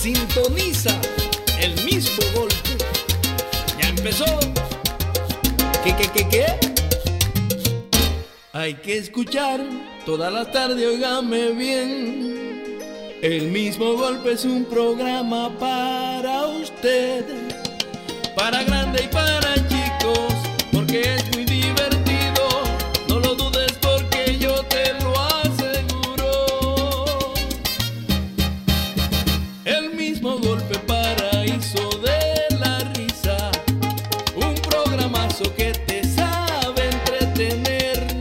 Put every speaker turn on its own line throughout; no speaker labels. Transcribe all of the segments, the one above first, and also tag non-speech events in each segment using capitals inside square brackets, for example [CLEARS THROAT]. Sintoniza el mismo golpe. Ya empezó. ¿Qué, qué, qué, qué? Hay que escuchar toda la tarde, oígame bien. El mismo golpe es un programa para usted, para grande y para chicos, porque es muy divertido. No lo dudes porque yo te lo aseguro. El mismo golpe paraíso de la risa. Un programazo que te sabe entretener.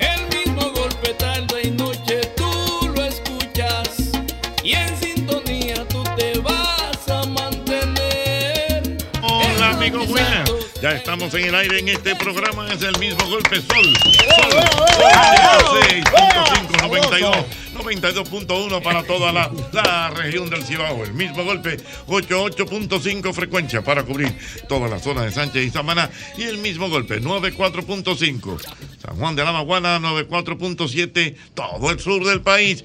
El mismo golpe tarde y noche tú lo escuchas. Y en sintonía tú te vas a mantener.
Hola amigos, buenas. Ya estamos en el aire en este programa, es el mismo golpe sol. Sol 92.1 92.1 para toda la, la región del Cibao. El mismo golpe, 88.5 frecuencia para cubrir todas las zonas de Sánchez y Samaná. Y el mismo golpe, 94.5. San Juan de la Maguana, 94.7, todo el sur del país.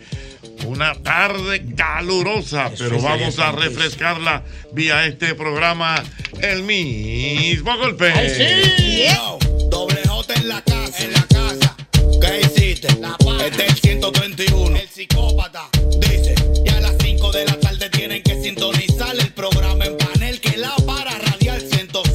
Una tarde calurosa, pero
es
vamos a
interesante.
refrescarla vía este programa, el mismo golpe.
Yo, doble J en la casa, en la casa. ¿Qué hiciste? La este es el 131. El psicópata dice que a las 5 de la tarde tienen que sintonizar el programa en panel que la para radial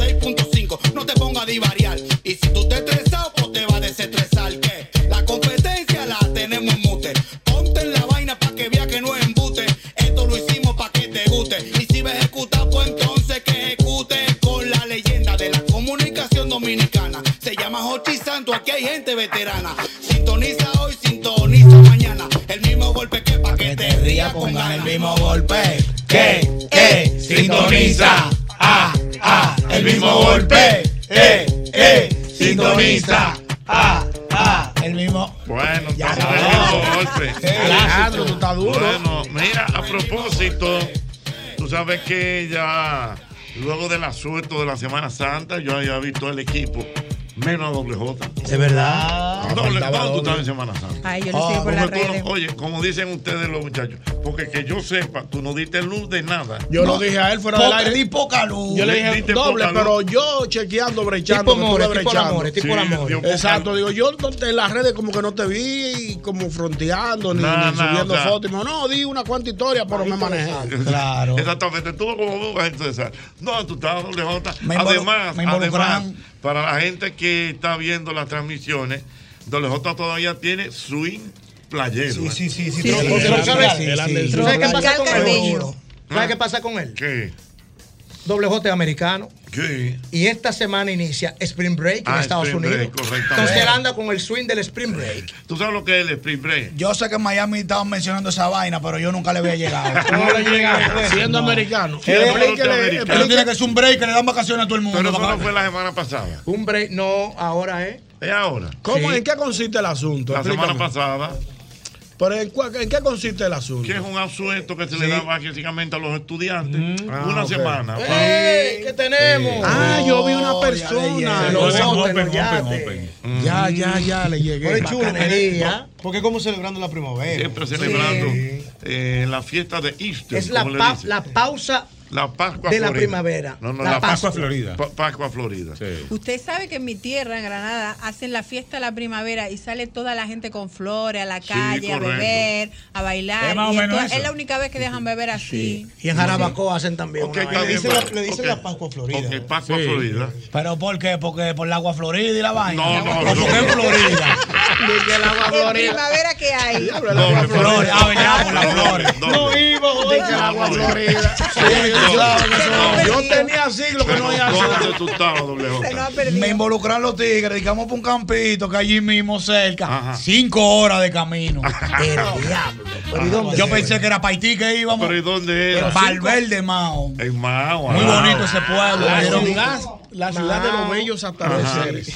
106.5. No te pongas a divariar. Y si tú te estresas, pues te va a desestresar. Que la competencia la tenemos en mute. Ponte en la vaina para que vea que no es embute. Esto lo hicimos para que te guste. Y si ves ejecutar, pues entonces que ejecute con la leyenda de la comunicación dominicana. Se llama Jochi Santo, aquí hay gente veterana. Sintoniza hoy, sintoniza mañana. El mismo golpe que pa' que te rías ponga el mismo golpe. Que, que, sintoniza. Ah, ah, el mismo golpe. Eh, eh, sintoniza. Ah, ah, el mismo.
Bueno,
Ya
entonces, el
acabó.
mismo golpe.
Alejandro, tú estás duro.
Bueno, mira, a propósito, tú sabes que ya luego del asueto de la Semana Santa, yo había visto el equipo menos a doble J.
Es
Ah.
verdad.
Doble, ¿dónde
Faltaba
tú
doble. Ah,
estabas en Semana Santa?
Ay, Ah, yo lo
Ah,
sigo por
Porque
las
tú no-
redes.
oye, como dicen ustedes los muchachos, porque que yo sepa, tú no diste luz de nada.
Yo lo dije a él fuera del
Poca-
aire.
di poca luz.
Yo le
Diste
dije doble,
poca luz.
pero yo chequeando, brechando.
Tipo
que tú
amores,
eres
tipo
brechando.
amores, tipo
Sí,
amores.
dio poca
Exacto, digo, yo no te- en las redes como que no te vi como fronteando ni,
Nah,
ni
nah,
subiendo
o sea-
fotos. Y me dijo, No, di una cuanta historia, pero me manejé.
Claro.
Exactamente, estuvo como duda entonces. No, tú estabas doble J.
Me involu-
Además,
me
además,
involucraron.
para la gente que está viendo las transmisiones, doble J todavía tiene swing playero. ¿eh?
Sí, sí, sí, sí.
Sí,
Pero-
sí,
pero
sí,
¿sabes?
sí, sí,
¿Tú
sí.
¿Sabes qué pasa
Calca
con
el
él?
vello.
¿Sabes qué pasa con él?
¿Qué?
Doble J americano.
¿Qué?
Y esta semana inicia Spring Break en
Ah,
Estados
Spring
Unidos.
Break, correctamente.
Entonces él anda con el swing del Spring Break.
¿Tú sabes lo que es el spring break?
Yo sé que en Miami estaban mencionando esa vaina, pero yo nunca le había
[LAUGHS]
llegado.
No le llegaba, siendo americano.
Siendo
Explíquele-
norteamericano.
Pero tiene que ser un break, que le dan vacaciones a todo el mundo.
Pero eso
papá.
no fue la semana pasada.
Un break, no, ahora es.
Es ahora.
¿Cómo,
Sí.
¿En qué consiste el asunto?
La semana
Explícame.
pasada,
Pero ¿en, cua- en qué consiste el
que es
asunto?
un asueto que se le da básicamente a los estudiantes, una
Ah, ok.
semana.
Mm. ¡Ey! ¿Qué tenemos?
Ah, yo vi una
Oh,
persona.
ya le
Lo boten,
llegué. Open,
lo
open,
yaten.
open.
Mm.
Ya, ya, ya, le llegué.
Pero es chulo,
Bacanería.
¿no? Porque como celebrando la primavera.
Siempre celebrando eh, la fiesta de Easter.
Es la,
como le
pa-
dicen.
la pausa.
La Pascua
de la
Florida.
primavera.
No, no,
La
la,
Pascua
Pascua
Florida.
Pa- Pascua Florida.
Usted sabe que en mi tierra, en Granada, hacen la fiesta de la primavera y sale toda la gente con flores a la
Sí,
calle a
correcto.
beber, a bailar.
Es más o
y
menos
esto-
eso.
es la única vez que dejan beber así.
Y en Jarabacoa hacen también.
Ok,
una
está
vaina.
bien,
Dicen la-
vale.
le dicen
Ok.
la Pascua Florida.
Ok, Pascua Florida.
¿Pero por qué? Porque por el agua florida y la vaina.
No, no,
¿O
no.
porque en Florida.
En primavera que hay.
Doble,
Flores. Ah, ¿verdad? Por las
Doble,
flores.
doble.
iba, joder.
Ay, que el agua florida. Sí, yo estaba en ese momento. Yo tenía siglos que no iba a
¿Dónde tú estabas, doble J?
Me involucraron los tigres, dedicamos por un campito que allí mismo cerca, cinco horas
[LAUGHS]
de camino. El diablo.
¿Pero y dónde
Yo
era?
pensé que era para Haití que íbamos.
¿Pero y dónde era?
En Valverde, Mao.
En Mao.
Muy
al lado.
bonito ese pueblo. ¿eh?
La
¿vieron?
ciudad-
La ciudad de los bellos atardeceres.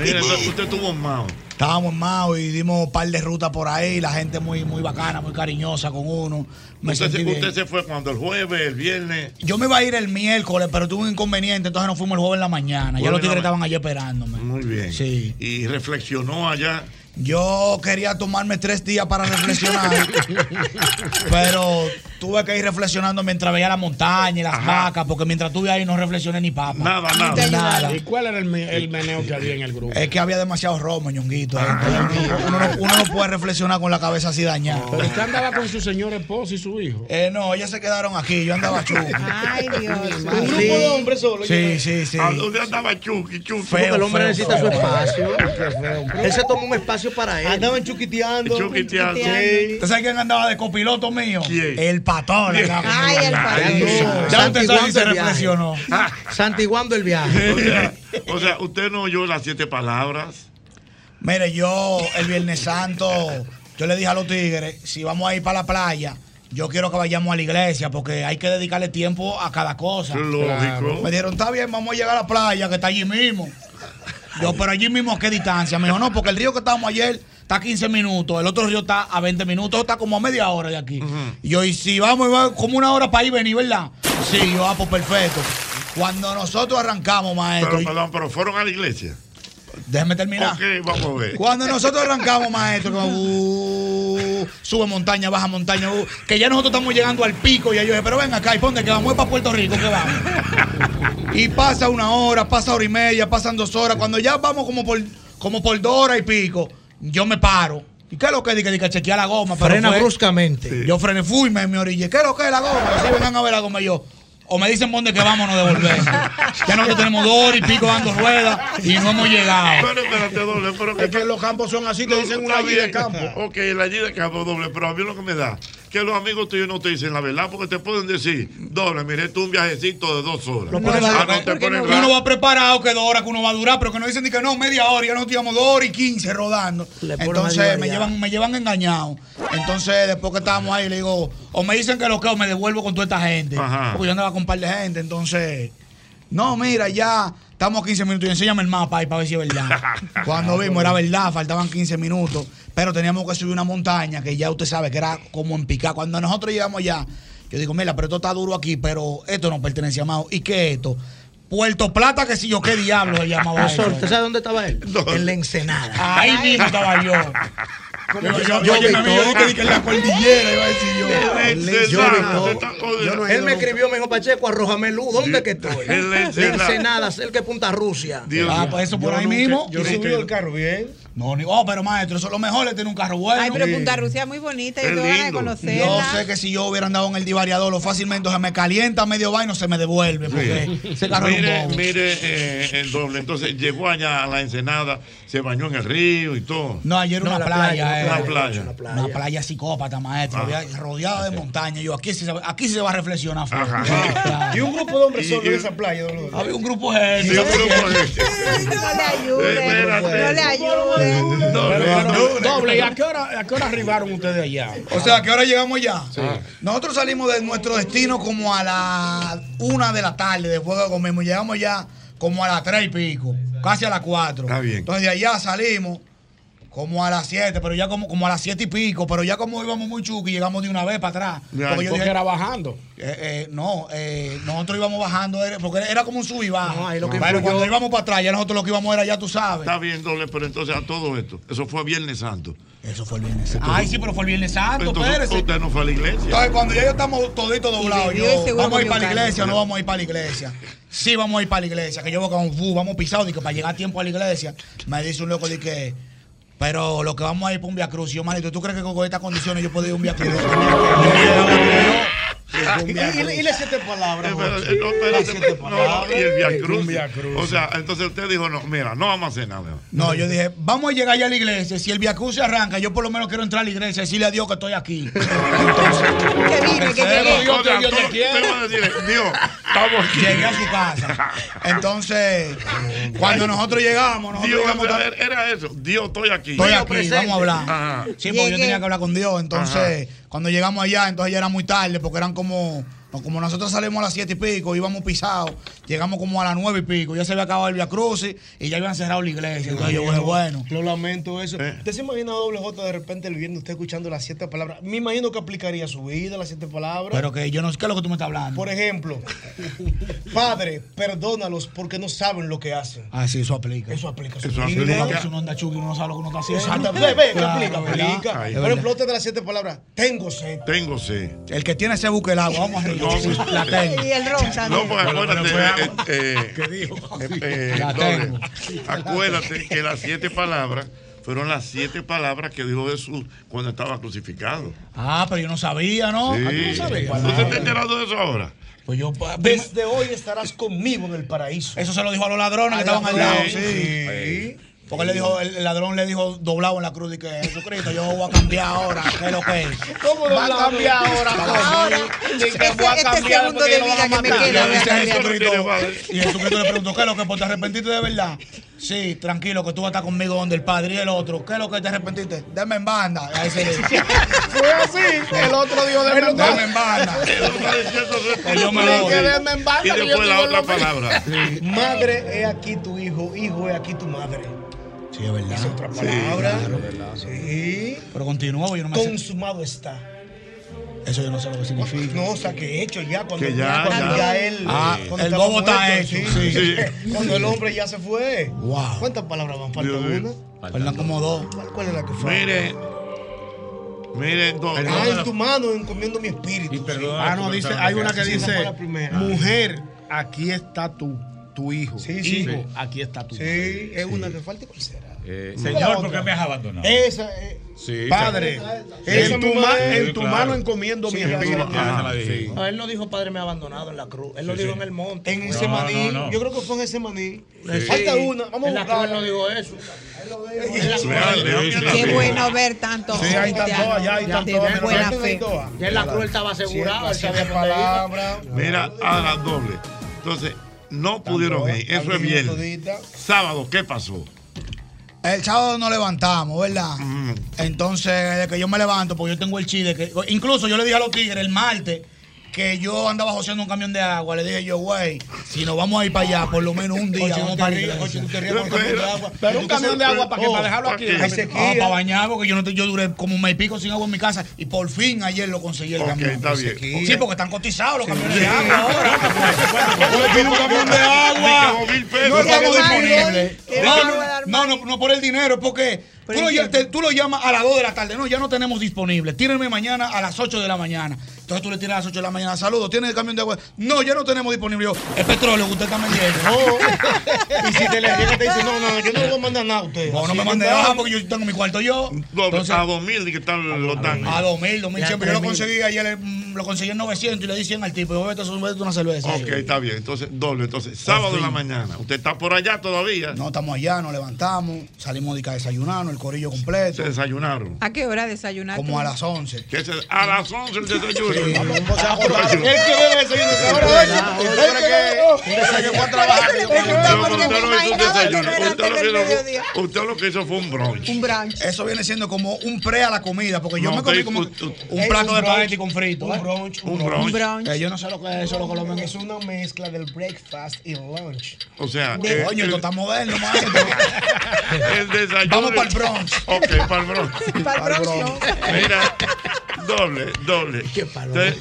Mira, entonces usted estuvo en Mao.
Estábamos en Mao y dimos un par de rutas por ahí. La gente muy, muy bacana, muy cariñosa con uno. Me
Usted, se,
sentí bien.
usted se fue cuando el jueves, el viernes.
Yo me iba a ir el miércoles, pero tuve un inconveniente, entonces nos fuimos el jueves en la mañana.
Jueves
Ya los
en la
tigres estaban
ma-
allí esperándome.
Muy bien.
Sí.
Y reflexionó allá.
Yo quería tomarme tres días para reflexionar,
[LAUGHS]
pero tuve que ir reflexionando mientras veía la montaña y las vacas, porque mientras estuve ahí no reflexioné ni papa.
Nada, nada.
Nada.
¿Y cuál era el, me- el meneo que había en el grupo?
Es que había demasiado romo, ñonguito. ahí.
Ah.
Uno, no, uno no puede reflexionar con la cabeza así dañada.
Pero
Oh.
usted andaba con su señor esposo y su hijo.
Eh, no, ellas se quedaron aquí, yo andaba chulo.
Ay, Dios.
Un grupo de hombres solo.
Sí, sí, sí.
¿A dónde andaba Chucky, Chucky?
Feo,
el hombre
feo,
necesita
feo.
su espacio. Él se tomó un espacio para él. Andaban chuquiteando.
Chucky te hace-
¿Usted sabe quién andaba de copiloto mío?
¿Quién?
El patón. el gato.
Ay, el
Ay,
Ya usted sabe si
Santiguando
se
el viaje.
reflexionó.
Santiguando el viaje.
O sea, o sea, usted no oyó las siete palabras.
Mire, yo el Viernes Santo, yo le dije a los tigres, si vamos a ir para la playa, yo quiero que vayamos a la iglesia porque hay que dedicarle tiempo a cada cosa.
Lógico.
Me dijeron, está bien, vamos a llegar a la playa que está allí mismo. Yo, pero allí mismo a qué distancia. Me dijo, no, porque el río que estábamos ayer está a 15 minutos, el otro río está a 20 minutos, está como a media hora de aquí. Y yo, y si vamos, y va como una hora para ir y venir, ¿verdad? Sí, yo, ah, pues perfecto. Cuando nosotros arrancamos, maestro,
Pero, perdón, pero fueron a la iglesia.
déjeme terminar.
Ok, vamos a ver.
Cuando nosotros arrancamos, maestro, como, uh, sube montaña, baja montaña, uh, que ya nosotros estamos llegando al pico. Y yo dije, pero ven acá, y ponte que vamos para Puerto Rico, que vamos. Y pasa una hora, pasa hora y media, pasan dos horas. Cuando ya vamos como por, como por dos horas y pico, yo me paro. ¿Y qué es lo que dije? Dije, chequear la goma. pero
Ah, Frena
fue-
bruscamente.
Yo frené, fui, me, me orillé. ¿Qué es lo que es la goma? Si vengan a ver la goma y yo. O me dicen dónde que vamos, nos devolvemos. Ya nosotros tenemos dos horas y pico dando ruedas y no hemos llegado.
Pero espérate, doble. Pero que
Es que los campos son así, te dicen una
Está
vida de
bien.
campo.
Ok, la allí de campo doble, pero a mí lo que me da, que los amigos tuyos no te dicen la verdad, porque te pueden decir, doble, mire, tú un viajecito de dos horas.
pones
Ah,
a-
no, te
¿por qué
ponen
no?
Y uno
bravo.
va preparado que dos horas que uno va a durar, pero que no dicen ni que no, media hora, ya nos tiramos dos horas y quince rodando.
Le ponen a
Entonces
llorar
me
ya.
llevan, me llevan engañado. Entonces, después que estábamos ahí, le digo, o me dicen que lo que o me devuelvo con toda esta gente.
Ajá.
Porque yo andaba con un par de gente. Entonces, no, mira, ya estamos 15 minutos. Y enséñame el mapa ahí para ver si es [LAUGHS] verdad. Cuando vimos, era verdad, faltaban 15 minutos. Pero teníamos que subir una montaña que ya usted sabe que era como en picar. Cuando nosotros llegamos allá, yo digo, mira, pero esto está duro aquí, pero esto no pertenece a Mao. ¿Y qué es esto? Puerto Plata, que si yo qué diablo se llamaba eso.
¿Usted Ah, sabe dónde estaba
[LAUGHS]
él? En la ensenada.
Ahí mismo estaba yo. Yo, yo, yo, mi amigo, yo creí que en la cordillera iba a decir yo.
El
Yo
Ensenada,
no-
te está jodiendo.
yo no he
Él me
nunca.
escribió, me dijo, Pacheco, arrójame luz. ¿Dónde que
[LAUGHS]
estoy?
En la Ensenada.
Ensenada, cerca de Punta Rusia.
Dios
Ah,
mío.
pues eso por ahí
nunca-
mismo.
Yo
Y
nunca
subió
he ido.
el carro. No, ni, oh, pero maestro, eso es lo mejor, es tener un carro bueno.
Ay, pero Punta Rusia es muy bonita y
Qué
te van a
lindo.
conocerla.
Yo sé que si yo hubiera andado en el divariador, lo fácilmente se me calienta medio vaino, se me devuelve. Porque ese carro es un
Mire,
bobo.
mire, eh, el doble. Entonces llegó allá a la Ensenada, se bañó en el río y todo.
No, ayer
No,
una
la
playa,
playa,
eh.
la
una playa.
playa.
psicópata, maestro. había- Rodeada de montaña. Yo, aquí sí se, aquí sí se va a reflexionar. fuerte.
Ajá.
Claro.
Y un grupo de hombres
Y-
solo
y-
en esa playa, Dolores.
Había un grupo de
Sí, yo creo que-
No le ayude.
Espérate.
No le ayude.
Doble, doble.
Doble, ¿y a qué hora, a qué hora arribaron ustedes allá?
O sea, ¿a qué hora llegamos ya? Nosotros salimos de nuestro destino como a las una de la tarde, después que comimos. Llegamos ya como a las tres y pico, casi a las cuatro.
Está bien.
Entonces de allá salimos como a las siete, pero ya como, como a las siete y pico, pero ya como íbamos muy chuki, llegamos de una vez para atrás.
Ya,
Porque yo
Porque
dije,
era bajando.
eh, eh, no, eh, nosotros íbamos bajando, era- porque era como un sub y baja.
No, ahí lo que
pero
influyó-
cuando íbamos para atrás, ya nosotros lo que íbamos era, ya tú sabes.
Está bien, doble, pero entonces a todo esto. Eso fue Viernes Santo.
Eso fue el Viernes Santo. Ay, sí, pero fue el Viernes Santo,
Entonces
espérese.
usted no fue a la iglesia.
Entonces, cuando ya yo estamos toditos doblados,
Y bebió y
yo,
seguro
vamos a ir
comió
para la
carne.
iglesia o no vamos a ir para la iglesia. Sí, vamos a ir para la iglesia, que yo voy con fu, vamos pisados, digo, para llegar a tiempo a la iglesia. Me dice un loco, que pero lo que vamos [LAUGHS] a ir para un Via Cruz. Y yo, manito, ¿tú crees que con estas condiciones yo puedo ir a un Via Cruz? Yo, yo, yo, yo, Y, y- y le siete palabras.
Pero,
Jochi.
eh, no, espérate,
Le siete
no,
palabras.
y el Via
El
Cruz.
Via Crucis.
O sea, entonces usted dijo, no, mira, no vamos a hacer nada.
No, yo dije, vamos a llegar ya a la iglesia. Si el viacruz se arranca, yo por lo menos quiero entrar a la iglesia y decirle a Dios [LAUGHS] que estoy aquí.
Que
vine, que llegué.
Dios, te- Dios te quiere. Dios, estamos aquí.
Llegué a su casa. [LAUGHS] Entonces, cuando nosotros llegamos, nosotros
Dios,
llegamos
era- era eso. Dios, estoy aquí.
Estoy aquí, vamos a hablar.
Ajá.
Sí, porque yo tenía que hablar con Dios. Entonces, cuando llegamos allá, entonces ya era muy tarde, porque eran como. no, Como nosotros salimos a las siete y pico, íbamos pisados, llegamos como a las nueve y pico, ya se había acabado el Via Crucis y ya habían cerrado la iglesia. Entonces yo dije, bueno.
Lo lamento eso. ¿Usted se imagina a doble J de repente el viernes usted escuchando las siete palabras? Me imagino que aplicaría su vida las siete palabras.
Pero que yo no sé qué es lo que tú me estás hablando.
Por
[LAUGHS]
ejemplo, Padre, perdónalos porque no saben lo que hacen.
Ah, sí, eso aplica.
Eso aplica.
Eso
aplica.
aplica. Eso no anda chugui, uno no sabe lo que uno está haciendo.
Exacto. Ve, ve,
Claro,
aplica,
¿verdad?
aplica.
Ahí.
Por ejemplo, otra de las siete palabras, tengo sed.
Tengo sed.
El que tiene ese buque el
[LAUGHS]
agua, vamos a reír. La tengo.
Y el ron también.
No, porque acuérdate. eh, eh, eh, eh,
La
doble,
tengo.
acuérdate que las siete palabras fueron las siete palabras que dijo Jesús cuando estaba crucificado.
Ah, pero yo no sabía, ¿no? Ah, tú no
Sí.
sabías.
¿Tú te estás enterando de eso ahora?
Pues yo, pa-
Desde hoy estarás conmigo en el paraíso.
eso se lo dijo a los ladrones que
A
estaban al
ladrones.
lado. Sí. Porque le dijo, el el ladrón le dijo doblado en la cruz y que Jesucristo, yo voy a cambiar ahora, ¿qué es lo que es?
¿Cómo
Va
doblado?
a cambiar ahora,
Ahora, este- este segundo de vida que me queda, voy a
Y
cambiar.
Jesucristo, y Jesucristo le preguntó, ¿qué es lo que? Pues te arrepentiste de verdad. Sí, tranquilo, que tú vas a estar conmigo donde el padre y el otro. ¿Qué es lo que te arrepentiste? Dame en banda. Y Ahí se le
Fue así. El otro dijo de
Dame en banda. Que yo me voy.
Y después la otra
[LAUGHS]
palabra.
Madre, he aquí tu hijo, hijo, he aquí tu madre.
Ah, Sí, es verdad.
Es otra palabra. Sí.
Pero continúa, porque yo no me sé.
Consumado está.
Eso yo no sé lo que significa.
No, o sea, que he hecho ya cuando
Que ya,
cuando
ya.
él.
Ah,
cuando
el
estaba
bobo está
muerto,
hecho, sí.
cuando el hombre ya se fue.
Wow.
¿Cuántas palabras van? Falta
Dios mío.
una.
Faltan como dos.
¿Cuál, cuál es la que falta?
Mire, mire, don-
Ah, en tu mano encomiendo mi espíritu.
Ah, no, dice, hay una que
Sí, esa fue
dice,
la primera.
mujer, aquí está tu, tu hijo.
Sí, sí.
Hijo, aquí está tu
Sí, es una que falta. ¿y ¿Cuál será?
Eh, Señor, ¿por qué me has abandonado?
Esa. eh,
Sí,
Padre.
Esa
En tu,
misma
ma-
es.
en tu
Claro.
mano encomiendo mi espíritu.
Ah, sí.
No, él no dijo padre me ha abandonado en la cruz. Él lo dijo en el monte. En
No,
ese maní.
no, no.
Yo creo que fue en ese maní. Falta una. Vamos
En
a
la
buscar.
cruz él no
dijo eso.
Real, déjame
Sí, sí.
la
Qué
vida.
bueno ver tanto.
Sí, ahí están
cristiano
todas, ya ahí están
de
todas, menos
buena
la
fe.
Ya en la cruz él estaba asegurado. Él sabía
palabra.
Mira, a las doble. Entonces, no pudieron ir. Eso es viernes. Sábado, ¿qué pasó?
El sábado nos levantamos, ¿verdad? Entonces, desde que yo me levanto, porque yo tengo el chi de que. Incluso yo le dije a los tigres el martes que yo andaba joseando un camión de agua. Le dije yo, güey, si nos vamos a ir para allá, por lo menos un día, vamos para arriba.
Pero,
Pero un camión de
eh,
agua,
oh,
¿para qué? ¿Para dejarlo aquí?
¿para qué?
para bañar, Ah, porque yo, no te- yo duré como un mes y pico sin agua en mi casa y por fin ayer lo conseguí el
Ok,
camión.
está bien.
Sí, porque están cotizados los camiones de agua ahora. un camión de agua.
Cinco mil
No
pesos.
estamos
Armani,
disponibles.
que
No,
va a
no,
dar
No, no, no por el dinero, es porque tú lo, ya- te- tú lo llamas a las 2 de la tarde. No, ya no tenemos disponible. Tírenme mañana a las 8 de la mañana. Entonces tú le tiras a las 8 de la mañana. Saludos, ¿tienes el camión de agua? No, ya no tenemos disponible. Yo, es petróleo que usted está vendiendo.
Y si te
[LAUGHS]
le llega, te dice, no, no, yo no le voy a mandar nada a usted.
No, no me mande agua porque yo tengo mi cuarto yo.
Doble,
Entonces,
a dos mil que están los tanques.
a 2000, 2000
Ya,
siempre. Yo lo
3000.
conseguí ayer, mm, lo conseguí en 900 y le di 100 al tipo. Yo, vete, vete una cerveza.
Ok, está bien. Entonces, doble.
Pues
Entonces, sábado en la mañana. ¿Usted está por allá todavía?
No, estamos allá, nos levantamos, salimos de que a desayunarnos, el corillo completo,
Se desayunaron.
¿A qué hora desayunaste?
como
[LAUGHS]
a las 11.
Que se- a las 11 el Ah, desayuno.
El que debe desayunarse ahora es. El que fue a trabajar.
No, pero usted
porque
no
me
hizo un
imaginaba que
desayuno.
no era
Usted lo que
antes del
hizo
mediodía.
fue- Usted lo que hizo fue un brunch.
Un brunch.
Eso viene siendo como un pre a la comida, porque yo
No,
me comí
usted-
como
usted-
un plato de espagueti con frito.
Un
¿eh?
brunch.
Un
Un
brunch.
brunch.
Eh, yo no sé lo que es eso, lo que lo ven
Es una mezcla del breakfast y lunch.
O sea, eh,
Coño, esto
el,
está moderno, man.
el desayuno.
Vamos para el brunch.
Ok, para el brunch.
Para el brunch, no.
Mira, doble, doble. Entonces,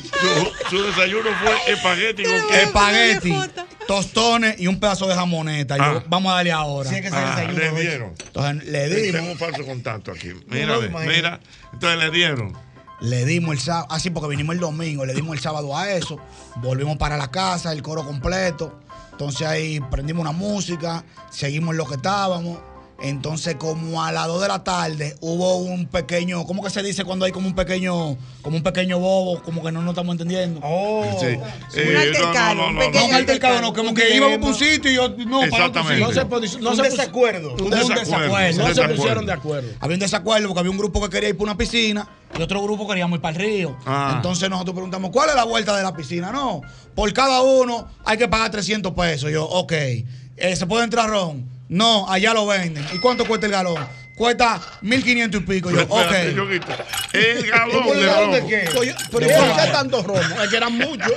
su, su desayuno fue espagueti con queso.
Espagueti,
Jota.
tostones y un pedazo de jamoneta. Yo,
Ah.
vamos a darle ahora.
Si es que se
Ah,
desayuna.
le
¿ves?
dieron.
Entonces le dimos,
Tenemos un falso contacto aquí. Mira,
No,
ve,
imagínate.
mira. Entonces le dieron.
le dimos el sábado, así porque vinimos el domingo, le dimos el sábado a eso, volvimos para la casa, el coro completo. Entonces ahí prendimos una música, seguimos en lo que estábamos. Entonces, como a las 2 de la tarde hubo un pequeño, ¿cómo que se dice cuando hay como un pequeño, como un pequeño bobo, como que no nos estamos entendiendo? Oh,
Sí. Eh, no, no, no, no,
no, un
no.
altercado, no, como que íbamos por un sitio y yo no, para otro
Exactamente.
sitio.
No se pos-
no se pus-
Un
Un desacuerdo.
desacuerdo.
No se pusieron de acuerdo.
Había un desacuerdo porque había un grupo que quería ir por una piscina y otro grupo queríamos ir para el río.
Ah.
Entonces nosotros preguntamos, ¿cuál es la vuelta de la piscina? No, por cada uno hay que pagar 300 pesos. Yo, ok. Eh, ¿Se puede entrar ron? No, allá lo venden. ¿Y cuánto cuesta el galón? Cuesta 1500 y pico. Yo, ok.
Espérate, Yoguito. El galón
¿Y el
de
galón de
romo.
qué?
Oye, pero
De
¿y por
romo.
qué tantos romos? Es que eran muchos.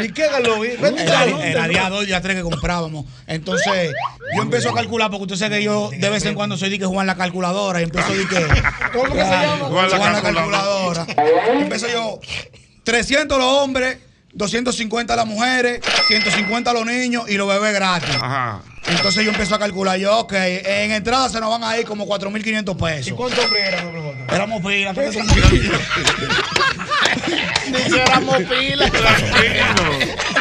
¿Y qué galón?
Vete un
Era,
galón de
era
romo.
día dos, día tres que comprábamos. Entonces, yo empiezo a calcular, porque usted sabe que yo de vez en cuando soy de que jugar la calculadora. Y empiezo de que.
¿Cómo que se
Ay,
llama?
Jugar la
Jugar la
calculadora. Empiezo yo. 300 los hombres, 250 las mujeres, 150 los niños y los bebés gratis. Entonces yo empiezo a calcular, yo, ok, en entrada se nos van a ir como 4.500 pesos. ¿Y cuántos hombres eran, Éramos pila, entonces éramos pila.
Dice, éramos pilas.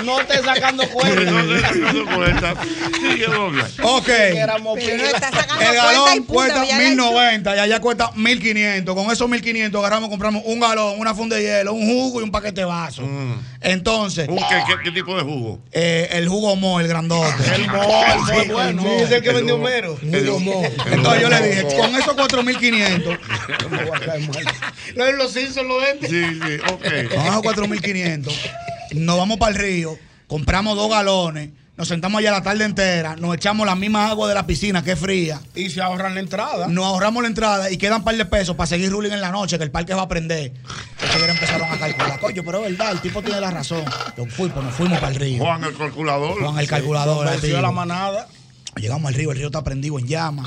No te sacando cuenta.
No te sacando cuenta. Sigue doble.
Ok.
Éramos
Pero
pilas.
El galón cuesta 1090 y allá cuesta 1500. Con esos 1500 agarramos, compramos un galón, una funda de hielo, un jugo y un paquete de vaso. Entonces,
Mm. ¿Un qué, qué- qué tipo de jugo?
eh, el jugo mo, el grandote. El
Mo, el Mo,
es
bueno. Sí, es el que vendió Homero.
Jugo mo. Entonces yo le dije, con esos 4500.
Lo- Los hizo los dentes.
Sí, sí,
Con esos 4500. Nos vamos para el río, compramos dos galones. Nos sentamos allá la tarde entera, nos echamos la misma agua de la piscina que es fría.
Y se ahorran la entrada.
Nos ahorramos la entrada y quedan un par de pesos para seguir ruling en la noche, que el parque va a prender. Entonces ya empezaron a calcular. Coño, pero es verdad, el tipo tiene la razón. Yo fui, pues nos fuimos para el río.
Juan el calculador.
Juan el calculador. el
Convenció
tipo.
a la manada.
Llegamos al río, el río está prendido en llama.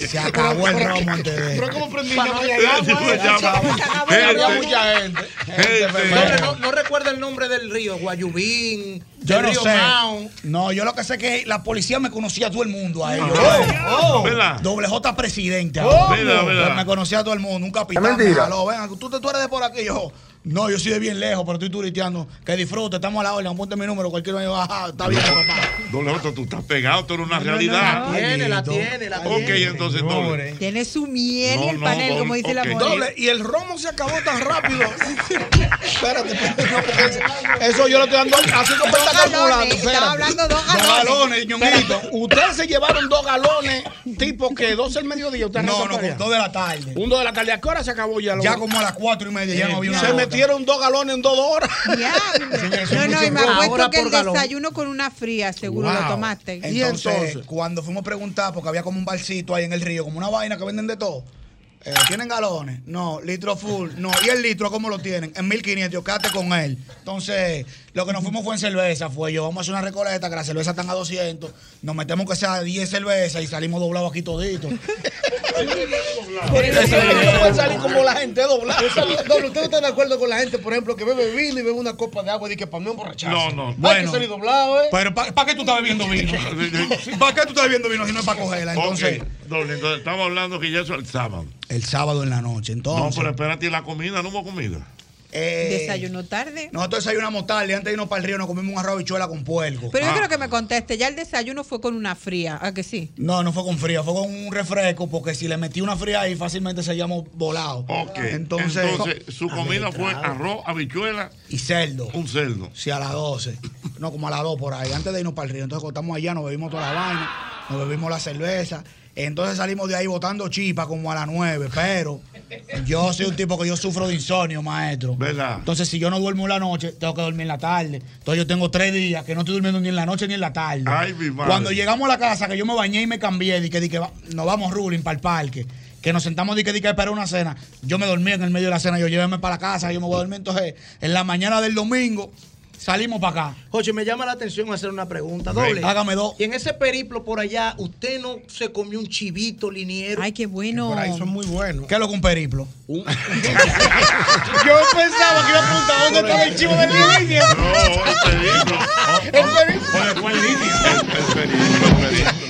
Se acabó el romo antes de.
Pero ¿cómo prendí
Para
llama
no
y
llegar,
agua?
pues,
Se
llama.
acabó, se acabó, y había
Gente.
mucha gente.
Gente.
Señores, No, no recuerdo el nombre del río, Guayubín,
Yo
del
no
río
sé.
Mao.
No, yo lo que sé es que la policía me conocía a todo el mundo a ellos.
Oh, oh. ¿Verdad?
Doble J presidente.
¿Cómo?
ahora.
¿Verdad, verdad?
Me conocía a todo el mundo. Un capitán
Es mentira.
me jaló. Venga, tú, tú eres de por aquí. Yo, no, yo soy de bien lejos, pero estoy turisteando. Que disfrute, estamos a la orden. Ponte mi número, cualquiera me va a Está bien, papá.
Doble J, tú estás pegado, tú eres una realidad.
no, la tiene, la tiene,
la tiene. Ok, entonces doble.
Tiene su miel y
No,
el
no,
panel,
no,
como dice la
ok.
mujer.
Doble, y el romo se acabó tan rápido. [LAUGHS] espérate, espérate, no, porque eso- eso yo lo estoy dando así como
Dos
está
galones,
calculando.
estaba
espérate.
hablando de dos Dos galones. galones,
Espérate, Ustedes se llevaron dos galones, tipo que dos del mediodía. Ustedes
No,
arrancaron
no,
para allá.
dos de la tarde.
Un dos de la tarde. ¿A qué hora se acabó ya? lo-
Ya como a las cuatro y media ya no había una
Se
gota.
metieron dos galones en dos horas. [LAUGHS]
No, no, y me apuesto
Ahora
que el
por galón.
desayuno con una fría, seguro lo
Wow.
tomaste.
Entonces, cuando fuimos a preguntar, porque había como un barcito ahí en el río, como una vaina que venden de todo. eh, ¿Tienen galones? No, litro full. No, ¿y el litro cómo lo tienen? En 1500, yo quédate con él. Entonces, lo que nos fuimos fue en cerveza. Fue yo, vamos a hacer una recoleta, que la cerveza están a 200. Nos metemos que sea 10 cervezas y salimos doblados aquí toditos.
Pero eso no puede salir como la [LAUGHS] gente doblada.
Doble, ¿usted no está de acuerdo con la gente, por ejemplo, que bebe vino y bebe una copa de agua y dice que para mí emborracharse?
No, no.
Hay
Bueno.
que salir doblado, ¿eh?
Pero ¿para qué tú estás bebiendo
[LAUGHS]
vino? ¿Para qué tú estás bebiendo vino si no es para cogerla? Entonces,
Ok, doble, entonces estamos hablando que ya eso es el sábado.
el sábado en la noche.
No,
Entonces,
pero espérate, ¿y la comida? ¿No hubo comida?
eh,
Desayuno tarde.
Nosotros desayunamos tarde, antes de irnos para el río nos comimos un arroz de habichuela con puerco.
Ah.
Ah.
Pero yo creo que me conteste, ya el desayuno fue con una fría, ¿a que sí?
No, no fue con frío, fue con un refresco, porque si le metí una fría ahí fácilmente seríamos volados.
Ok.
Entonces,
Entonces, su comida fue arroz, habichuela.
Y cerdo.
Un cerdo.
Sí, a las 12. No, como a las 2 por ahí, antes de irnos para el río. Entonces cortamos allá, nos bebimos toda la vaina, nos bebimos la cerveza. Entonces salimos de ahí botando chipa como a las 9, pero yo soy un tipo que yo sufro de insomnio, maestro.
¿Verdad?
Entonces, si yo no duermo en la noche, tengo que dormir en la tarde. Entonces, yo tengo tres días que no estoy durmiendo ni en la noche ni en la tarde.
Ay, mi madre.
Cuando llegamos a la casa, que yo me bañé y me cambié, di que, di que va- nos vamos ruling para el parque, que nos sentamos di que, di que a esperar una cena. Yo me dormí en el medio de la cena, yo llévame para la casa, yo me voy a dormir. Entonces, en la mañana del domingo, salimos para acá.
Joche, me llama la atención hacer una pregunta.
Ven.
Doble.
Hágame dos.
Y en ese periplo por allá, ¿usted no se comió un chivito liniero? Ay,
qué bueno.
Por ahí son
muy buenos. ¿Qué es lo que un periplo? [LAUGHS]
Yo pensaba que iba a preguntar dónde estaba el chivo de la línea.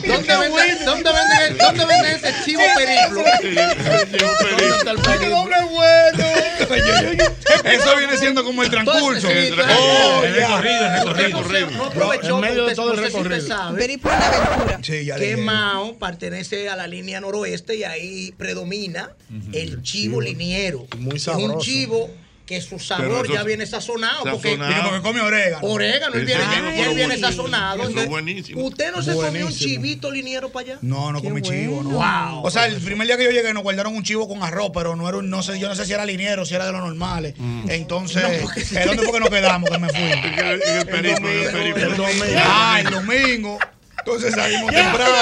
¿Dónde venden, dónde venden, el- dónde venden ese chivo periplo?
[LAUGHS]
¿Dónde
está el periplo? bueno!
Eso viene siendo como el transcurso.
Entonces, sí, claro.
Oh,
El
ya.
recorrido, el recorrido.
No aprovechó,
En medio de
entonces,
todo el
no sé si usted
recorrido.
sabe
Sí, ya
que
leí.
Mao pertenece a la línea noroeste y ahí predomina el chivo liniero.
Muy
Es
sabroso.
un chivo que su
Pero
sabor
eso
ya
es
viene sazonado. Porque,
sazonado. Digo, porque come orégano.
Orégano, él
Ese
viene,
mismo,
él
pero
viene
buenísimo.
sazonado.
Eso es
Entonces,
buenísimo.
¿Usted no se comió un
Buenísimo.
chivito liniero para allá?
No, no comí chivo, no.
Wow.
O sea, el primer día que yo llegué nos guardaron un chivo con arroz, pero no era, un- no sé, yo no sé si era liniero, si era de los normales.
Mm.
Entonces, ¿eh, ¿dónde fue que nos quedamos? Que me
[LAUGHS]
fui.
el, periplo, el periplo.
El domingo. Ah, el domingo. Entonces salimos temprano.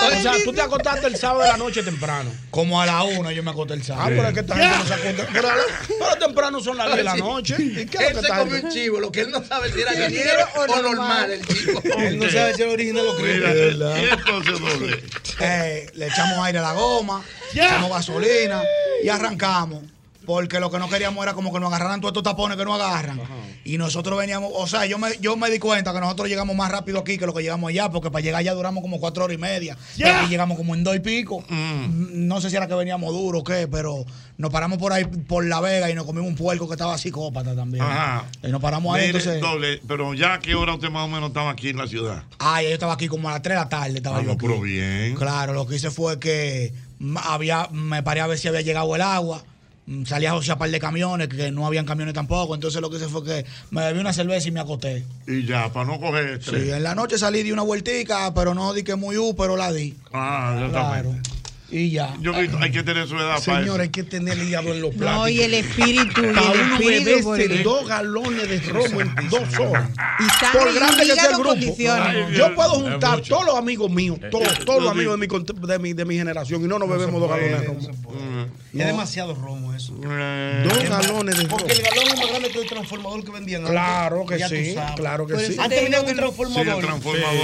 Ah, O sea, tú te acostaste el sábado de la noche temprano.
Como a la una yo me acosté el sábado.
Ah, pero es que esta gente no se acuerda. Pero, a la- pero temprano son las 10 de la
Sí.
noche. ¿Y qué es
Él
lo que
se
está
comió un
ahí?
chivo, lo que él no sabe si era
¿Liniero
liniero
o
o
normal?
normal el chivo.
Él no sabe si era original o crítico.
Mira,
De verdad.
y entonces, doble.
Eh, le echamos aire a la goma, echamos gasolina y arrancamos. Porque lo que no queríamos era como que nos agarraran todos estos tapones que no agarran. Y nosotros veníamos, o sea, yo me, yo me di cuenta que nosotros llegamos más rápido aquí que lo que llegamos allá, porque para llegar allá duramos como cuatro horas y media. Y aquí llegamos como en dos y pico.
Mm.
No sé si era que veníamos duro o qué, pero nos paramos por ahí, por La Vega, y nos comimos un puerco que estaba psicópata también.
Ajá.
Y nos paramos ahí,
Mire,
entonces.
doble, pero ya a qué hora usted más o menos estaba aquí en la ciudad.
Ay, yo estaba aquí como a las 3 de la tarde. Estaba
Ah,
yo
no,
aquí.
pero bien.
Claro, lo que hice fue que m- había, me paré a ver si había llegado el agua. Mm, Salí a josear un par de camiones, que no habían camiones tampoco. Entonces lo que hice fue que me bebí una cerveza y me acosté.
Y ya, para no coger estrés.
Sí, en la noche salí, di una vueltica, pero no di que muy U, pero la di.
Ah, exactamente.
Y ya.
Yo grito, hay que tener su edad para eso.
Señor, hay que tener el hígado en los
No,
platos.
y el espíritu, y el
Para uno
espíritu,
beberse
porque-
dos galones de romo en dos horas.
sangre
Por
y
grande que sea el
hígado
grupo.
condiciones. Ay,
Yo
Dios.
puedo
Es
juntar
mucho.
todos los amigos míos, todos, todos los amigos de mi, cont- de mi, de mi generación, y no nos bebemos dos galones de romo.
Y es
demasiado romo eso.
Eh.
Dos
galones de
Porque el
Porque el
galón
galón es más grande que el transformador que vendían
antes.
Claro que
Ya tú
sí,
sabes.
claro que
Por
sí.
eso te digo que-
transformadores.
Sí, el transformador.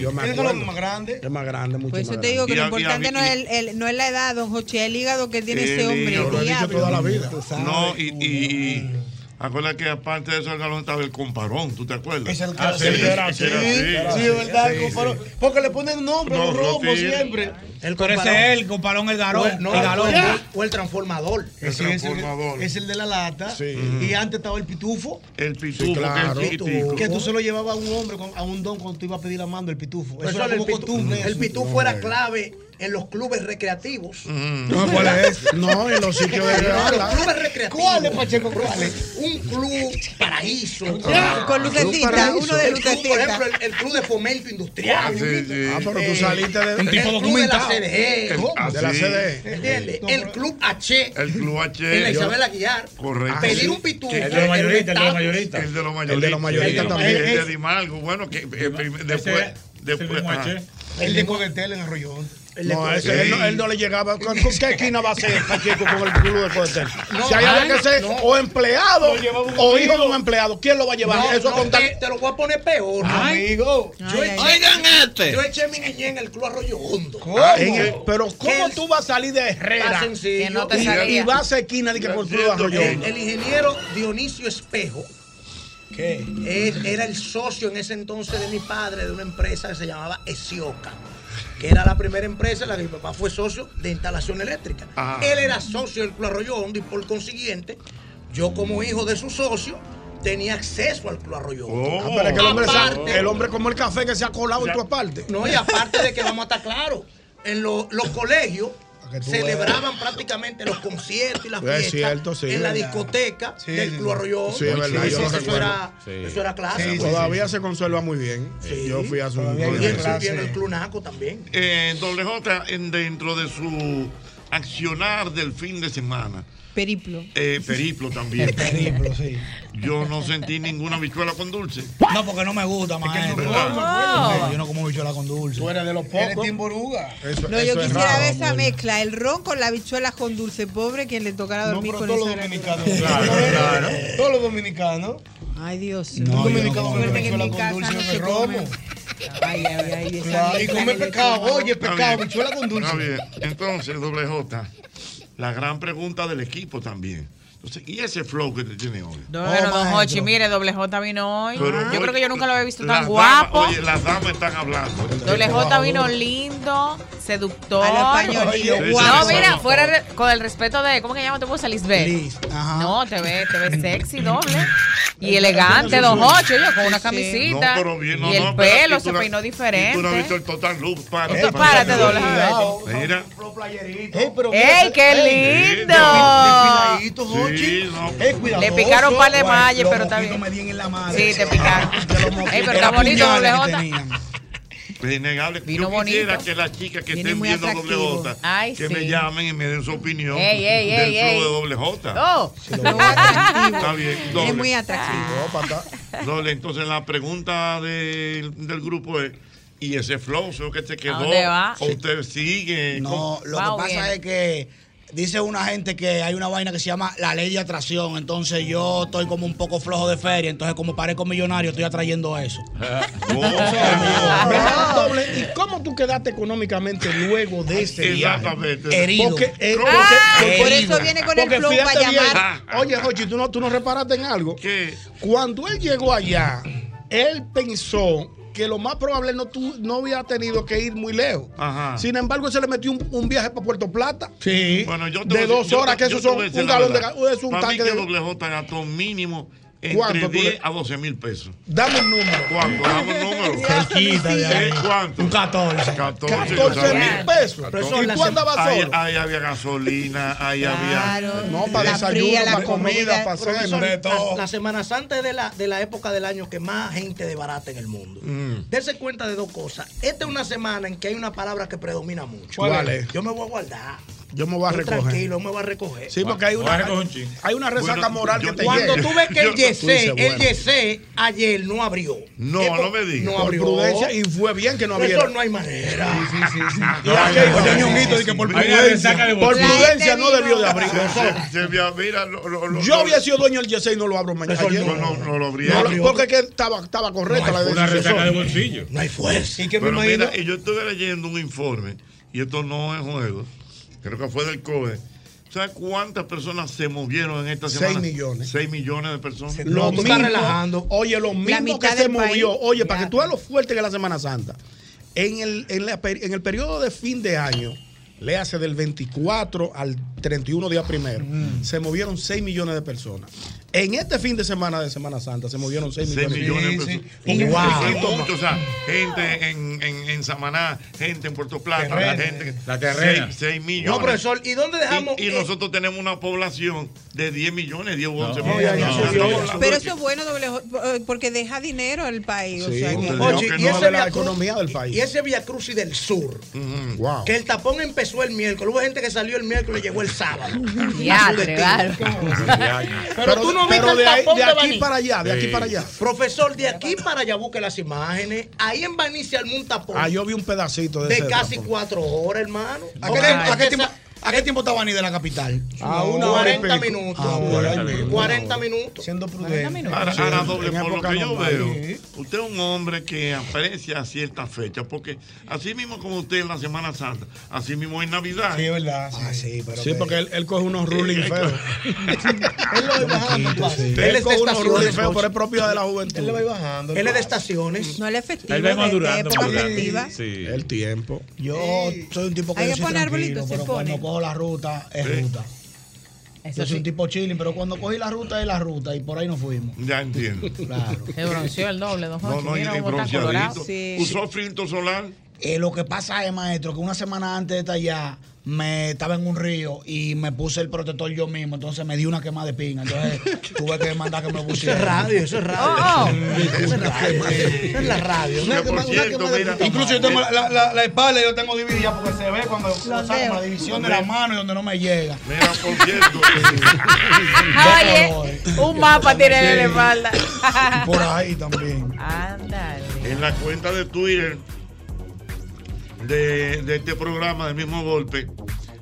Yo me
El
acuerdo.
galón
más grande. Es más grande, mucho
Por eso
más
te digo que
grande.
lo importante no es, el- el- no es la edad, don Joche, el hígado que tiene
El
ese hombre.
hígado. Lo he dicho
diablo.
toda la vida. No, y, y, y acuérdate que aparte de eso el galón estaba el comparón, ¿tú te acuerdas? Es el
Ah, sí, era así. Sí, es verdad, el comparón. Porque le ponen nombre
No,
a un romo
no, sí.
siempre.
El
Pero
comparón.
ese es el comparón, el
O
garón.
el- no,
el garón.
o el transformador.
Ese es el, es el de la lata. Y antes estaba el pitufo.
El
Sí,
pitufo,
claro.
que es chiquitico.
Que tú se lo llevabas a un hombre, con- a un don, cuando tú ibas a pedir la mano, el pitufo.
Por
Eso,
eso
era
el,
como
pitu-
costumbre.
el
eso.
pitufo era clave en los clubes recreativos.
No, ¿cuál es? Mm. No, en los sitios
[LAUGHS]
de
Los
regala.
clubes recreativos.
¿Cuál es, Pacheco? ¿Cuál es?
Un club paraíso.
Ya.
Un
Con lucecita,
club paraíso.
uno de
El club,
lucecita.
Por ejemplo, el, el club de fomento industrial.
Ah, pero
Eh,
tú saliste de.
el club
documentado. ah,
De la E. CDE.
¿Cómo? De la CDE.
¿Entiendes? El club H.
El club H.
En la Isabel Aguilar.
Correcto.
Pedir un pitufo.
El de los mayoristas, el de los
mayoristas.
El de los mayoristas.
El de los mayoristas también.
El de Dimalgo. Bueno, que eh, prim- después. después
mismo
ajá.
H.
El de Codetel en Arroyón.
El de
No, ese,
Codetel.
él, no, él no le llegaba. ¿Con, con qué esquina va a ser Pacheco con el culo de Codetel? si hay
ah,
alguien que ser
no.
o empleado
Lo llevaba un
o
amigo.
hijo de un empleado, ¿quién lo va a llevar?
No,
Eso
no,
es contar.
te, te lo voy a poner peor.
Ay. Amigo.
Yo eché-
Oigan este.
Yo eché mi niñez en el club Arroyo Hondo.
¿Cómo? Ah, En el- pero ¿cómo tú vas a salir de Herrera
Está sencillo. Que no te
y,
salía.
y vas a esquina de que por culo de
El,
Arroyón?
el ingeniero Dionisio Espejo. él era el socio en ese entonces de mi padre de una empresa que se llamaba Esioca, que era la primera empresa en la que mi papá fue socio de instalación eléctrica.
Ah.
Él era socio del Club Arroyo Hondo y por consiguiente, yo como hijo de su socio tenía acceso al Club Arroyo Hondo.
Ah, pero es que el hombre, se ha-
Aparte-
el hombre como el café que se ha colado en tu aparte.
no, y aparte de que vamos a estar claros, en lo- los colegios
Ah, tú
celebraban prácticamente los conciertos y las
Es
fiestas
cierto, sí,
en la
verdad.
discoteca
Sí,
del
sí.
Club Arroyón.
Sí, es verdad, yo lo
eso,
recuerdo.
era, eso era clase.
Todavía se conserva muy bien. Yo fui
[LAUGHS]
a su
Y
con-
el club-
Sí.
y el Club Naco también.
Eh, doble J, en- dentro de su accionar del fin de semana,
Periplo.
eh, periplo también.
[LAUGHS] Periplo, sí.
Yo no sentí ninguna bichuela con dulce.
No, porque no me gusta, maestro.
¿verdad?
Sí, Yo no como bichuela con dulce. Tú
eres de los
pocos.
Eso-
No, yo quisiera ver esa mezcla, el ron con la bichuela con dulce. Pobre quien le tocara dormir con
todos los
esa [LAUGHS]
dominicanos.
grasa.
Claro, Todos los dominicanos.
Ay, Dios.
No,
mío.
dominicano
Suerte que en
bichuela
mi
con
casa
dulce
no
de
se
romo.
come. Ay, ay, ay. esa
Claro, y
mezcla
come
que le
pescado,
toman.
oye,
Está
pescado,
bien.
bichuela con dulce.
Está bien. Entonces, doble J, la gran pregunta del equipo también. O sea, y ese flow que tú tienes hoy.
Oh,
No, pero don Hochi, mire, doble J vino hoy.
Pero,
yo
oye,
creo que yo nunca lo había visto tan
Las
guapo.
damas- oye, las damas están hablando.
Doble J vino lindo, seductor.
A lo españolillo, Oye, guapo.
No, mira,
sí.
fuera re- con el respeto de, ¿cómo que llama tu esposa? Lisbeth. No, te ve, te ve sexy, doble. Y elegante, don Hochi, oye, con una camisita.
No, pero bien, no,
y el
no, espérate,
pelo
y tú
se
no-
peinó
y Tú no has
diferente.
visto el total look.
Tú
Párate,
párate, doble, a
ver. Mira.
¡Ey, qué lindo!
Sí, no.
Le picaron un par de
Guay,
mallas,
los
pero está bien.
moquitos me di en la madre.
Sí, te
[LAUGHS]
picaron. Ey, pero está
Era
bonito, doble
puñales que
J.
Es innegable. Yo
bonito.
quisiera que las chicas que
Viene
estén
muy
viendo doble
atractivo.
J,
Ay,
que
sí.
me llamen y me den su opinión
Ey, ey,
del
ey, ey.
flow de doble J.
Oh.
Está bien, doble.
muy atractivo.
Doble, entonces la pregunta del- del grupo es, ¿y ese flow eso que te quedó?
dónde va?
¿O usted sigue?
No, lo que pasa es que dice una gente que hay una vaina que se llama la ley de atracción. Entonces yo estoy como un poco flojo de feria. Entonces, como parezco millonario, estoy atrayendo eso.
Doble, ¿Y cómo tú quedaste económicamente luego de ese viaje?
Exactamente.
Herido. Porque, eh,
Ah,
porque-
por
herido.
eso viene con el
Porque
flow
fíjate
para
bien.
llamar.
Ah. Oye, Jochi, ¿tú no, tú no reparaste en algo. Cuando él llegó allá, él pensó que lo más probable no, tu- no había tenido que ir muy lejos.
Ajá.
Sin embargo, se le metió un, un viaje para Puerto Plata.
Sí. Bueno, yo te voy a
de
decir-
dos
yo te-
horas, que
yo
eso
te
son
voy a decir
un
la
galón de
verdad.
ga- es un
Para mí
tanque
que
de.
doble J gastó mínimo entre
¿Cuánto tú
10 a 12 mil pesos.
Dame un número.
¿Cuánto? Dame un [LAUGHS] número. ¿Eh? ¿Cuánto? Un
14.
14,
14 mil pesos. ¿Y tú andabas
Ahí,
solo?
ahí había gasolina, ahí había.
No, para desayuno, para comida, para
Profesor,
cena.
la- La Semana Santa es de la, de la época del año que más gente de barata en el mundo. Dese cuenta de dos cosas. Esta es una semana en que hay una palabra que predomina mucho.
¿Cuál es?
Yo me voy a guardar.
Yo me voy a
Yo
recoger.
Tranquilo, me voy a recoger.
Sí, porque hay una- Voy a recoger un chin. hay una resaca moral que te
Cuando
llega.
tú ves que
Yo-
el
tú dices,
Yesé, el
bueno.
Yesé ayer no abrió.
No,
Es por-
no me digas.
No
Por
abrió.
prudencia, y fue bien que no
Profesor,
abriera.
no hay manera.
Sí, sí, sí.
No, no, no,
Ñonguito,
no,
di que por
sí, sí.
prudencia. Por
La gente
prudencia no debió de abrir.
Se- se había- mira, lo- lo- lo-
Yo
lo-
había sido dueño del Yesé y no lo abro mañana.
Profesor,
Ayer.
no, no, no lo abrí.
No lo- porque es que estaba, estaba correcta la decisión.
bolsillo.
No hay fuerza.
Y que me
Pero
imagino-
mira, y yo estuve leyendo un informe, y esto no es juego, creo que fue del COE. ¿Sabes cuántas personas se movieron en esta
Seis
semana?
millones.
6 millones de personas.
Lo mismo, Oye, lo mismo que
mitad
se
del país.
movió. Oye, para que tú veas lo fuerte que es la Semana Santa. En el, en, la peri- en el periodo de fin de año, le hace del 24 al 31 día primero,
Mm.
se movieron 6 millones de personas. En este fin de semana de Semana Santa se movieron 6
6
millones,
millones de
Sí,
personas.
sí.
Porque
Wow.
se hizo mucho, o sea, gente en, en, en Samaná, gente en Puerto Plata,
Terrena.
gente que-
La terrena.
seis- seis millones.
No, profesor,
¿y dónde dejamos,
Y, y nosotros tenemos una población de 10 millones, 10 u 11
No,
millones.
ya, ya,
No,
ya,
estamos
ya, ya.
hablando
Pero
de
eso es bueno, doble J, porque deja dinero al país. o
Sí,
sea, que-
usted dijo
Oye,
que
y
no.
ese
De la
Via Cruz-
economía del
y-
país.
Y ese Via Cruz y del Sur. Que el tapón empezó el miércoles. Hubo gente que salió el miércoles y llegó el
[LAUGHS]
sábado.
Ya,
Su destino.
claro.
Pero, tú no viste
pero
el
de ahí-
tapón
de aquí
Baní.
para allá, de aquí Sí. para allá.
Profesor, de aquí para allá busque las imágenes. Ahí en Baní se armó un tapón
Ah, yo vi un pedacito de,
de
ese
casi [LAUGHS]
tapón.
cuatro horas, hermano.
¿A qué, tiempo- a qué tiempo, ¿A qué tiempo estaba ni de la capital?
A una hora y
40
pico.
minutos.
Ah, bueno, ahí
pues,
mismo.
40 minutos.
Siendo prudente.
Ahora,
Sí,
ahora, doble,
en
por lo
época
que yo
normal.
veo, usted es un hombre que aprecia ciertas fechas, porque así mismo como usted en la Semana Santa, así mismo en Navidad. Eh,
Sí, es verdad. Sí, Sí, porque él, él coge unos rulings feos. él lo va bajando.
Él
Él
es de
coge unos
estaciones,
rulings feos,
Jochi.
pero es propio de la juventud.
Él le va bajando. Él es de estaciones.
No le efectivo.
Él va
de- de
madurando,
época
madurando.
festiva.
El tiempo.
Yo soy un tipo que
Hay
yo
que
soy
poner
tranquilo,
arbolitos, se
pero
pone.
cuando cojo la ruta, es
Sí.
ruta.
Eso
yo soy
sí.
un tipo chilling, pero cuando cogí la ruta, es la ruta y por ahí nos fuimos.
Ya entiendo.
[LAUGHS] Claro.
Se bronceó el doble, don
No,
Jorge.
no, y,
Mira,
y
un botán colorado.
bronceadito.
Sí.
Usó filtro solar.
Eh, lo que pasa es, maestro, que una semana antes de estar allá, me estaba en un río y me puse el protector yo mismo, entonces me di una quema de
[LAUGHS]
pinga, entonces tuve que mandar que me pusieran.
Eso es radio,
[LAUGHS]
eso es radio.
Oh.
[LAUGHS] Eso es radio. Eso
[LAUGHS]
es la radio. Una
Que por
quema- una
cierto,
quema de
mira,
puta
incluso yo
madre.
tengo la, la- la- la espalda, yo tengo dividida porque se ve cuando saco la división de la mano y donde no me llega.
Mira, por cierto.
Oye,
eh,
un mapa tiene en la espalda.
[LAUGHS] Por ahí también.
Ándale.
en la cuenta de Twitter de, de este programa del mismo golpe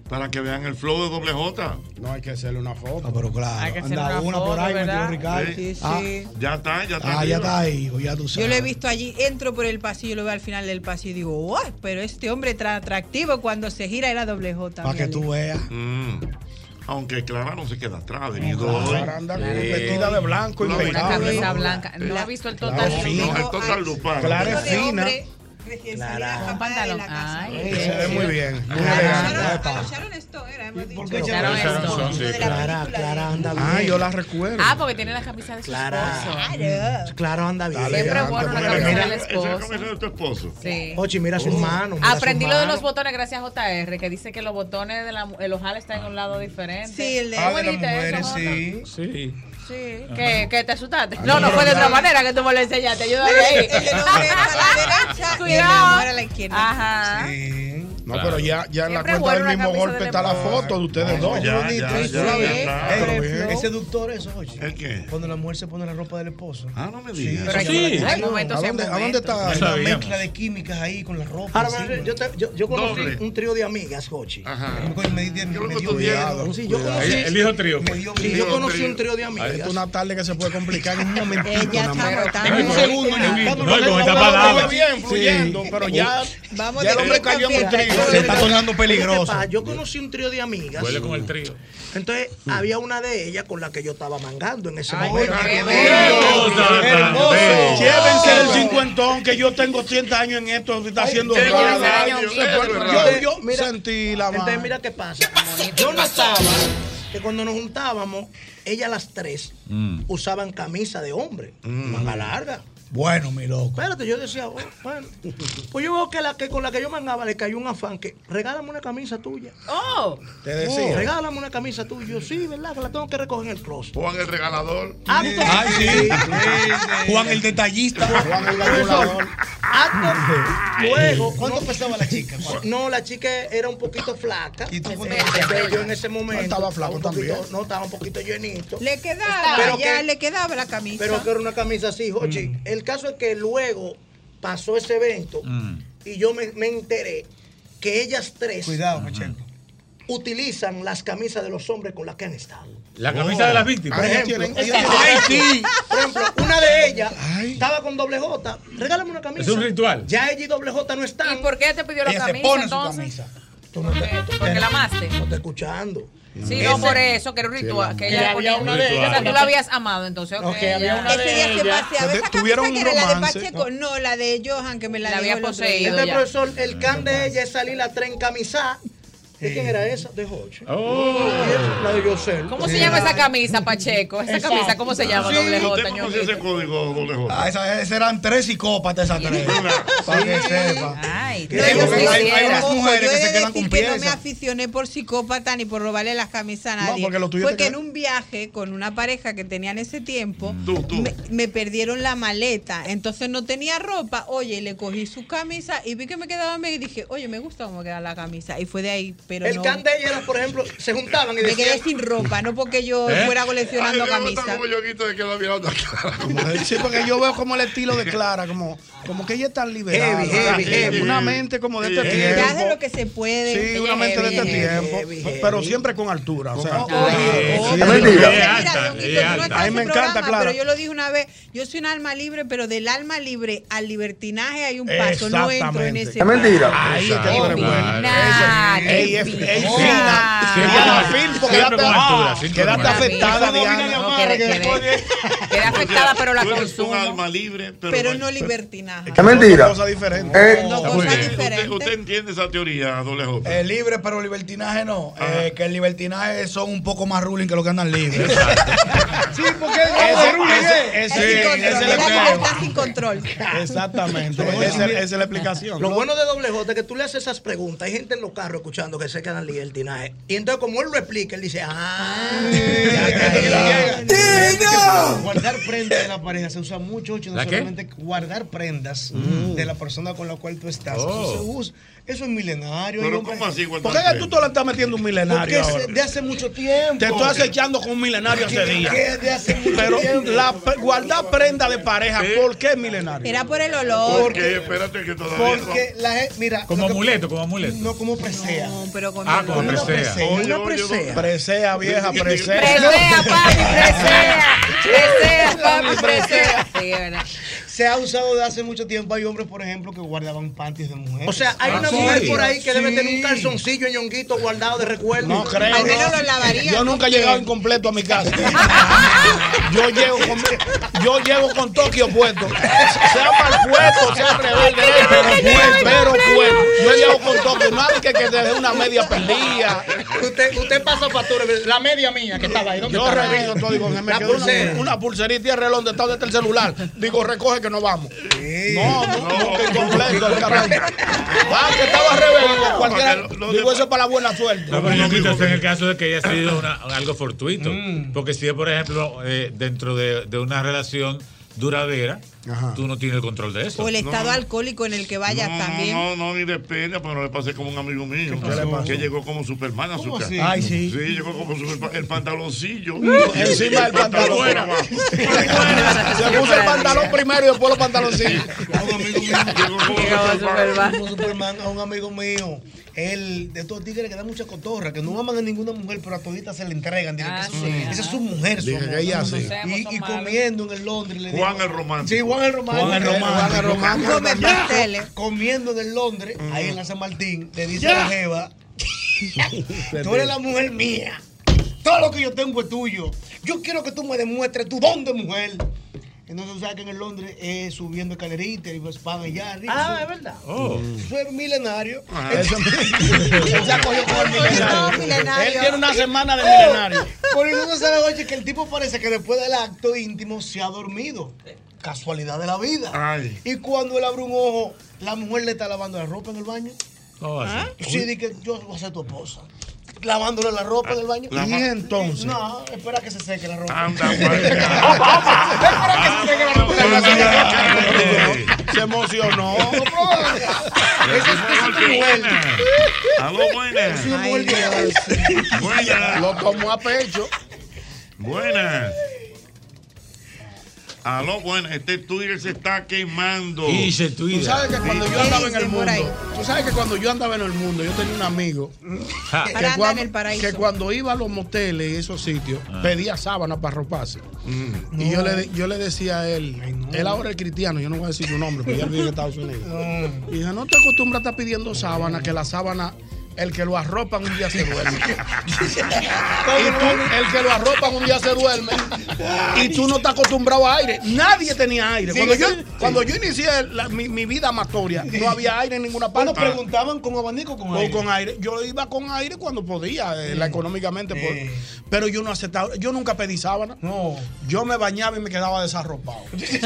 para que vean el flow de doble J.
No hay que hacerle una foto.
pero claro.
Hay que hacer
Anda
una
una por
foto,
ahí, me tiró
¿verdad?
Ricardo.
Sí,
Ah,
sí.
Ya está, ya está.
ah, ya
arriba.
está ahí,
pues
o ya tú
Yo
sabes.
lo he visto allí, entro por el pasillo, lo veo al final del pasillo y digo, ¡guau! Pero este hombre tan atractivo cuando se gira era doble J.
Para que tú veas.
Mm. Aunque Clara no se queda atrás, venido
Clara
hoy.
anda con- vestida de blanco,
Una
Una
impecable.
camisa blanca. No ha visto el total.
Claro, fina. No, el total lupano.
Clara es
Pero de
fina.
hombre.
Un pantalón. Ay,
Sí, se ve muy bien. Muy
Claro.
elegante.
¿Por
qué
Sharon
Sharon
Stone?
Stone, sí,
De la
Clara,
película
Clara
de-
anda bien. Ah, yo la recuerdo.
Ah, porque tiene la camisa de su
Clara.
esposo.
Claro, anda bien.
Siempre Dale, bueno anda, la porque camisa mira, del esposo. esa
camisa de tu esposo.
Sí.
Ochi, mira sus manos. mira
Aprendí
sus
lo de
manos.
los botones gracias a JR, que dice que los botones de la el ojal están en un lado diferente.
Sí, el de-
¿Cómo
Ah, de las
dijiste
mujeres,
eso, Jota?
sí.
Sí.
Sí. ¿Que, que te asustaste. No, no fue de otra manera que tú me lo enseñaste. Yo
[LAUGHS]
de ahí.
El del hombre es a la derecha y el de la mujer a la izquierda.
Ajá.
No, pero ya, ya en la
Siempre
cuenta del
vuelve una
mismo
camisa
golpe
del
está la
Lebrón.
foto de ustedes
No,
dos.
ya,
Muy
ya,
bonito.
ya, ya,
Sí.
claro.
Pero
Pero
bien.
Es seductor eso, oye.
¿El qué?
Cuando la mujer se pone la ropa del esposo.
Ah, no me
Sí,
digas.
pero
Sí.
hay
Hay
momentos,
momentos,
¿A
hay
dónde, ¿A dónde
momentos.
está?
No
Hay una
sabíamos.
mezcla de químicas ahí con la ropa.
Ahora, pero yo, te- yo, yo conocí
Doble.
un trío de amigas, Jochi. Me, me, me, me dio
tú tienes.
cuidado. Sí, yo
Cuidado.
conocí,
El- el hijo trío.
pues.
Me dio-
Sí,
sí,
hijo
yo conocí
trío.
un trío de amigas.
Esto es una tarde que se puede
[LAUGHS]
complicar en un momentito.
Ella
nada más.
está
En un
brotando. No,
segundo,
y
Ñonguito.
con
No,
esta
estaba
palabra.
bien, fluyendo,
Sí.
pero ya,
Vamos
ya el
de
hombre
trío
cayó en el
cambiando.
trigo.
Yo-
Se está tornando peligroso.
¿Qué pasa? Yo conocí un trío de amigas.
Huele con el trío.
Entonces,
Hmm.
había una de ellas con la que yo estaba mangando en ese momento.
Llévense el cincuentón que yo tengo 80 años en esto, está haciendo
llévense
radio.
el año,
Yo-
llévense el
Yo,
año.
yo sentí la
Entonces,
mano.
mira qué pasa. Yo notaba que cuando nos juntábamos, ellas las tres
Hmm.
usaban camisa de hombre, manga larga.
Bueno, mi loco.
Espérate, yo decía, oh, bueno. Pues yo veo que, la, que con la que yo mangaba le cayó un afán que regálame una camisa tuya.
¡Oh!
Te decía.
regálame una camisa tuya. Yo, sí, ¿verdad? Que la tengo que recoger en el closet.
Juan el regalador.
Ah, ¿tú te-
Ay, sí. Juan el detallista. Juan el
calculador.
Ay.
Luego,
¿Cuánto pesaba la chica?
No, la chica era un poquito flaca.
flaca?
Yo en ese momento.
Estaba
flaco
también.
No, estaba un poquito llenito.
Le quedaba,
Pero
ya
que-
le quedaba la camisa.
Pero que era una camisa así, Jochi. El caso es que luego pasó ese evento y yo me, me enteré que ellas tres
Cuidado, Pacheco.
utilizan las camisas de los hombres con las que han estado.
La camisa de las víctimas.
Por ejemplo, ellas-
Ay, sí.
Por ejemplo, una de ellas estaba con doble J. Regálame una camisa.
Es un ritual.
Ya ella y doble J no están.
¿Y por qué te pidió la
Ella se
camisa
pone su
entonces?
Porque
la amaste.
No te escuchando.
Sí,
Ese-
no, por eso, que era un ritual.
Sí,
que
la-
ella
que
le ponía-
había una de
O sea,
ellas.
tú la habías amado, entonces. Ok,
Ok, había
ya.
una de Ese día se ellas. paseaba
Esa camisa que era la de Pacheco, no. la de Johan que me la,
La
dejó
había
el otro
poseído
día.
Entonces, Este profesor, el can de ella es salir a tren camisá. ¿De quién era esa? De Jocho.
Oh.
La de Yosel.
¿Cómo se llama esa camisa, Pacheco? Esa
Exacto.
camisa, ¿cómo se llama?
Sí,
doble
usted
J,
conoce
ñonguito?
ese código doble J.
Ah, esa- esas eran tres psicópatas esas tres. [LAUGHS] Para que sepa.
Ay,
Sí, porque hay, hay unas mujeres
yo
que
he
se
de decir
quedan con
que no me
piezas.
aficioné por psicópata ni por robarle las camisas a
No,
nadie.
porque lo tuviste
Fue que
que-
en un viaje con una pareja que tenía en ese tiempo,
Mm.
Tú, tú.
Me, me perdieron la maleta. Entonces no tenía ropa. Oye, le cogí sus camisas y vi que me quedaban bien y dije, oye, me gusta cómo queda la camisa. Y fue de ahí, pero
El
no.
can de ella era, por ejemplo, se juntaban y
Me quedé
decían.
sin ropa, no porque yo
¿Eh?
fuera coleccionando
Ay, me gusta
camisas.
como yo quito de que la mirada clara.
[LAUGHS]
Sí, porque yo veo como el estilo de Clara, como, como que ella es tan liberal.
Heavy, heavy, heavy.
Una mente como de este
Heavy.
tiempo.
Ya hace lo que se puede.
Sí, una mente de este tiempo, pero siempre con altura. O sea, Sí,
altura.
sí.
Mentira.
Mira,
Alta,
Dionisio,
ella
tú no
alta.
estás en
Ay,
ese programa,
Pero
pero
yo lo dije una vez, yo soy un alma libre, pero del alma libre al libertinaje hay un paso. No entro en
Exactamente.
ese
Es mentira.
paso.
Ahí es que tú eres bueno.
Nah,
Eso.
qué
Ey, es-
fina.
ey, fina.
Siempre
Diana
con-
Phil,
siempre
porque quedaste-
con altura,
ah,
siempre
quedaste
con altura.
afectada,
Eso domina
Diana.
mi amor, que después
Quedé afectada, pero la
tú eres
consumo.
un alma libre, pero.
Pero no libertinaje.
Es mentira.
Cosa
Eh,
diferente.
Usted- Usted, usted entiende esa teoría, doble J.
Eh, libre, pero libertinaje no. Eh, que el libertinaje son un poco más ruling que los que andan libres. [LAUGHS]
Sí,
porque
es ese,
Ese- ese-
sin
ese- ese
control,
le
es la
creo.
libertad sin control.
Exactamente.
Oye,
Esa
mira,
esa es la explicación.
Lo
¿no?
bueno de Doble J es que tú le haces esas preguntas. Hay gente en los carros escuchando que se quedan libertinaje. Y entonces, como él lo explica, él dice, ¡ah!
Guardar prendas de la pareja se usa mucho, ocho, no
¿La qué?
solamente guardar prendas de la persona con la cual tú estás.
Oh.
Eso, se usa. Eso es milenario.
Pero
hay hombres-
¿cómo así ¿Por qué que tú te la estás metiendo un
Porque
milenario
es
ahora?
de hace mucho tiempo.
Te estoy acechando con un milenario
¿Qué-
ese día.
qué de hace mucho
Pero
tiempo?
la pe- guardar prenda de pareja, ¿por qué milenario?
Era por el
¿Por qué? Espérate que todavía.
Porque la gente, mira.
Como amuleto, como amuleto.
No como presea. No, pero con
Ah, como presea.
Oye, oye, Presea, vieja, presea.
Presea, papi, presea. Presea, papi, presea. Sí, es verdad.
se ha usado de hace mucho tiempo. Hay hombres, por ejemplo, que guardaban panties de mujeres. Ah,
O sea, hay
Ah,
una mujer por ahí que debe tener un calzoncillo ñonguito guardado de recuerdo. No creo. Al menos lo lavaría.
Yo nunca he llegado incompleto a mi casa.
[LAUGHS]
yo llego con, yo llego con Tokio puesto. Sea mal puesto, sea rebelde, pero puesto. Pero puesto. Yo llego con Tokio. Nadie que, que te dé una media perdida.
Usted, usted pasa factura. La media mía que estaba ahí. ¿dónde
Yo
estaba?
reviso todo. Digo, se me
La
quedó una,
pulsera.
una pulserita y el reloj de está desde el celular. Digo, recoge que no vamos. No, no, no, que incompleto el carajo. Ah, que estaba rebelde. Cualquiera. digo, eso es para la buena suerte.
No, pero yo quito esto en el caso de que haya sido una- algo fortuito. Porque si es, por ejemplo, eh, dentro de, de una relación duradera, tú no tienes el control de eso.
O el estado
No.
alcohólico en el que vayas
No,
también.
No, no, ni depende, pero le pasé como un amigo mío. Que llegó como Superman a su
¿Cómo
casa.
así? Ay, sí.
llegó como Superman. El pantaloncillo.
Encima del pantalón.
Fuera, abajo.
Se puso el pantalón primero y después los pantaloncillos.
Como Superman a un amigo mío. Él, de estos tigres que dan mucha cotorra, que no aman a ninguna mujer, pero a toditas se le entregan. Dije, que eso- esa es su mujer, su
Dije que
amor.
ella sí.
Y, y comiendo en el Londres. Le
Juan
digo,
el Romántico.
Sí, Juan el Romántico.
Juan el Romántico.
Juan el Romántico.
Come
También.
pasteles.
Comiendo en el Londres, ahí en la San Martín, le dice a
Ya.
la Jeva: Tú eres la mujer mía. Todo lo que yo tengo es tuyo. Yo quiero que tú me demuestres tu don de mujer. Entonces, tú sabes que en el Londres eh, subiendo escaleritas y pues van allá arriba.
Ah,
Eso-
es verdad.
Oh. Eso es milenario.
Ah.
Eso- [LAUGHS] Él se ha cogido con el milenario.
No, milenario. Él tiene una semana de milenario.
Por eso no sabe, oye, que el tipo parece que después del acto íntimo se ha dormido. Casualidad de la vida.
Ay.
Y cuando él abre un ojo, la mujer le está lavando la ropa en el baño.
¿Ah?
Sí, di que yo voy a ser tu esposa. Lavándole la ropa en el baño.
La- ¿Y entonces?
No, espera que se seque la ropa. [LAUGHS]
Anda,
pues,
Ah.
Espera que se seque la ropa.
Se emocionó.
Aló, buenas. Buenas.
Lo tomó a pecho.
Buenas. Aló, buenas. Este Twitter se está quemando.
Y se
Tú
tuida.
sabes que cuando yo andaba en el mundo, tú sabes que cuando yo andaba en el mundo, yo tenía un amigo
Ja.
que,
Para andar
cuando,
en el paraíso. Ah.
que cuando iba a los moteles y esos sitios, pedía sábana para roparse.
Mm.
Y yo le, de- yo le decía a él, él ahora es cristiano, yo no voy a decir su nombre, porque ya él vive en Estados Unidos.
[LAUGHS]
Y dije, no te acostumbras a estar pidiendo sábana, que la sábana, el que lo arropan un día se duerme. y tú, el que lo arropan un día se duerme. Y tú no estás acostumbrado a aire. Nadie tenía aire.
Sí,
cuando,
sí,
yo,
sí.
cuando yo inicié la- mi, mi vida amatoria, no había aire en ninguna parte.
Bueno, preguntaban con abanico o con
O
aire.
con aire. Yo iba con aire cuando podía, eh, la económicamente. por- Pero yo no aceptaba. Yo nunca pedí sábana. No. Yo me bañaba y me quedaba desarropado.
[LAUGHS]
y si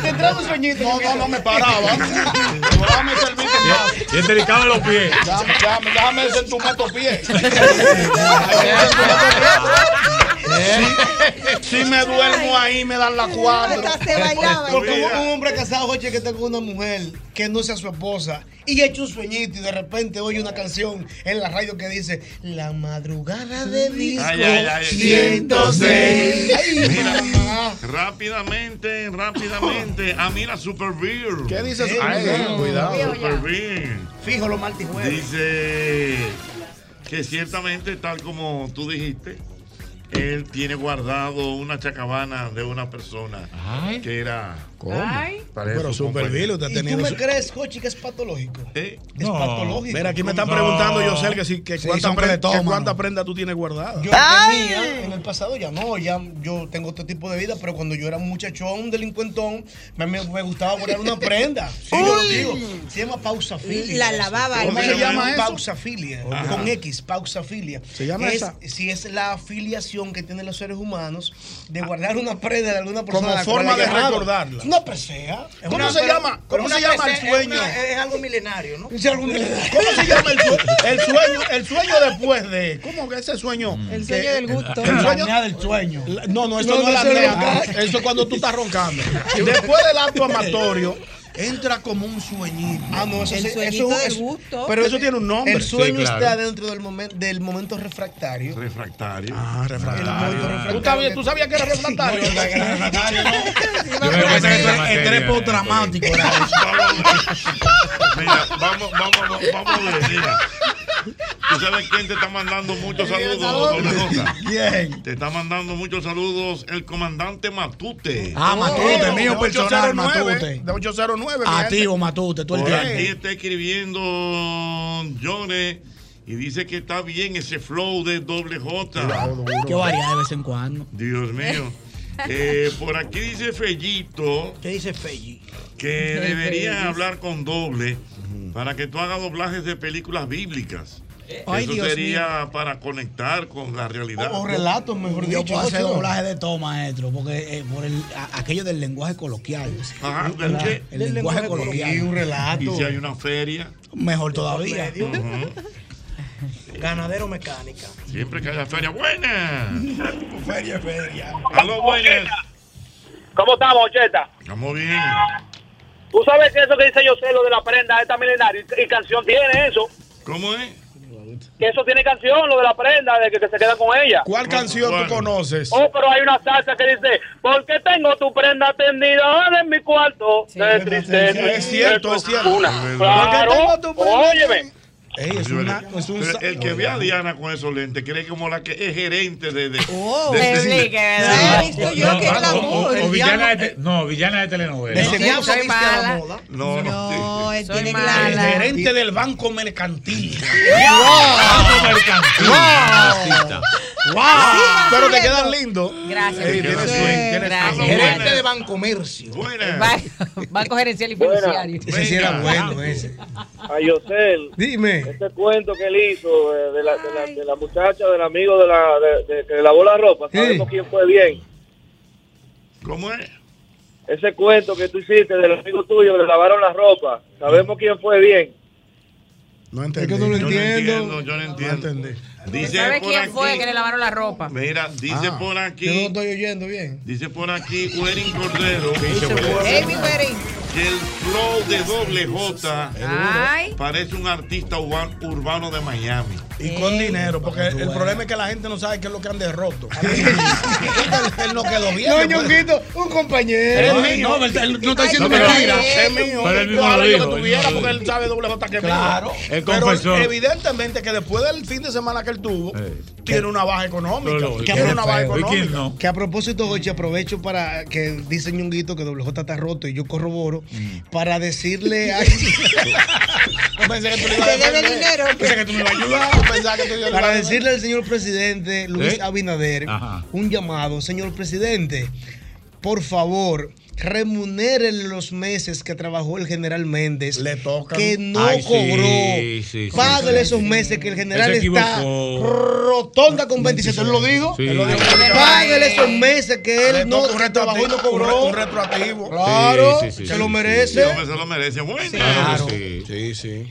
te entraba un sueñito. No, no, no me
[LAUGHS]
paraba. Déjame servir con más.
Y él te licaba los pies.
Déjame, déjame, déjame desentumar tus pies. Si me duermo ahí, me dan la cuatro.
Porque un- un hombre casado, oye, que está con una mujer que no sea su esposa y echa un sueñito y de repente oye una canción en la radio que dice La madrugada de disco
Ay, ay, ay.
106. Ay,
Mira,
mamá.
rápidamente, rápidamente.
Oh.
Ah, mira, Super Beer.
¿Qué dice
Ay,
Super Beer?
no,
Cuidado.
Super Beer.
Fijo los martes y jueves.
Dice que ciertamente, tal como tú dijiste, él tiene guardado una chacabana de una persona que era.
¿Cómo?
Ay.
Parece
Pero
su
Super
compañero.
Bill, usted ha
¿Y tú
tenido
me
su-
crees, Cochi, que es patológico?
¿Eh?
Es patológico.
Mira, aquí me están
No.
preguntando, yo sé que si que
Sí,
cuánta,
son
pre- que
cleptómanos.
cuánta prenda tú tienes guardada.
Yo tenía en el pasado ya no, ya yo tengo otro tipo de vida, pero cuando yo era un muchachón, un delincuentón, me, me- me gustaba
[LAUGHS]
guardar una prenda. Sí, yo lo digo. Se llama pausafilia.
La lavaba
¿Cómo
ahí.
se llama
eso?
Pausafilia,
Ajá.
con X, pausafilia.
¿Se llama
es,
esa?
Si es la afiliación que tienen los seres humanos de guardar una prenda de alguna persona.
Como
a la cual
forma
haya
de
amado.
recordarla.
No presea. Es
pues ¿Cómo
una-
se
pero-
llama?
pero
¿Cómo
una
se llama el
presea,
sueño?
es una- es algo milenario, ¿no?
¿Cómo se llama el, sue- el sueño? El sueño después de. ¿Cómo que ese sueño?
Mm.
El
que-
sueño del gusto.
El sueño
del sueño.
La- No, no, eso
No,
no, es la
no, eso
apnea.
no.
Eso es cuando tú estás roncando. Después del acto amatorio, entra como un sueñito.
Ah, no, eso
El
sí, eso
sueñito
es-
del
eso-
gusto.
Pero
Eso tiene un nombre.
El sueño
Sí, claro.
está dentro del momento, del momento refractario.
Refractario.
Ah,
refractario.
¿Tú sabías, tú sabías que era refractario?
[LAUGHS]
Mira, vamos, vamos, vamos, vamos a ver. Mira. ¿Tú sabes quién te está mandando muchos
Bien,
saludos,
saludos.
doble J?
Bien.
Te está mandando muchos saludos el comandante Matute.
Ah, Matute, mío
de
personal,
809.
Matute.
De 809,
mi
Activo,
gente.
Matute, todo el
Por aquí
tiempo.
está escribiendo Jones y dice que está bien ese flow de doble J.
Que varía de vez en cuando.
Dios mío. Eh, por aquí dice Fellito.
¿Qué dice Felli?
Que
¿Qué
deberías
dice?
hablar con doble para que tú hagas doblajes de películas bíblicas.
Ay,
Eso
Dios
sería para conectar con la realidad.
O relatos, mejor
Yo
dicho. Yo
puedo
hacer
hacer
doblaje de todo, maestro, porque eh, por el, a- aquello del lenguaje coloquial.
Ajá,
El-
¿del qué?
El lenguaje coloquial.
Y Y si hay una feria.
Mejor todavía.
Ujú.
Ganadero mecánica.
Siempre que haya feria. ¡Buena!
feria, feria.
¡Aló, buenas!
¿Cómo estamos, Ocheta?
Estamos bien.
Tú sabes que eso que dice yo sé, lo de la prenda esta milenaria, y, y canción tiene eso.
¿Cómo es?
Que eso tiene canción, lo de la prenda, de que, que se queda con ella.
¿Cuál canción tú conoces?
Oh, pero hay una salsa que dice, porque tengo tu prenda tendida en mi cuarto. de tristeza.
Es cierto, es cierto.
Una.
Es verdad.
Claro, óyeme.
es una- es un
Pero
sa-
el que ve a Diana con esos lentes cree como la que es gerente de. de, de- este
Te explique, ¿verdad? No, no, o- o- o villana de te- No, villana de telenovela.
Ese
No,
diablo
soy
viste la
mala.
moda.
No, no.
No, él eh, tiene
El
clara.
gerente del banco mercantil.
Banco mercantil.
¡Wow! ¡Wow! Pero te quedan lindos.
Gracias.
Ey, tienes swing, tienes swing.
Gracias.
Gerente de
Bancomercio.
Ba- [LAUGHS] Banco Gerencial y Fiduciario.
Ese sí era bueno, ese.
A Yosel.
Dime.
Este cuento que él hizo eh, de la, de la, de la muchacha, del amigo de la, de, de- que lavó la ropa, sabemos quién fue bien.
¿Cómo es?
Ese cuento que tú hiciste del amigo tuyo que le lavaron la ropa, sabemos quién fue bien.
No entendí.
yo no entiendo, yo no entiendo.
¿Sabe
Dice por
quién fue
aquí.
que le lavaron la ropa?
Mira, dice
Ah.
por
Yo no
aquí.
estoy oyendo bien.
Dice por aquí Werin Cordero. Dice
Ey, mi güerín.
que el flow de doble J
Ay.
parece un artista urban- urbano de Miami.
Y con dinero, porque el problema es que la gente no sabe qué es lo que han derroto. Él no quedó bien. pues.
No,
después.
ñonguito, un
[LAUGHS]
compañero.
Es mío.
No, él- él no está
Ay, no,
diciendo
pero
mentira.
Es mío.
Pero él mismo
Ojalá
lo
yo
dijo,
que
él
tuviera,
mismo lo
porque
dijo.
él sabe doble J que es mío.
Claro.
Él
Pero
confesó.
evidentemente que después del fin de semana que él tuvo, tiene una baja económica.
Pero lo-
Que tiene
qué
una baja
feo. ¿Y quién
económica.
no?
Que a propósito, Jochi, aprovecho para que dice Ñonguito que WJ está roto y yo corroboro
[LAUGHS]
para decirle a...
Yo pensé que tú le ibas a
Te debe
defender.
dinero. pues.
Pensé que tú me ibas a ayudar. Yo pensaba que tú le ibas a
Para
defender.
decirle al señor presidente Luis
¿Eh?
Abinader un llamado. Señor presidente, por favor, remuneren los meses que trabajó el general Méndez.
Le toca.
Que no
Ay, sí,
cobró.
sí, sí.
Págale esos meses que el general
Él se
está
equivocó.
rotonda con 27. ¿Él lo digo?
Sí.
Él lo dijo. Págale esos meses que él no trabajó y no cobró.
Un retroactivo.
Claro,
Sí, sí, sí,
se
sí,
lo
sí.
merece.
Sí, hombre, se lo merece. Bueno,
Claro.
sí.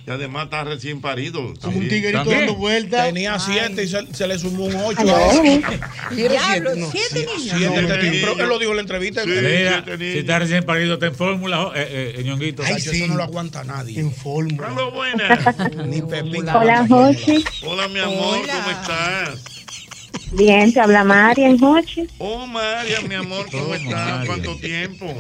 Y además está recién parido.
Un
también.
tiguerito
También.
dando vueltas. Tenía siete y se, se le sumó un ocho.
No.
a eso. [LAUGHS]
Diablo, siete niños.
Siete
No,
niños.
niños.
Pero Él lo dijo en la entrevista.
Sí, Mira, si está recién parido, está en fórmula, eh, eh, eh, ñonguito.
Ay, sí. Eso no lo aguanta nadie.
En fórmula.
Hola, buenas.
[LAUGHS] Ni Pepín.
Hola, Jorge.
Hola, mi amor, ¿cómo estás?
Bien, te habla María en Hochi.
Oh, María, mi amor, ¿cómo estás? ¿Cuánto tiempo?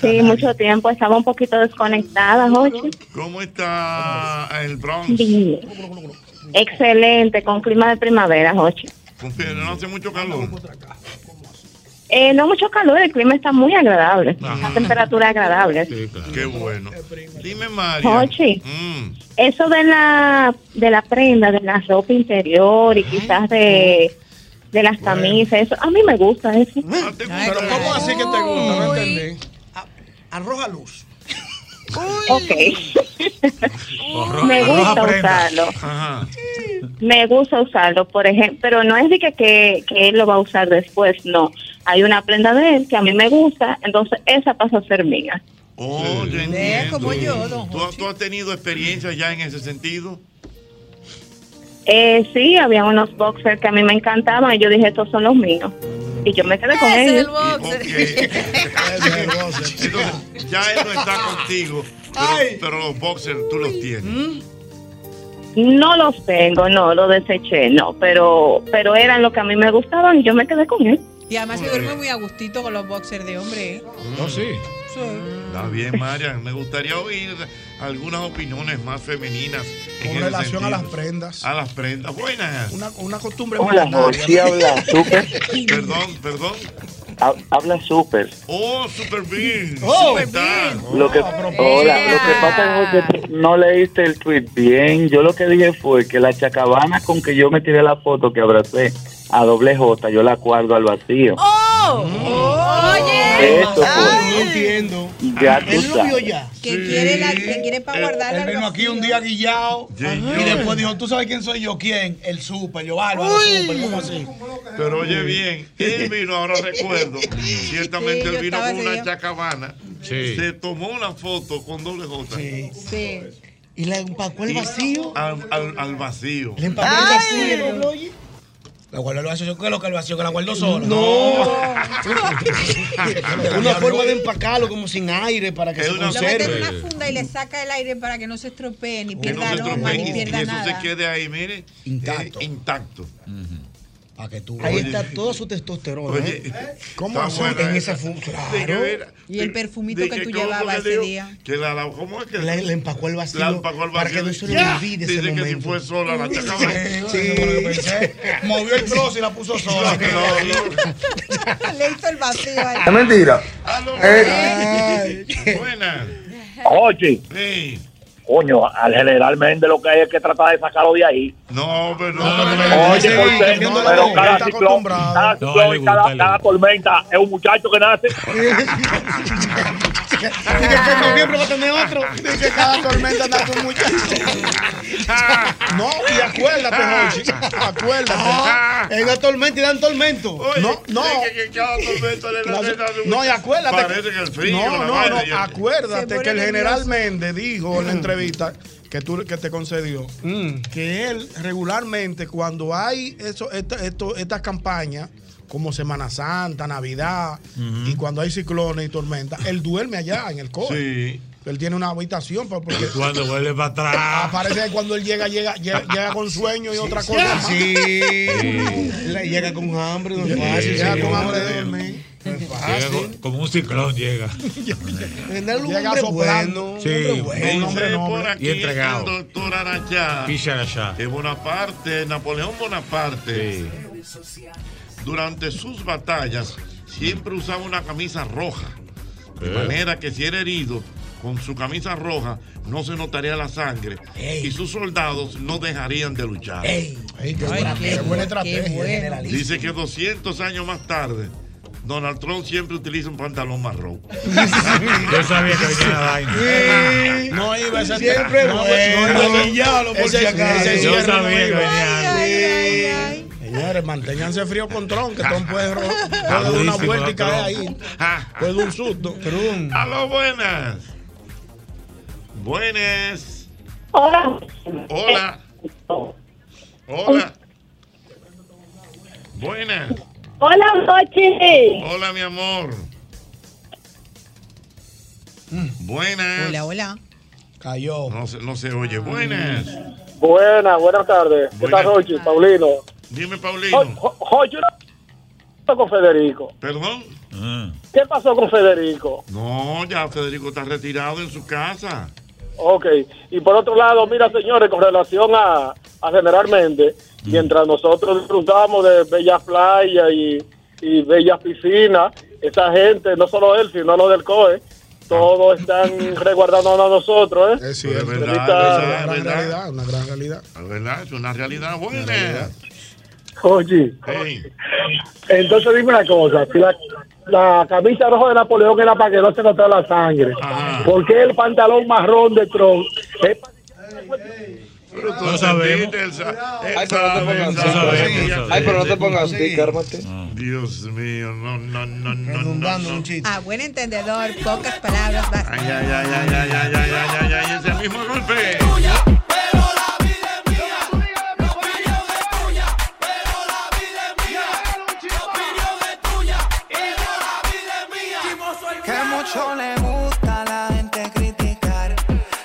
Sí, mucho tiempo. Estaba un poquito desconectada, Hochi.
¿Cómo está el Bronx?
Bien. Excelente, con clima de primavera, Hochi.
Confía, No hace mucho calor.
Eh, no mucho calor, el clima está muy agradable. Una temperatura agradable.
Qué bueno. Dime, María.
Hochi,
Mm.
eso de la, de la prenda, de la ropa interior y quizás de, de las camisas, eso, a mí me gusta eso.
Pero ¿cómo así que te gusta? No entendí.
Arroja luz.
Ok. [LAUGHS] me gusta usarlo.
Ajá.
Me gusta usarlo, por ejemplo, pero no es de que, que, que él lo va a usar después, no. Hay una prenda de él que a mí me gusta, entonces esa pasa a ser mía.
Oh, ya
Vea
entiendo.
como yo, don
¿Tú, tú has tenido experiencia ya en ese sentido?
Eh, sí, había unos boxers que a mí me encantaban y yo dije, estos son los míos. Y yo me quedé con
Ese [LAUGHS] es el
ellos.
boxer.
Entonces, ya él no está contigo, pero, pero los boxers tú los
Mm.
tienes.
No los tengo, no, los deseché, no, pero, pero eran lo que a mí me gustaban y yo me quedé con él.
Y además que duerme muy a gustito con los boxers de hombre. ¿eh?
No, sí.
Está bien, Marian. Me gustaría oír algunas opiniones más femeninas. en
Con
ese
relación a las
sentido.
prendas.
A las prendas. Buenas.
Una, una costumbre
Hola, amor,
milenaria.
sí habla súper.
Perdón, perdón.
Ha- habla súper.
Oh, super bien.
Oh,
¿Cómo estás?
Lo que, hola, lo que pasa es que tú no leíste el tweet bien. Yo lo que dije fue que la chacabana con que yo me tiré la foto que abracé a doble J, yo la cuadro al vacío.
¡Oh! ¡Oye!
Eso fue.
Ay.
entiendo.
Ya tú
Él lo vio
sabes.
ya.
Que quiere, la, que quiere para guardar
Él
la
vino aquí un día guillado y después dijo, ¿tú sabes quién soy yo? ¿Quién? El super, yo bárbaro,
Uy.
super, ¿cómo así?
Pero oye bien, él vino, ahora recuerdo, ciertamente
Sí,
él
yo
vino
estaba
con una
ese día.
chacabana, se tomó una foto con doble J.
Sí.
Y le empacó el vacío.
Al, al- al vacío.
Le empacó el vacío. le dobló.
La guardó el vacío, ¿qué es lo que el vacío? Que la guardó sola.
No. [LAUGHS]
[LAUGHS]
Una forma de empacarlo como sin aire para que se
Lo mete en
conserve.
una funda y le saca el aire para que no se estropee, ni
Que
pierda
no se
aroma,
estropee
ni
y y
pierda
eso
nada.
se quede ahí, mire, intacto. intacto.
Para que tú
Ahí está toda su testosterona.
Oye,
¿eh?
está
así?
buena
En
esa.
esa funda.
De que ver-
Y el
de-
perfumito
de
que tú
¿cómo
llevabas
que
ese
digo? [LAUGHS]
día.
Que la, la- ¿Cómo es que?
Le, le empacó el vacío.
La empacó el
Para
vacío.
que no se lo
¡Ya!
olvide ese
Dice que si
momento.
fue sola la chacabana.
Movió el trozo y la puso [LAUGHS] sola.
le hizo el vacío ahí.
Es mentira.
Buenas.
Oye, coño, al general Méndez lo que hay es que tratar de sacarlo de ahí.
No, pero no.
Oye,
sí,
Cortés,
no,
pero
no,
cada
está
ciclón, cada, ciclón y cada- cada tormenta es un muchacho que
[LAUGHS]
nace.
Y que en noviembre va a tener otro.
Dice cada tormenta anda con muchachos. No, y acuérdate,
Ah.
Jochi. Acuérdate. Ah.
Es una tormenta y dan tormento.
No, no. No, y acuérdate.
Parece que el frío,
no,
la
no,
vaina,
no.
yo-
Acuérdate
Se
que el
pone
general
nervioso.
Méndez dijo en la entrevista que tú que te concedió
Mm.
que él regularmente cuando hay eso, esta- esto- estas campañas como Semana Santa, Navidad y cuando hay ciclones y tormentas, él duerme allá en el coche. Él tiene una habitación pa- porque
Cuando vuelve para atrás.
Aparece que cuando él llega, llega, llega, llega con sueño y otra cosa. más.
Sí. Le Llega con hambre, no es
Eh,
fácil.
llega
señor.
con hambre de dormir.
Llega co- como un ciclón llega.
Tener un
Llega
hombre
soplando.
bueno.
Sí,
Dice por aquí
y entregado.
el doctor Arachá que Bonaparte, Napoleón Bonaparte, durante sus batallas siempre usaba una camisa roja. De
Eh.
manera que si era herido con su camisa roja no se notaría la sangre y sus soldados no dejarían de luchar.
Ey, qué,
Ay,
buena,
qué
qué buena
bueno,
estrategia.
eh,
qué Dice que 200 años más tarde, Donald Trump siempre utiliza un pantalón marrón.
Yo sabía que
[LAUGHS]
venía la vaina.
No iba a ser
Siempre
no,
bueno.
no, no, guillalo, por
Ese-
si acaso.
ese Yo cierre sabía no que iba. venía
Señores, manténganse frío con Tron, que Tron
[LAUGHS]
puede, ro- puede
Está
dar una
durísimo,
vuelta y
Tron.
caer ahí. Puede dar un susto. Tron.
Aló, buenas. Buenas.
Hola.
Hola. Hola. Buenas.
Hola, Jochi.
Hola, mi amor. Buenas.
Hola, hola.
Cayó. No se, no se oye. Buenas.
Buenas, buenas tardes. ¿Qué
Buenas.
tal, Rochi? Paulino.
Dime, Paulino.
Rochi, ¿qué pasó con Federico?
¿Perdón? Ah.
¿Qué pasó con Federico?
No, Oh, ya Federico está retirado en su casa.
Ok. Y por otro lado, mira, señores, con relación a, a General Méndez, mientras nosotros disfrutamos de bellas playas y, y bellas piscinas, esa gente, no solo él, sino los del COE, todos están resguardándonos a nosotros, ¿eh?
Sí, es
verdad,
una
verdad,
gran
Ah, verdad.
realidad, una gran realidad.
Es verdad, es una realidad buena.
Oye, entonces dime una cosa, si la, la camisa roja de Napoleón era para que no se notara la sangre, ¿por qué el pantalón marrón de Trump es
No sabemos. Ay, pero no te pongas
Ay, pero no te pongas así,
cármate. Dios mío, no, no, no, no. no, no.
A Ah, buen entendedor, pocas palabras, basta.
Ay, ay, ay, ay, ay, ay, ay, ay, ay, ay, ese mismo golpe.
Que mucho le gusta a la gente criticar.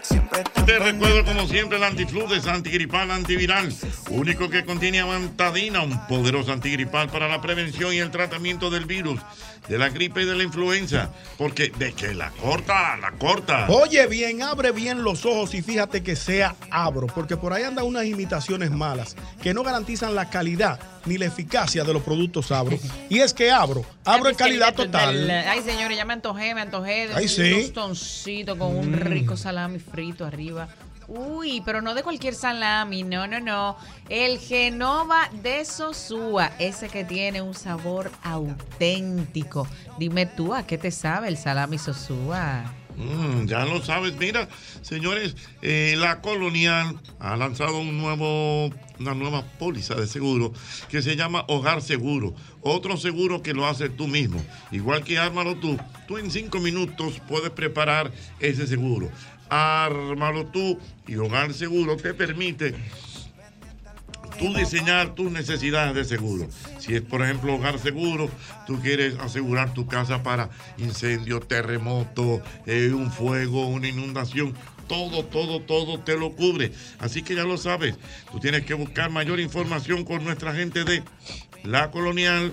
Siempre
Te recuerdo como siempre, el antifludes, antigripal, antiviral, único que contiene amantadina, un poderoso antigripal para la prevención y el tratamiento del virus, de la gripe y de la influenza, porque de que la corta, la corta.
Oye bien, abre bien los ojos y fíjate que sea abro, porque por ahí andan unas imitaciones malas que no garantizan la calidad ni la eficacia de los productos abro. Y es que abro, abro en calidad
Del-
total.
Ay, señores, ya me antojé, me antojé de
Ay,
un
sí.
tostoncito con un
Mm.
rico salami frito arriba. Uy, pero no de cualquier salami, no, no, no. El Genova de Sosúa, ese que tiene un sabor auténtico. Dime tú, ¿a qué te sabe el salami Sosúa?
Mm, ya lo sabes, mira, señores, eh, la Colonial ha lanzado un nuevo, una nueva póliza de seguro que se llama Hogar Seguro. Otro seguro que lo haces tú mismo. Igual que ármalo tú, tú en cinco minutos puedes preparar ese seguro. Ármalo tú y Hogar Seguro te permite tú diseñar tus necesidades de seguro. Si es, por ejemplo, hogar seguro, tú quieres asegurar tu casa para incendio, terremoto, eh, un fuego, una inundación. Todo, todo, todo te lo cubre. Así que ya lo sabes. Tú tienes que buscar mayor información con nuestra gente de La Colonial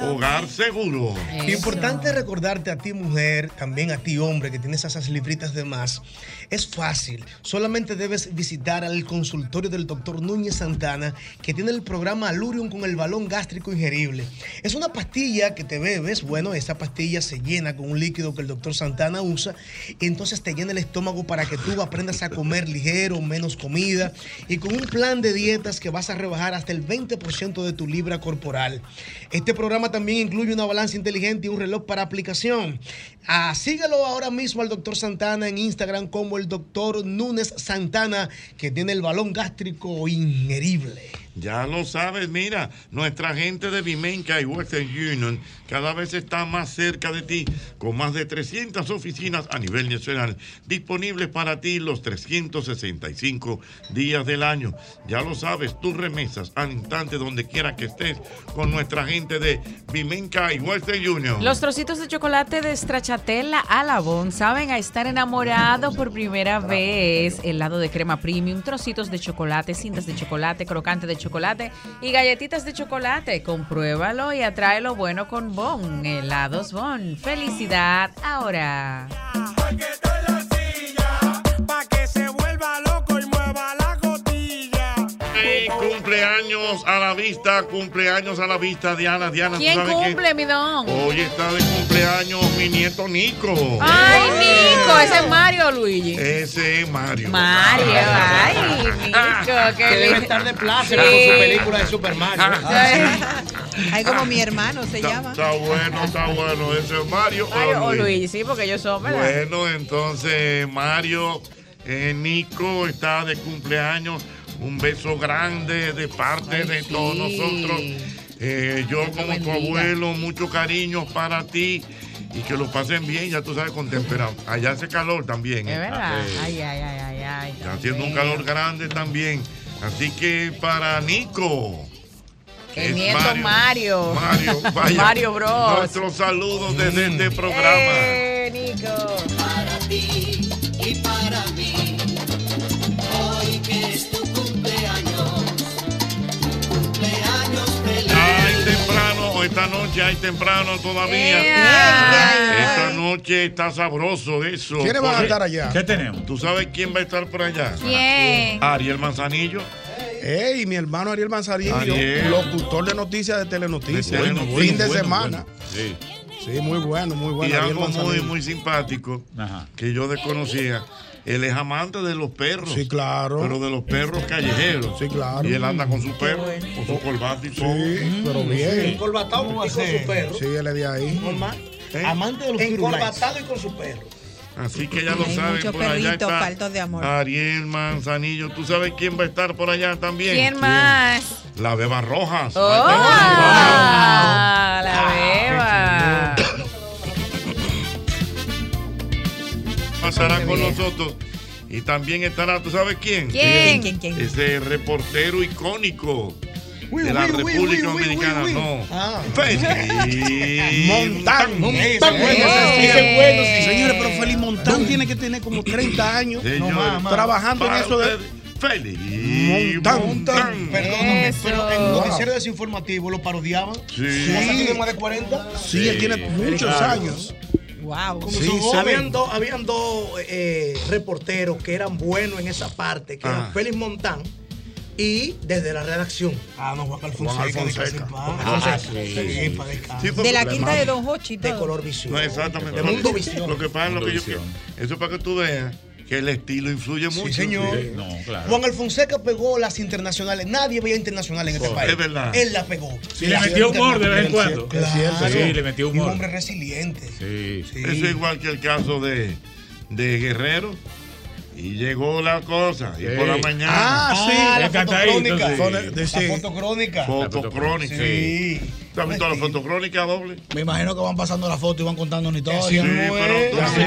Hogar Seguro.
Importante recordarte a ti mujer, también a ti hombre que tienes esas libritas de más. Es fácil, solamente debes visitar al consultorio del doctor Núñez Santana que tiene el programa Alurium con el balón gástrico ingerible. Es una pastilla que te bebes, bueno, esa pastilla se llena con un líquido que el doctor Santana usa y entonces te llena el estómago para que tú aprendas a comer ligero, menos comida y con un plan de dietas que vas a rebajar hasta el 20% de tu libra corporal. Este programa también incluye una balanza inteligente y un reloj para aplicación. Ah, síguelo ahora mismo al doctor Santana en Instagram como el doctor Núñez Santana, que tiene el balón gástrico ingerible.
Ya lo sabes, mira, nuestra gente de Vimenca y Western Union cada vez está más cerca de ti, con más de 300 oficinas a nivel nacional disponibles para ti los 365 días del año. Ya lo sabes, tus remesas al instante donde quiera que estés con nuestra gente de Vimenca y Western Union.
Los trocitos de chocolate de Stracciatella Alabón saben a estar enamorado por primera vez. Helado de crema premium, trocitos de chocolate, cintas de chocolate, crocante de chocolate y galletitas de chocolate. Compruébalo y atrae lo bueno con Bon. Helados Bon. Felicidad ahora.
Pa' que se vuelva loco y mueva la costilla.
Ey, cumpleaños a la vista, cumpleaños a la vista, Diana, Diana, ¿tú
¿Quién
sabes Pues, qué? Oh.
cumple, mi don?
Hoy está de cumpleaños mi nieto Nico.
¡Ay, Nico! Ese es Mario Luigi.
Ese es Mario. Ah,
Mario, ay,
Ah,
Nico, qué
Que debe
lindo.
estar de plácida
Sí. Ah,
con su película
[LAUGHS]
de Super Mario.
Ay, como mi hermano se
Ah, Está,
llama.
está bueno, está bueno. Ese es Mario,
Mario
o
o
Luis.
Luigi, sí, porque ellos son, ¿verdad?
Bueno, entonces Mario, eh, Nico está de cumpleaños. Un beso grande de parte de todos nosotros. Eh, yo como tu
bendiga.
abuelo, mucho cariño para ti. Y que lo pasen bien, ya tú sabes, con temperatura. Allá hace calor también.
Es
Ah,
¿eh?
verdad.
Sí.
Ay, ay, ay, ay, ay.
Está haciendo un calor grande también. Así que para Nico. que
El
es
nieto Mario. Mario. [LAUGHS]
vaya,
Mario Bros.
Nuestros saludos desde este programa.
¡Eh, Nico!
Para ti y para mí. Hoy que es tu cumpleaños. Cumpleaños feliz.
Hay temprano, o esta noche hay temprano todavía.
Eh,
¡Ea!
Esta noche está sabroso eso.
¿Quiénes van a
Porque-
estar allá? ¿Qué
tenemos?
¿Tú sabes quién va a estar por allá?
¿Quién?
Ariel Manzanillo.
Ey, mi hermano Ariel Manzarillo,
Ariel.
locutor de noticias de Telenoticias.
De Telenoticias.
fin de
Bueno,
semana.
Sí.
Sí, muy bueno, muy bueno.
Y
Ariel
algo muy,
Manzanillo.
muy simpático que yo desconocía. Él es amante de los perros. Sí,
claro.
Pero de los perros callejeros. Sí,
claro.
Y él anda con su perro, con su corbata y todo. Sí,
pero bien.
Encorbatado y con su perro.
Sí, él es de ahí.
Amante de los Encorbatado y con su perro.
Así que ya lo
Hay
saben.
mucho
Por allá
perrito
está
falto de amor.
Ariel Manzanillo. ¿Tú sabes quién va a estar por allá también?
¿Quién más?
La Beba Rojas.
¡Ah! La
Ah,
beba.
[COUGHS] Pasará con nosotros. Y también estará, ¿tú sabes quién?
¿Quién? ¿Quién, quién, quién?
Ese reportero icónico de la República Dominicana, no.
[LAUGHS]
Feliz
Ah. Montán. Montán. Ese es bueno, sí, señores, pero Feliz Montán tiene que tener como 30 años
Señores,
no más, trabajando en
para
eso de.
ustedes, Feliz Montán.
Perdóname,
Eso.
pero en el noticiero desinformativo lo parodiaban.
Sí.
¿No tiene más de 40?
Sí, él tiene muchos años.
Wow.
Sí, saben.
habían dos, habían dos, eh, reporteros que eran buenos en esa parte, que
Ajá.
eran Félix Montán y desde la redacción. Ah, no, Juan
Juan Alfonseca.
Alfonseca.
Ah, sí.
Sepa de cara.
Sí, porque De la quinta de
Don Hochi. De color visión.
No, exactamente.
De
Lo-
mundo visión.
Lo que pasa es lo que yo quiero. Eso es para que tú veas que el estilo influye mucho.
señor.
Sí, No, claro.
Juan Alfonseca pegó las internacionales. Nadie veía internacionales en este
Es
país.
verdad.
Él la pegó.
Sí, le metió humor de vez en cuando.
Claro.
Es cierto, sí. Sí, le metió humor.
Y Un hombre resiliente.
Sí. Eso es igual que el caso de, de Guerrero. Y llegó la cosa. Y
Sí.
por la mañana.
Ah, sí. Ah, la fotocrónica.
Fone-
La fotocrónica.
Fotocrónica.
Sí.
Sí. ¿Tú has visto la fotocrónica doble?
Me imagino que van pasando la foto y van contando una historia.
Sí, pero tú-
Así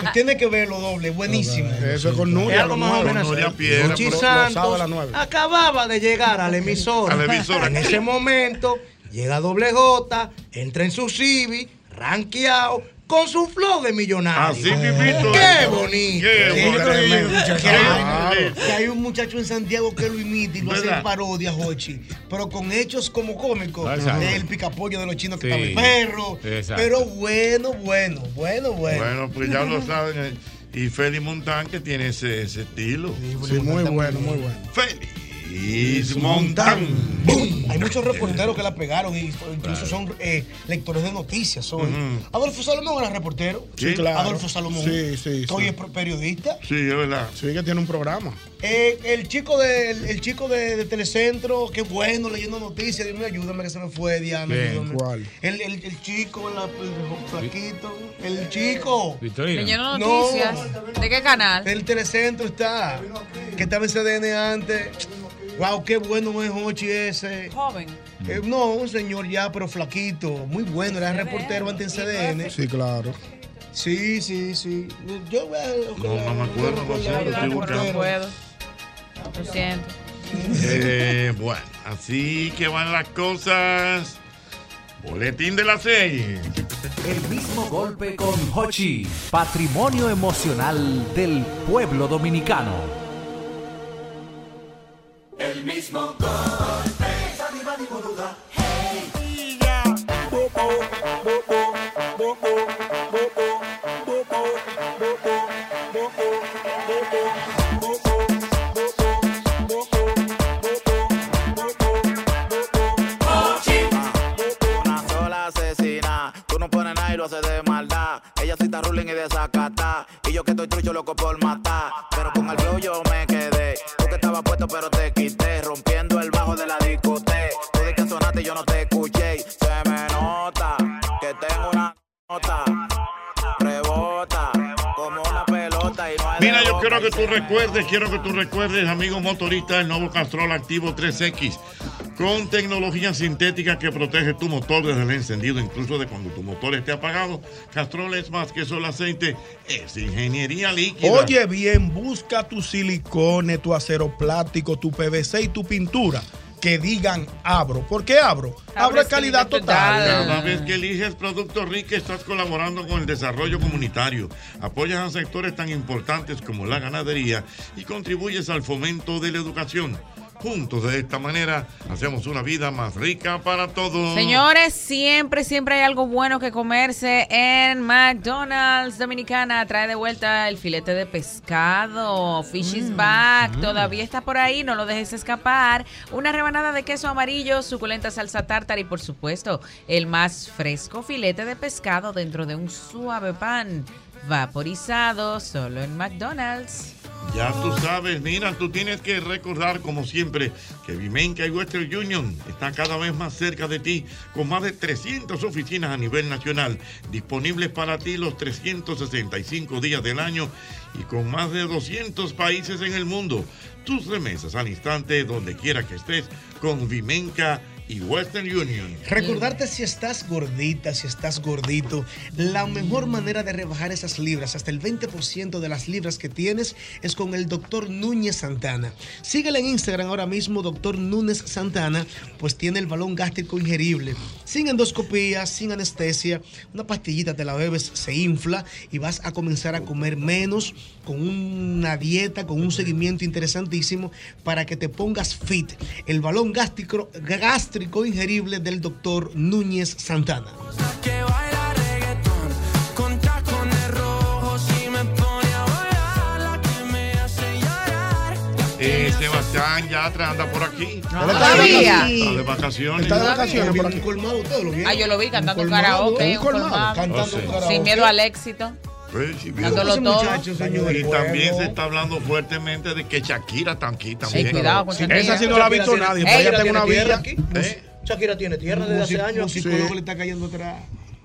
Pues tiene que verlo doble, buenísimo.
Eso es con Nuria.
Es algo más o
con
menos
Nuria
así.
Piedra,
Jochi
pero los
Santos
sábados a las nueve.
acababa de llegar a la emisora.
A la emisora.
En ese momento llega doble J, entra en su Civi, ranqueado, con su flow de millonario.
Así mismito.
¡Qué bonito!
Qué
Qué
bonito.
tremendo, muchacho.
Qué
Claro.
bonito.
Que hay un muchacho en Santiago que lo imita y lo hace
¿Verdad?
en parodia, Jochi. Pero con hechos como cómicos.
Ah, Exacto.
El picapollo de los chinos que
Sí.
estaba el perro.
Exacto.
Pero bueno, bueno, bueno, bueno.
Bueno, pues ya
[LAUGHS]
lo saben. eh, Y Félix Montán que tiene ese, ese estilo.
Sí, muy bueno, muy bueno.
Félix Montán.
Hay muchos reporteros que la pegaron y fue- incluso son eh, lectores de noticias. hoy.
Ujú.
Adolfo Salomón era reportero.
Sí, claro.
Adolfo Salomón.
Sí, sí,
Hoy
sí.
es pro- periodista.
Sí, es verdad.
Sí, que tiene un programa.
Eh, el chico, de, el, el chico de, de Telecentro, qué bueno, leyendo noticias. Dios mío, ayúdame que se me fue, Diana.
Bien.
ayúdame.
¿Cuál?
El, el, el chico, la- el flaquito. El chico.
Victorino.
Leyendo
No.
noticias. ¿De qué canal?
El Telecentro está. Que estaba en CDN antes. Wow, qué bueno es Hochi ese. Eh,
Joven.
no, un señor ya, pero flaquito. Muy bueno, era reportero antes en CDN.
Sí, claro.
Sí, sí, sí. Yo eh, voy a.
No, no me acuerdo, no sé, lo estoy
No
buscando.
puedo. Lo siento.
Eh, bueno, así que van las cosas. Boletín de las seis.
El mismo golpe con Hochi, patrimonio emocional del pueblo dominicano.
El mismo golpe.
Oh, Una sola asesina, tú no pones nada y lo haces de maldad. Ella sí está ruling y desacata. Y yo que estoy trucho loco por matar. Pero con el flow yo me quedé. Tú que estabas puesto pero te quité. Rompiendo el bajo de la discoteca. Tú de que sonaste y yo no te escuché. Se me nota que tengo una nota. Rebota como una pelota y no hay de
Mira, yo
boca.
quiero que tú recuerdes, quiero que tú recuerdes, amigo motorista, el nuevo Castrol Activo 3X, con tecnología sintética que protege tu motor desde el encendido, incluso de cuando tu motor esté apagado. Castrol es más que solo aceite, es ingeniería líquida.
Oye bien, busca tu silicone, tu acero plástico, tu PVC y tu pintura. Que digan abro. ¿Por qué abro? Abro es calidad
Ah.
Cada vez
total.
que eliges Productos Rica estás colaborando con el desarrollo comunitario, apoyas a sectores tan importantes como la ganadería y contribuyes al fomento de la educación. Juntos de esta manera hacemos una vida más rica para todos.
Señores, siempre, siempre hay algo bueno que comerse en McDonald's Dominicana. Trae de vuelta el filete de pescado, fish is back, todavía está por ahí, no lo dejes escapar. Una rebanada de queso amarillo, suculenta salsa tártara y por supuesto el más fresco filete de pescado dentro de un suave pan vaporizado solo en McDonald's.
Ya tú sabes, Nina, tú tienes que recordar, como siempre, que Vimenca y Western Union está cada vez más cerca de ti, con más de 300 oficinas a nivel nacional, disponibles para ti los 365 días del año y con más de 200 países en el mundo. Tus remesas al instante, donde quiera que estés, con Vimenca y Western Union.
Recordarte si estás gordita, si estás gordito, la mejor manera de rebajar esas libras, hasta el 20% de las libras que tienes, es con el doctor Núñez Santana. Síguele en Instagram ahora mismo, doctor Núñez Santana, pues tiene el balón gástrico ingerible. Sin endoscopía, sin anestesia, una pastillita te la bebes, se infla y vas a comenzar a comer menos con una dieta, con un seguimiento interesantísimo para que te pongas fit. El balón gástrico, gástrico ingerible del doctor Núñez Santana.
Que baila reggaetón con tacones rojos y me pone a bailar la que me hace llorar.
Eh, Sebastián Yatra anda por aquí.
Él está de Todavía. vacaciones.
Está de vacaciones.
Está de vacaciones por
aquí.
Ah, yo lo vi cantando
Un colmado,
karaoke.
un colmado, cantando
Oh, sí.
un karaoke.
Sin miedo al éxito. Dándolo Ese todo. muchacho, señor,
y
el
también
juego.
se está hablando fuertemente de que Shakira está aquí también.
cuidado con Shakira. Esa sí no la ha visto nadie,
porque
Shakira
ella
tiene
tiene vida.
tierra aquí. Shakira tiene tierra desde hace
Musi-
años.
musicólogo le está cayendo atrás.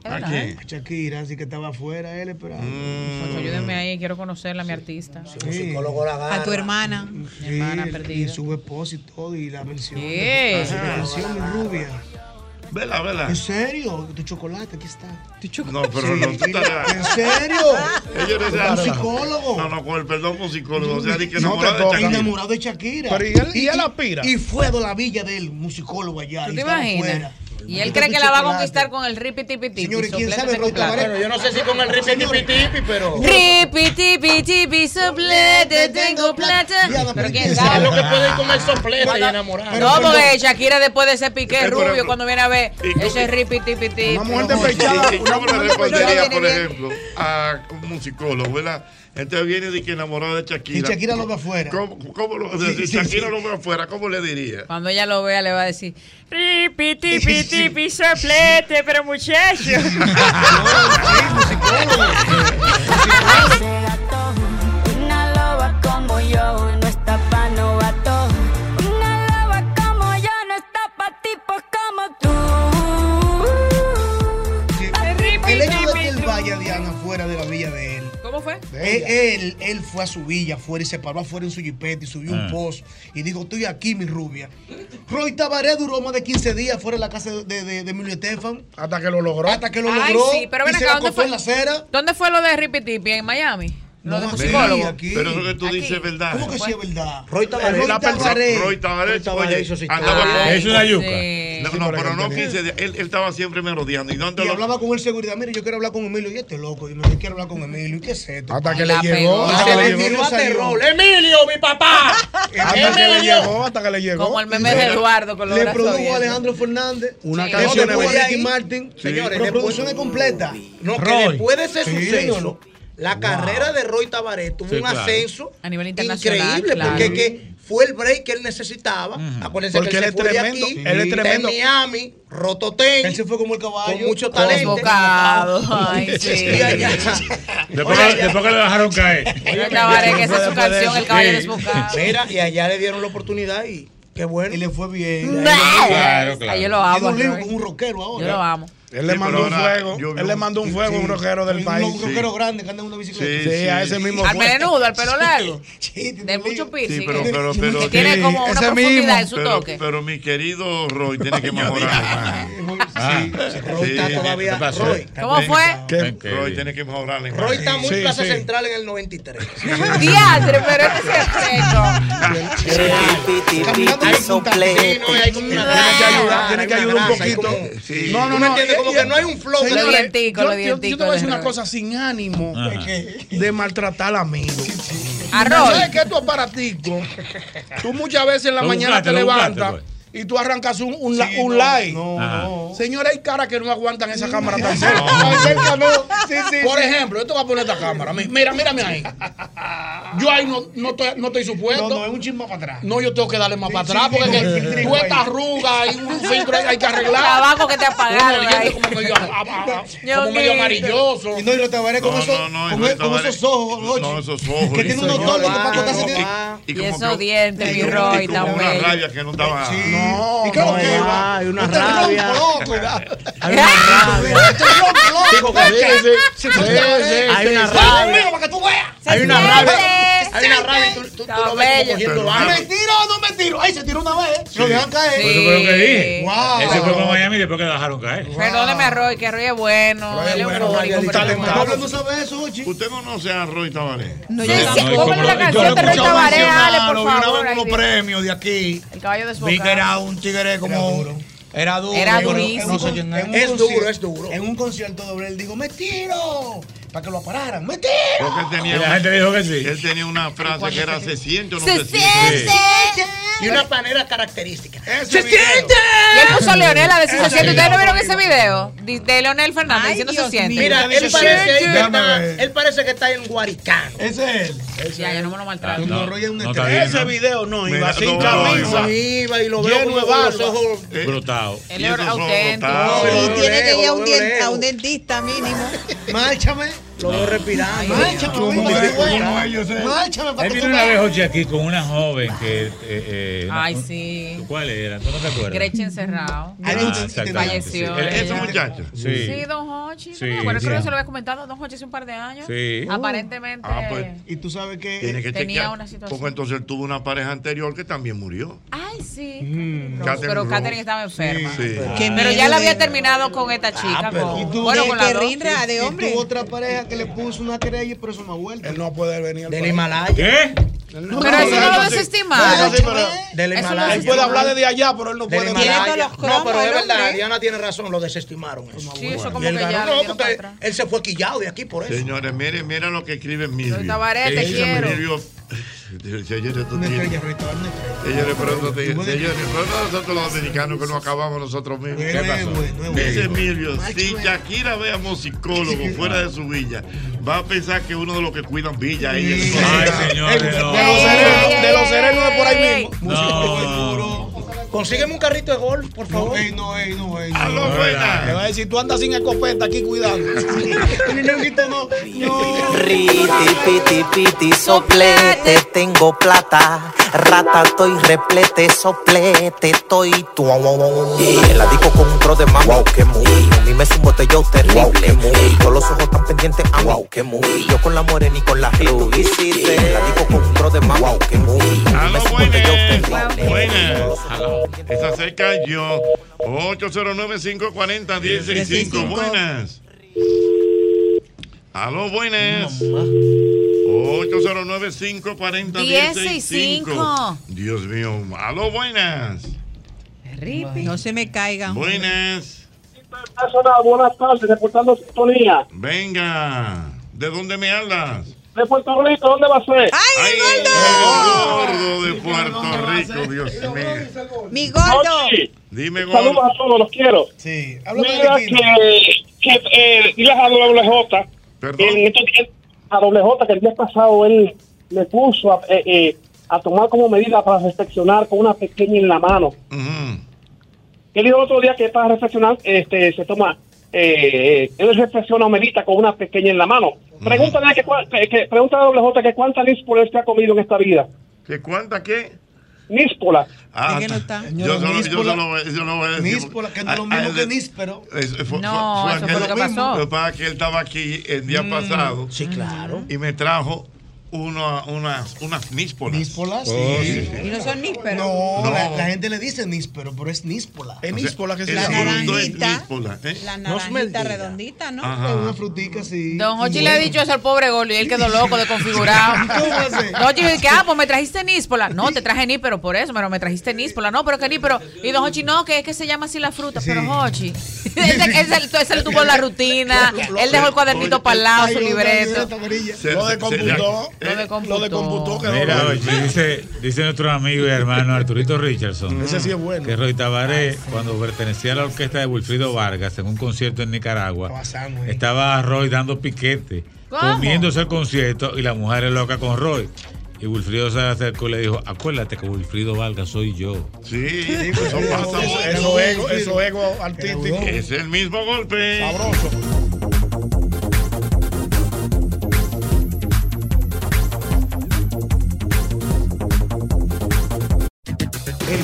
¿A ¿Verdad? quién?
A Shakira, así que estaba afuera él esperando.
Mm.
Mm.
Pues ayúdenme ahí, quiero conocerla, mi artista.
psicólogo la agarra.
A tu hermana.
Sí,
Mi hermana
y-
perdida.
Y su esposo y todo, y la versión.
Sí.
Ajá. La versión mi rubia.
Vela, vela.
¿En serio? Tu chocolate, aquí está. Tu
No, pero no tú estás-
¿En serio?
Ellos no se
Un
hacen-
psicólogo.
No, no, con el perdón, un psicólogo. O sea, di que
No
enamorado
te
de
toca.
Shakira.
Enamorado de Shakira.
Pero, ¿y él- y él aspira?
Y fue de la villa del musicólogo allá.
¿Tú
y
te
estaba
imaginas?
afuera.
Y él
Y
cree
tanto
que la va a
chocolate.
conquistar con el ripi tipi tipi.
Señores, ¿quién
soplete,
sabe, Roberto
soplete.
Bueno, yo no sé si con el ripi, tipi, tipi, pero-
Ripi tipi tipi soplete, tengo plata. Pero quién
Es
sabe.
lo que pueden comer soplete y enamorar.
No, porque Shakira después de ese piqué
Eh, pero-
rubio, cuando viene a ver, ese ripi tipi tipi.
Una mujer despechada. Yo me respondería, por ejemplo, a un musicólogo, ¿verdad? Entonces viene de que enamorado de Shakira.
Y Shakira lo ve afuera.
¿Cómo, cómo lo,
Sí,
si
sí,
Shakira
sí.
lo ve afuera, ¿cómo le diría?
Cuando ella lo vea, le va a decir: Ripi tipi tipi soplete, pero muchacho.
Ese gato, una loba como yo no está pa' novato. Una loba como yo no está pa' tipos como tú.
El hecho de que él vaya, Diana, fuera de la villa de él.
¿Cómo fue?
Eh, Él, él fue a su villa afuera y se paró afuera en su jipete y subió
Ah.
un post y dijo, estoy aquí, mi rubia. Roy Tabaré duró más de 15 días fuera de la casa de, de, de Emilio Estefan.
Hasta que lo logró.
Hasta que lo
Ay,
logró.
sí, pero ven
y se
acá,
la
¿dónde
acostó
fue?
en la acera.
¿Dónde fue lo de ripi tipi? ¿En Miami? Lo de
Ven,
musicólogo.
Pero eso que tú dices es verdad.
¿Cómo que sí es verdad?
Roy
Tabaré.
Roy
La persona-
Tabaré.
Roy Tabaré,
Roy Tabaré,
oye,
eso sí está.
andaba
Ah,
con-
es una yuca.
Sí.
No, no, pero no 15 días. Él, él estaba siempre merodeando. Y dónde
Y
lo-
hablaba con el seguridad, mire, yo quiero hablar con Emilio. Y este loco, yo me quiero hablar con Emilio. ¿Y qué es esto?
Hasta que
La
le llegó,
pegó.
hasta que
Hasta que
le llegó.
Emilio salió.
Emilio, mi
Ah,
papá.
eh,
Hasta que le llegó, hasta que le llegó.
Como el meme de Eduardo con los
Le
brazos
produjo
abiertos.
Alejandro Fernández.
Una
Le
canción
produjo
de
a Ricky
ahí.
Martin.
Sí.
Señores,
Pero
de producción es completa.
No, que
Roy.
después de ese
Sí,
suceso,
señor.
la carrera de Roy Tabaré tuvo
Sí,
un
claro.
ascenso
A nivel internacional.
increíble
claro.
porque que fue el break que él necesitaba. Acuérdense
Porque
que él,
él
se
es
fue de
tremendo,
aquí,
él es
está
tremendo.
en Miami, Rototen. Él se
fue como el caballo.
Con mucho talento. [LAUGHS]
Desbocado, ay, sí.
Y allá-
Después, que- después que lo dejaron caer.
[LAUGHS] Oye,
Tabaré, que esa es su
después de
canción,
eso.
El Caballo
Sí.
Desbocado.
Mira, y allá le dieron la oportunidad y qué bueno. Y le fue bien.
Claro, claro. Ay, yo lo amo,
Tiene un libro
Roy.
con un rockero ahora.
Yo lo amo.
Él le
Sí,
mandó
pero
un
ahora
fuego.
yo vi
Él le
un-
mandó un fuego a un rockero del
Un,
país.
un rockero grande que anda en una bicicleta.
Sí, a ese mismo
Al
fue.
melenudo, al pelo largo.
De
mucho piercing.
Sí, pero, pero, pero.
que tiene como una
Ese
profundidad
mismo.
en su
Pero-
toque.
Pero mi querido Roy tiene que mejorar.
Ah,
Roy está todavía. Roy.
¿Cómo fue?
Roy tiene que mejorar. la
Roy
imagen.
está muy
Sí,
Plaza
sí.
Central en el [LAUGHS] 93.
Diadre, pero este se ha
Sí, no, hay como una-
Tiene que ayudar, tiene que ayudar un poquito. No, no,
¿Tú
no. eh,
me entiendes? Como
ella-
que no hay un flow.
Señores,
Los dienticos,
yo-
los
yo- Yo
dienticos
te voy a
de
decir una
Robert.
cosa sin ánimo
Ajá.
de que- de maltratar al amigo.
Arroz.
¿Sabes qué tú aparaticos? Tú muchas veces en la
Lo
mañana
buscaste,
te
lo
levantas
buscaste, pues.
y tú arrancas un, un, la-
Sí,
un
no,
like.
no, no.
Señores, hay caras que no aguantan esa cámara tan cerca. Tan cerca no. Por ejemplo, yo te voy a poner esta cámara. Mi- Mira, mírame ahí. Yo ahí no, no, estoy, no estoy supuesto. No, no, es un chisme para atrás. No, yo tengo que darle más para atrás
sí,
porque
sí,
que-
sí, sí,
tú
güey.
estás arruga y un filtro hay que arreglar.
Trabajo que te apagaron.
Uno oyente
ahí.
como medio, a-
ah,
a- a- como medio amarilloso.
Y no, y lo tabaré con
No,
esos
no, no,
con
no,
e- con
Tabaré.
esos ojos, Rochi.
No, esos ojos.
Que tiene unos
Señor,
dobles que
ah,
para cortarse
y-
tiene-
Y
como
esos
que-
dientes,
y
mi
como-
Roy,
y como
tan
una
bello.
rabia que no estaba.
No, ¿Y claro que va?
Hay
una rabia. cuidado.
[LAUGHS] Hay una rabia.
Este ronco, loco.
Digo que sí.
Se- se- se-
Hay una
se-
rabia.
conmigo para que tú veas.
Hay una rabia. Hay una rabia y tú, tú, tú lo ves como cogiendo
Pero-
aire.
¿Me tiro o no me tiro? Ay, se tiró una vez. ¿eh? Lo dejan caer.
Pues eso fue lo que dije.
Wow.
Ese fue para Miami y después que la dejaron caer.
Perdóneme a Roy, que Roy es bueno. él es un único, pero es bueno.
tú
sabes eso, chico?
Usted conoce a Roy Tabaré.
No, yo tampoco. Póngale la canción de Roy Tabaré, Ale, por favor, ay,
unos
Dios.
premios de aquí.
El caballo desbocado.
Vi que era un tigre como. Era duro.
Era
pero
durísimo.
No sé quién
En un
es. Es
concierto-
duro, es
duro.
En un concierto doble, él dijo, me tiro. Para que lo apararan. Me
Porque
tiro.
él tenía
Y la gente
dijo que sí. Él tenía una frase que era se siente o no se, siente.
Y una manera característica.
¡Se siente!
Y él puso a Leonel a decir se
Ese
siente.
video.
¿Ustedes no vieron ese video? Di- De Leonel Fernández diciendo se siente.
Mira, él
Se
parece, ahí
siente.
que está, él parece que está en Guaricano.
Ese es él.
Ya, ya no me lo maltrato.
Ah, No, no,
Roy es una
no está
estrella.
bien,
Ese
¿no?
video no iba
Mira,
sin
no,
camisa.
no
iba y lo
veo
Lleno
como
de
con los
barba.
ojos- eh.
Brotado.
Él era auténtico. Y tiene que ir a un, dien- a un dentista mínimo.
Márchame. Lo veo respirando. Márchame.
Como
venga,
de-
qué bueno.
como ellos, eh.
Márchame para
Él
que
vino
tú
una vez,
veas.
Jorge, aquí con una joven que. eh, eh,
Ay,
un-
sí.
¿Cuál era? ¿Tú no te acuerdas?
Gretchen Cerrado.
Ah, exactamente,
Falleció.
sí. ¿Es- es un
ella.
muchacho? Sí.
Sí, don Hochi.
Sí,
Sí, bueno, creo
sí. Uh.
que se lo había comentado. Don Hochi hace un par de años.
Sí.
Aparentemente.
Ah, pues,
Y tú sabes que.
Tiene que
Tenía
chequear,
una situación.
Porque entonces él tuvo una pareja anterior que también murió.
Ay, sí.
Mm.
Rose, pero Catherine
Catherine Rose.
estaba enferma.
Sí, sí.
Pero-
Qué
Pero ya
miedo
la había
de-
terminado con esta
Ah,
chica. con-
ah, Y tuvo-
bueno, con la dos.
y- Y tuvo otra pareja que le puso una querella, pero eso no ha vuelto. eh, Él
no puede venir al
Del
país.
Himalaya.
¿Qué?
Pero eso no lo
desestimado.
No, eso sí, pero-
Del
Eso no
Himalaya.
es Él puede hablar desde allá, pero él no
Del
puede-
Himalaya.
Tiene todos los
No, pero
cromos,
es
el
verdad,
hombre.
Diana tiene razón, lo desestimaron. Eso.
Sí, eso como
Y él
que ya
ganó,
le
no,
dieron
porque él se fue quillado de aquí por eso.
Señores, miren, miren lo que escribe Milvio.
Soy Tabaré, te
Ella me
quiero.
escribió- eh, Señores, esto
Una
tiene-
estrella, Rito, una estrella.
Señores, pero esto tiene- señores, pero nosotros los dominicanos que nos acabamos nosotros mismos.
¿Qué pasó?
Dice Emilio, si Shakira vea musicólogo fuera de su villa, va a pensar que uno de los que cuidan villa es ella.
Ay, señores, no.
De los cerebros- de los
cerebros de por ahí
mismo.
Consígueme un carrito de golf, por favor.
No, ey, no, ey, no, ey.
A
no. Le va a decir, tú andas sin escopeta aquí, cuidado.
[LAUGHS]
Ni negrito, no. No.
Riti, piti, piti, soplete, tengo plata. Rata, estoy replete, soplete, estoy tu. Y en la disco con un pro de mami. Wow, qué muy. A mí me es un botellón terrible. Y con los ojos tan pendientes a Wow, qué muy. Yo con la morena y con la que tú hiciste. En la disco con un pro de mami. Wow, qué muy. A mí me es un botellón terrible.
Buenas. Esa se cayó. 809-540-165. Buenas. Aló, buenas. 809-540-165.
15.
Dios mío. Aló, buenas.
No se me caigan.
Buenas.
buenas tardes, reportando sintonía.
Venga. ¿De dónde me hablas?
De Puerto Rico, ¿dónde va a ser?
¡Ay, gordo! El gordo de Puerto Rico, Dios mío.
Mi gordo.
Dime, gordo.
Saludos a todos, los quiero.
Sí,
Mira que, que eh, diles a doble J. que en estos días- a doble J, que el día pasado él me puso a, eh, eh, a tomar como medida para reflexionar con una pequeña en la mano. Él dijo el otro día que para reflexionar este, se toma, eh, eh, él reflexiona o medita con una pequeña en la mano. Pregúntale, que, cua- que- que- pregúntale a doble J que cuánta níspola usted ha comido en esta vida.
¿Que cuánta qué?
Níspola.
Ah, Yo solo, yo solo, yo no voy a decir.
Níspola, que no es lo
Ah,
mismo
ah,
que
de-
níspero.
Eso fue- fue-
No,
fue
eso fue
aquel-
lo que pasó.
Lo que pasa es que él estaba aquí el día
Mm,
pasado.
sí, claro.
Y me trajo uno- unas, unas níspolas.
¿Níspolas?
Oh, sí, sí.
Y no son nísperos.
No,
No.
La, la gente le dice níspero, pero es níspola.
O
Es
sea,
níspola que se
el
llama.
fruto es níspola, ¿eh?
La
No se me
naranjita
diga.
redondita, ¿no?
Ajá.
Es una frutica, sí.
Don Hochi
Bueno.
le ha dicho eso al pobre Golo y él quedó loco, desconfigurado.
[LAUGHS] ¿Cómo va a ser?
Don Hochi dice, ah, pues me trajiste níspola. No, te traje ni, pero por eso, pero me trajiste níspola. No, pero que ni, pero... Y Don Hochi, no, que es que se llama así la fruta. Pero
[LAUGHS]
Hochi, [LAUGHS] él, se- él se- él se le tuvo la rutina, él dejó el cuadernito para al lado, su libreto.
Lo de computó.
Lo de
Lo de computó quedó.
Mira,
loco.
oye, dice, dice nuestro amigo y hermano Arturito Richardson.
Ese sí es bueno.
Que Roy Tabaré, cuando pertenecía a la orquesta de Wilfrido Vargas en un concierto en Nicaragua, estaba Roy dando piquete,
¿Cómo?
comiéndose el concierto y la mujer es loca con Roy. Y Wilfrido se acercó y le dijo: Acuérdate que Wilfrido Vargas soy yo.
Sí,
pues
[LAUGHS]
son pasos. Eso ego, eso ego artístico.
Es el mismo golpe.
Sabroso.
El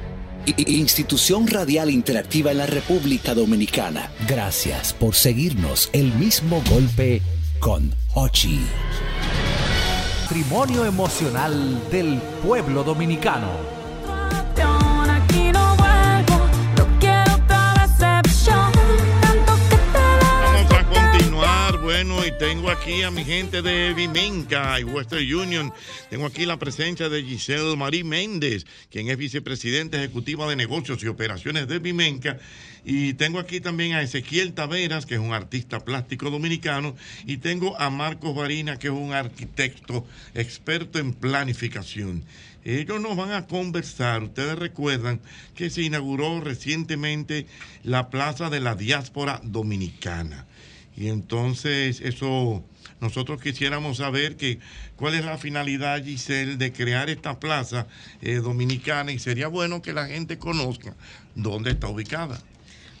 I- I- Institución Radial Interactiva en la República Dominicana. Gracias por seguirnos, El Mismo Golpe con Hochi.
Patrimonio emocional del pueblo dominicano.
Aquí no vuelvo, no quiero otra decepción. Tanto que
Vamos a continuar, bueno, y tengo aquí a mi gente de Vimenca y Western Union. Tengo aquí la presencia de Giselle Marí Méndez, quien es vicepresidenta ejecutiva de negocios y operaciones de Vimenca. Y tengo aquí también a Ezequiel Taveras, que es un artista plástico dominicano. Y tengo a Marcos Varina, que es un arquitecto experto en planificación. Ellos nos van a conversar. Ustedes recuerdan que se inauguró recientemente la Plaza de la Diáspora Dominicana. Y entonces eso, nosotros quisiéramos saber que, cuál es la finalidad, Giselle, de crear esta plaza eh, dominicana y sería bueno que la gente conozca dónde está ubicada.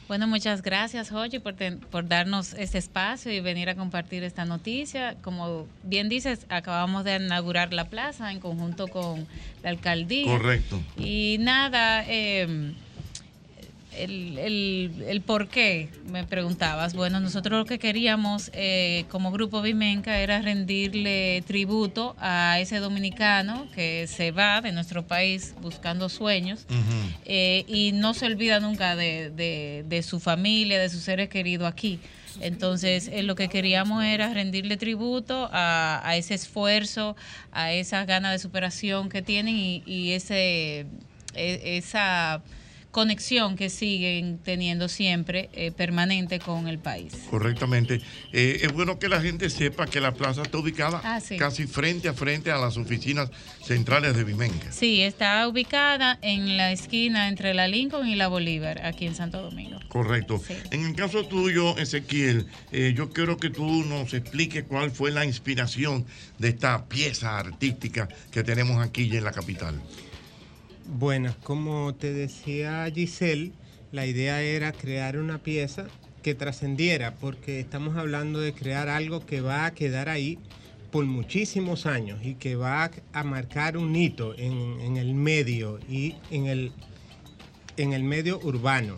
Bueno, muchas gracias, Jochi, por, ten- por darnos este espacio y venir a compartir esta noticia. Como bien dices, acabamos de inaugurar la plaza en conjunto con la alcaldía.
Correcto.
Y nada, eh, el, el- el por qué, me preguntabas. Bueno, nosotros lo que queríamos eh, como Grupo Vimenca era rendirle tributo a ese dominicano que se va de nuestro país buscando sueños eh, y no se olvida nunca de, de- de su familia, de sus seres queridos aquí. Entonces, eh, lo que queríamos era rendirle tributo a, a ese esfuerzo, a esas ganas de superación que tienen y, y ese, e- esa conexión que siguen teniendo siempre eh, permanente con el país.
Correctamente. Eh, es bueno que la gente sepa que la plaza está ubicada
Ah, sí.
casi frente a frente a las oficinas centrales de Vimenca.
Sí, está ubicada en la esquina entre la Lincoln y la Bolívar, aquí en Santo Domingo.
Correcto. En el caso tuyo, Ezequiel, eh, yo quiero que tú nos expliques cuál fue la inspiración de esta pieza artística que tenemos aquí ya en la capital.
Bueno, como te decía Giselle, la idea era crear una pieza que trascendiera, porque estamos hablando de crear algo que va a quedar ahí por muchísimos años y que va a- a marcar un hito en, en el medio y en el, en el medio urbano.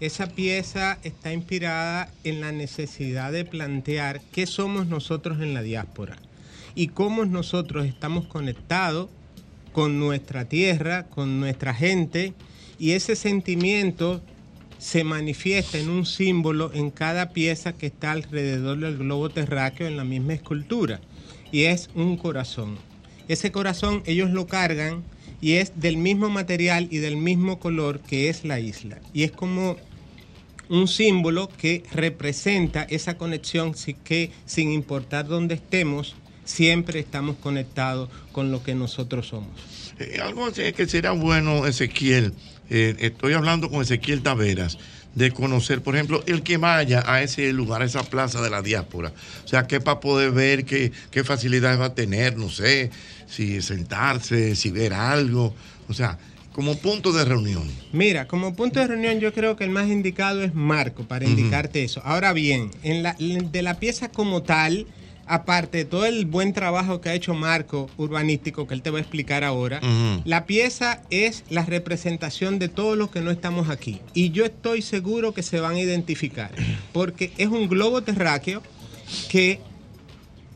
Esa pieza está inspirada en la necesidad de plantear qué somos nosotros en la diáspora y cómo nosotros estamos conectados con nuestra tierra, con nuestra gente, y ese sentimiento se manifiesta en un símbolo en cada pieza que está alrededor del globo terráqueo en la misma escultura, y es un corazón. Ese corazón ellos lo cargan y es del mismo material y del mismo color que es la isla, y es como un símbolo que representa esa conexión si- que sin importar dónde estemos, siempre estamos conectados con lo que nosotros somos.
Eh, algo así que será bueno, Ezequiel, eh, estoy hablando con Ezequiel Taveras, de conocer, por ejemplo, el que vaya a ese lugar, a esa plaza de la diáspora. O sea, que para poder ver qué, qué facilidades va a tener, no sé, si sentarse, si ver algo. O sea, como punto de reunión.
Mira, como punto de reunión yo creo que el más indicado es Marco para indicarte eso. Ahora bien, en la, de la pieza como tal, aparte de todo el buen trabajo que ha hecho Marco urbanístico, que él te va a explicar ahora,
Mm.
Ujú.
la pieza es la representación de todos los que no estamos aquí. Y yo estoy seguro que se van
[CLEARS THROAT]
a identificar, porque es un globo terráqueo que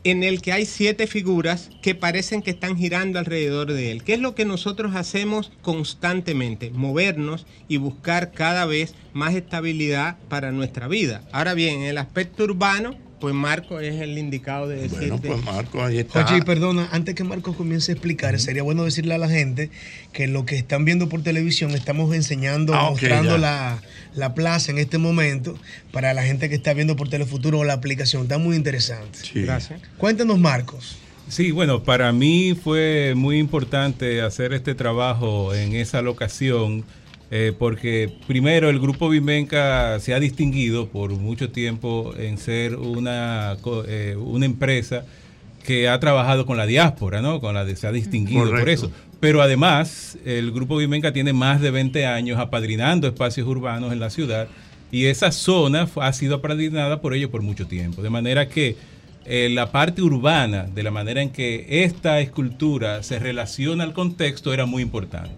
en el que hay siete figuras que parecen que están girando alrededor de él. ¿Qué es lo que nosotros hacemos constantemente? Movernos y buscar cada vez más estabilidad para nuestra vida. Ahora bien, en el aspecto urbano, pues Marco es el indicado de decirte.
pues Marco, ahí
Oye, y
[LAUGHS]
perdona, antes que Marcos comience a explicar, sería bueno decirle a la gente que lo que están viendo por televisión estamos enseñando,
Ah, ok,
mostrando
ya.
la, la plaza en este momento para la gente que está viendo por Telefuturo la aplicación. Está muy interesante.
Gracias.
Cuéntanos, Marcos.
Sí, bueno, para mí fue muy importante hacer este trabajo en esa locación, eh, porque primero el grupo Vimenca se ha distinguido por mucho tiempo en ser una, co- eh, una empresa que ha trabajado con la diáspora, ¿no? Con la de- se ha distinguido por
Correcto.
eso. Pero además, el Grupo Vimenca tiene más de 20 años apadrinando espacios urbanos en la ciudad y esa zona fu- ha sido apadrinada por ello por mucho tiempo. De manera que eh, la parte urbana, de la manera en que esta escultura se relaciona al contexto, era muy importante.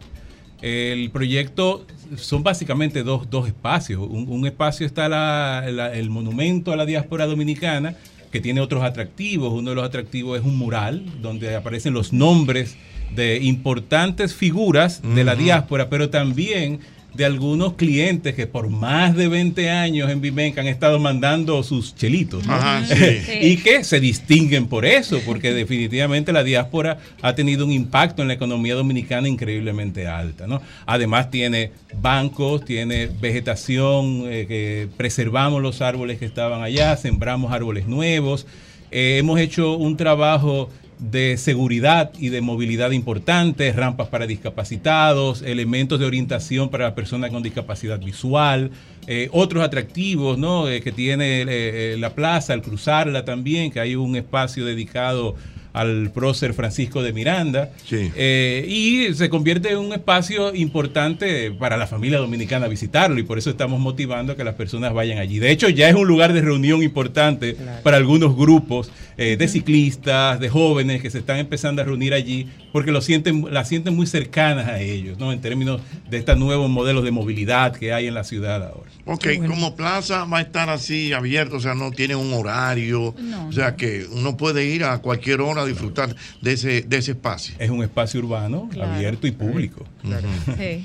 El proyecto son básicamente dos, dos espacios. Un, un espacio está la- la- el monumento a la diáspora dominicana, que tiene otros atractivos. Uno de los atractivos es un mural, donde aparecen los nombres de importantes figuras de la
Ujú.
diáspora, pero también de algunos clientes que por más de 20 años en Vimenca han estado mandando sus chelitos. ¿no?
Ajá, sí.
y que se distinguen por eso, porque definitivamente la diáspora ha tenido un impacto en la economía dominicana increíblemente alta. ¿no? Además tiene bancos, tiene vegetación, eh, que preservamos los árboles que estaban allá, sembramos árboles nuevos, Eh, hemos hecho un trabajo de seguridad y de movilidad importantes, rampas para discapacitados, elementos de orientación para personas con discapacidad visual, eh, otros atractivos ¿no? Eh, que tiene eh, eh, la plaza, al cruzarla también, que hay un espacio dedicado al prócer Francisco de Miranda, Eh, y se convierte en un espacio importante para la familia dominicana visitarlo, y por eso estamos motivando a que las personas vayan allí. De hecho, ya es un lugar de reunión importante para algunos grupos eh, de ciclistas, de jóvenes que se están empezando a reunir allí, porque lo sienten, la sienten muy cercanas a ellos, ¿no? En términos de estos nuevos modelos de movilidad que hay en la ciudad ahora.
Ok, como plaza va a estar así abierto, o sea, no tiene un horario,
No.
o sea, que uno puede ir a cualquier hora a disfrutar de ese, de ese espacio.
Es un espacio urbano,
Claro.
abierto y público.
[LAUGHS] Ujú.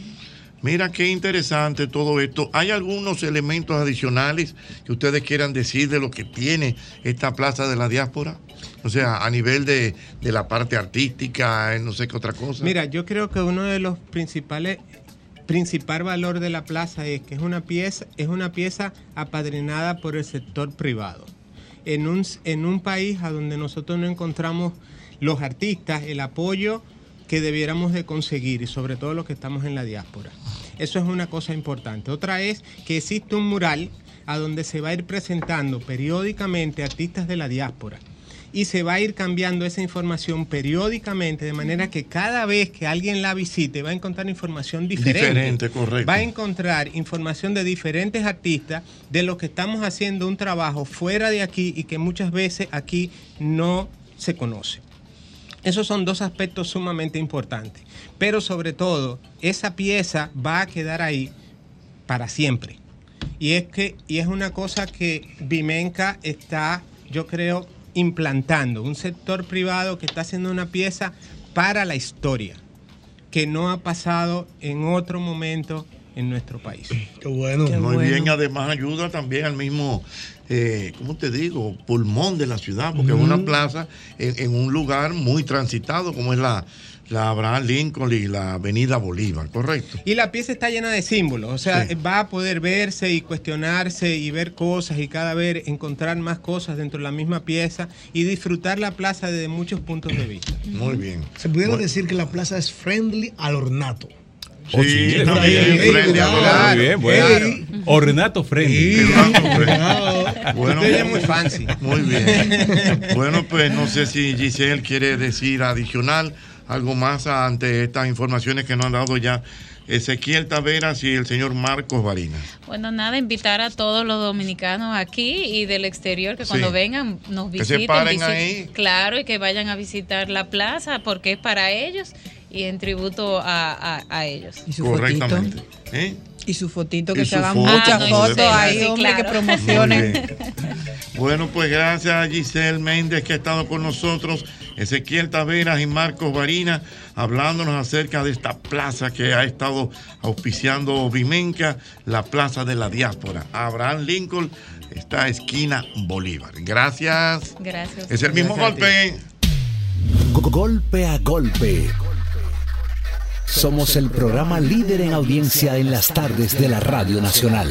Mira qué interesante todo esto. ¿Hay algunos elementos adicionales que ustedes quieran decir de lo que tiene esta Plaza de la Diáspora? O sea, a nivel de, de la parte artística, eh, no sé qué otra cosa.
Mira, yo creo que uno de los principales principal valor de la plaza es que es una pieza es una pieza apadrinada por el sector privado. En un s- en un país a donde nosotros no encontramos los artistas el apoyo que debiéramos de conseguir y sobre todo los que estamos en la diáspora. Eso es una cosa importante. Otra es que existe un mural a donde se va a ir presentando periódicamente artistas de la diáspora y se va a ir cambiando esa información periódicamente de manera que cada vez que alguien la visite va a encontrar información diferente.
Diferente, correcto.
Va a encontrar información de diferentes artistas de los que estamos haciendo un trabajo fuera de aquí y que muchas veces aquí no se conoce. Esos son dos aspectos sumamente importantes. Pero sobre todo, esa pieza va a quedar ahí para siempre. Y es que, y es una cosa que Vimenca está, yo creo, implantando. Un sector privado que está haciendo una pieza para la historia, que no ha pasado en otro momento en nuestro país.
Qué bueno. Muy bien, además ayuda también al mismo, eh, ¿cómo te digo? Pulmón de la ciudad, porque es una plaza en, en un lugar muy transitado como es la, la Abraham Lincoln y la Avenida Bolívar, ¿correcto?
Y la pieza está llena de símbolos, o sea, va a poder verse y cuestionarse y ver cosas y cada vez encontrar más cosas dentro de la misma pieza y disfrutar la plaza desde muchos puntos de vista.
Muy bien.
Se pudiera
decir que la plaza es friendly al ornato.
Oh, sí,
Sí,
está
también.
bien,
Sí,
frente a
claro,
claro,
muy bien, bueno.
claro.
Ornato Friendly.
[LAUGHS] Bueno, pues,
Usted es muy fancy.
Muy
[LAUGHS]
bien. Bueno, pues no sé si Giselle quiere decir adicional algo más ante estas informaciones que nos han dado ya Ezequiel Taveras y el señor Marcos Varinas.
Bueno, nada, invitar a todos los dominicanos aquí y del exterior que
Sí.
cuando vengan nos
Que
visiten.
se paren
visi-
ahí.
Claro, y que vayan a visitar la plaza porque es para ellos y en tributo a, a- a ellos.
¿Y su
Correctamente. ¿Eh?
Y su fotito,
Y
que se
su
hagan
foto,
muchas
sí,
fotos
claro.
ahí,
Sí,
hombre,
claro.
que
[LAUGHS]
promocionen.
Muy bien. Bueno, pues gracias a Giselle Méndez que ha estado con nosotros, Ezequiel Taveras y Marcos Varina, hablándonos acerca de esta plaza que ha estado auspiciando Vimenca, la Plaza de la Diáspora. Abraham Lincoln, esta esquina Bolívar. Gracias.
Gracias.
Es el mismo golpe.
Go- Golpe a golpe. Somos el programa líder en audiencia en las tardes de la Radio Nacional.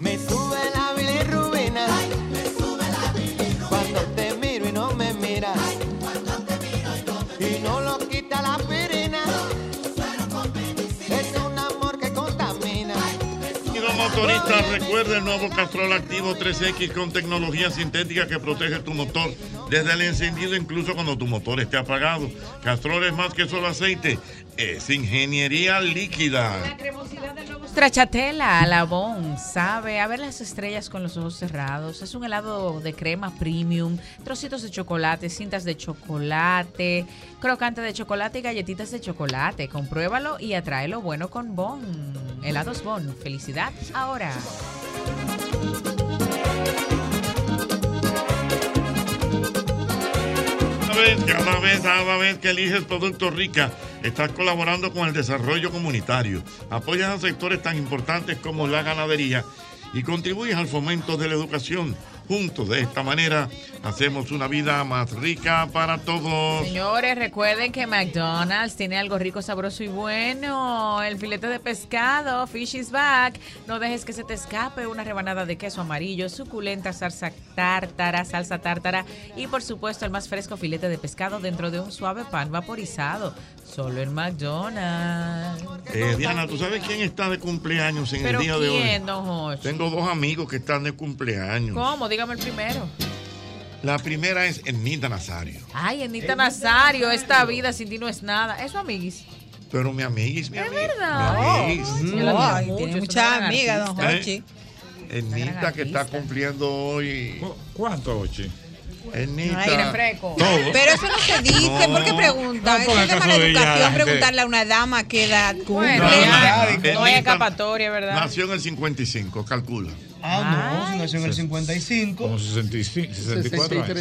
Me sube la bilirrubina. me sube la bilirrubina. Cuando te miro y no me miras. cuando te miro y no me miras. Y no lo quita la pirina. Es un amor que contamina.
Motoristas, recuerda el nuevo Castrol Activo 3X con tecnología sintética que protege tu motor desde el encendido incluso cuando tu motor esté apagado. Castrol es más que solo aceite, es ingeniería líquida.
Stracciatella Alabón sabe a ver las estrellas con los ojos cerrados. Es un helado de crema premium, trocitos de chocolate, cintas de chocolate, crocante de chocolate y galletitas de chocolate. Compruébalo y atrae lo bueno con Bon. Helados Bon. Felicidad ahora.
Cada vez, cada vez, cada vez que eliges Productos Rica, estás colaborando con el desarrollo comunitario, apoyas a sectores tan importantes como la ganadería y contribuyes al fomento de la educación. Juntos, de esta manera, hacemos una vida más rica para todos.
Señores, recuerden que McDonald's tiene algo rico, sabroso y bueno. El filete de pescado, Fish is Back. No dejes que se te escape una rebanada de queso amarillo, suculenta salsa tártara, salsa tártara y por supuesto el más fresco filete de pescado dentro de un suave pan vaporizado. Solo en McDonald's.
Eh, Diana, ¿tú sabes quién está de cumpleaños en
¿Pero
el día de hoy?
quién, don Jorge?
Tengo dos amigos que están de cumpleaños.
¿Cómo? Dígame el primero.
La primera es Ernita Nazario,
Ay, Anita Nazario, esta vida sin ti no es nada. Eso, amiguis.
pero mi amiga es mi
Es
amiga.
verdad.
Mi amiguis.
oh, Yo la admiro mucho, es una gran artista.
Eh, Ernita que está cumpliendo hoy. ¿Cuánto, Ochi? Ernita.
Aire fresco.
Todo.
Pero eso no se dice, ¿por qué pregunta?
No,
Eso
por
es de
acaso
mala
de ella,
educación
gente.
preguntarle a una dama qué edad cumple.
No, no, no.
No hay escapatoria, ¿verdad?
Nació en el 55, calcula.
Ah, no, nació en el
55.
Como 65, 64 años.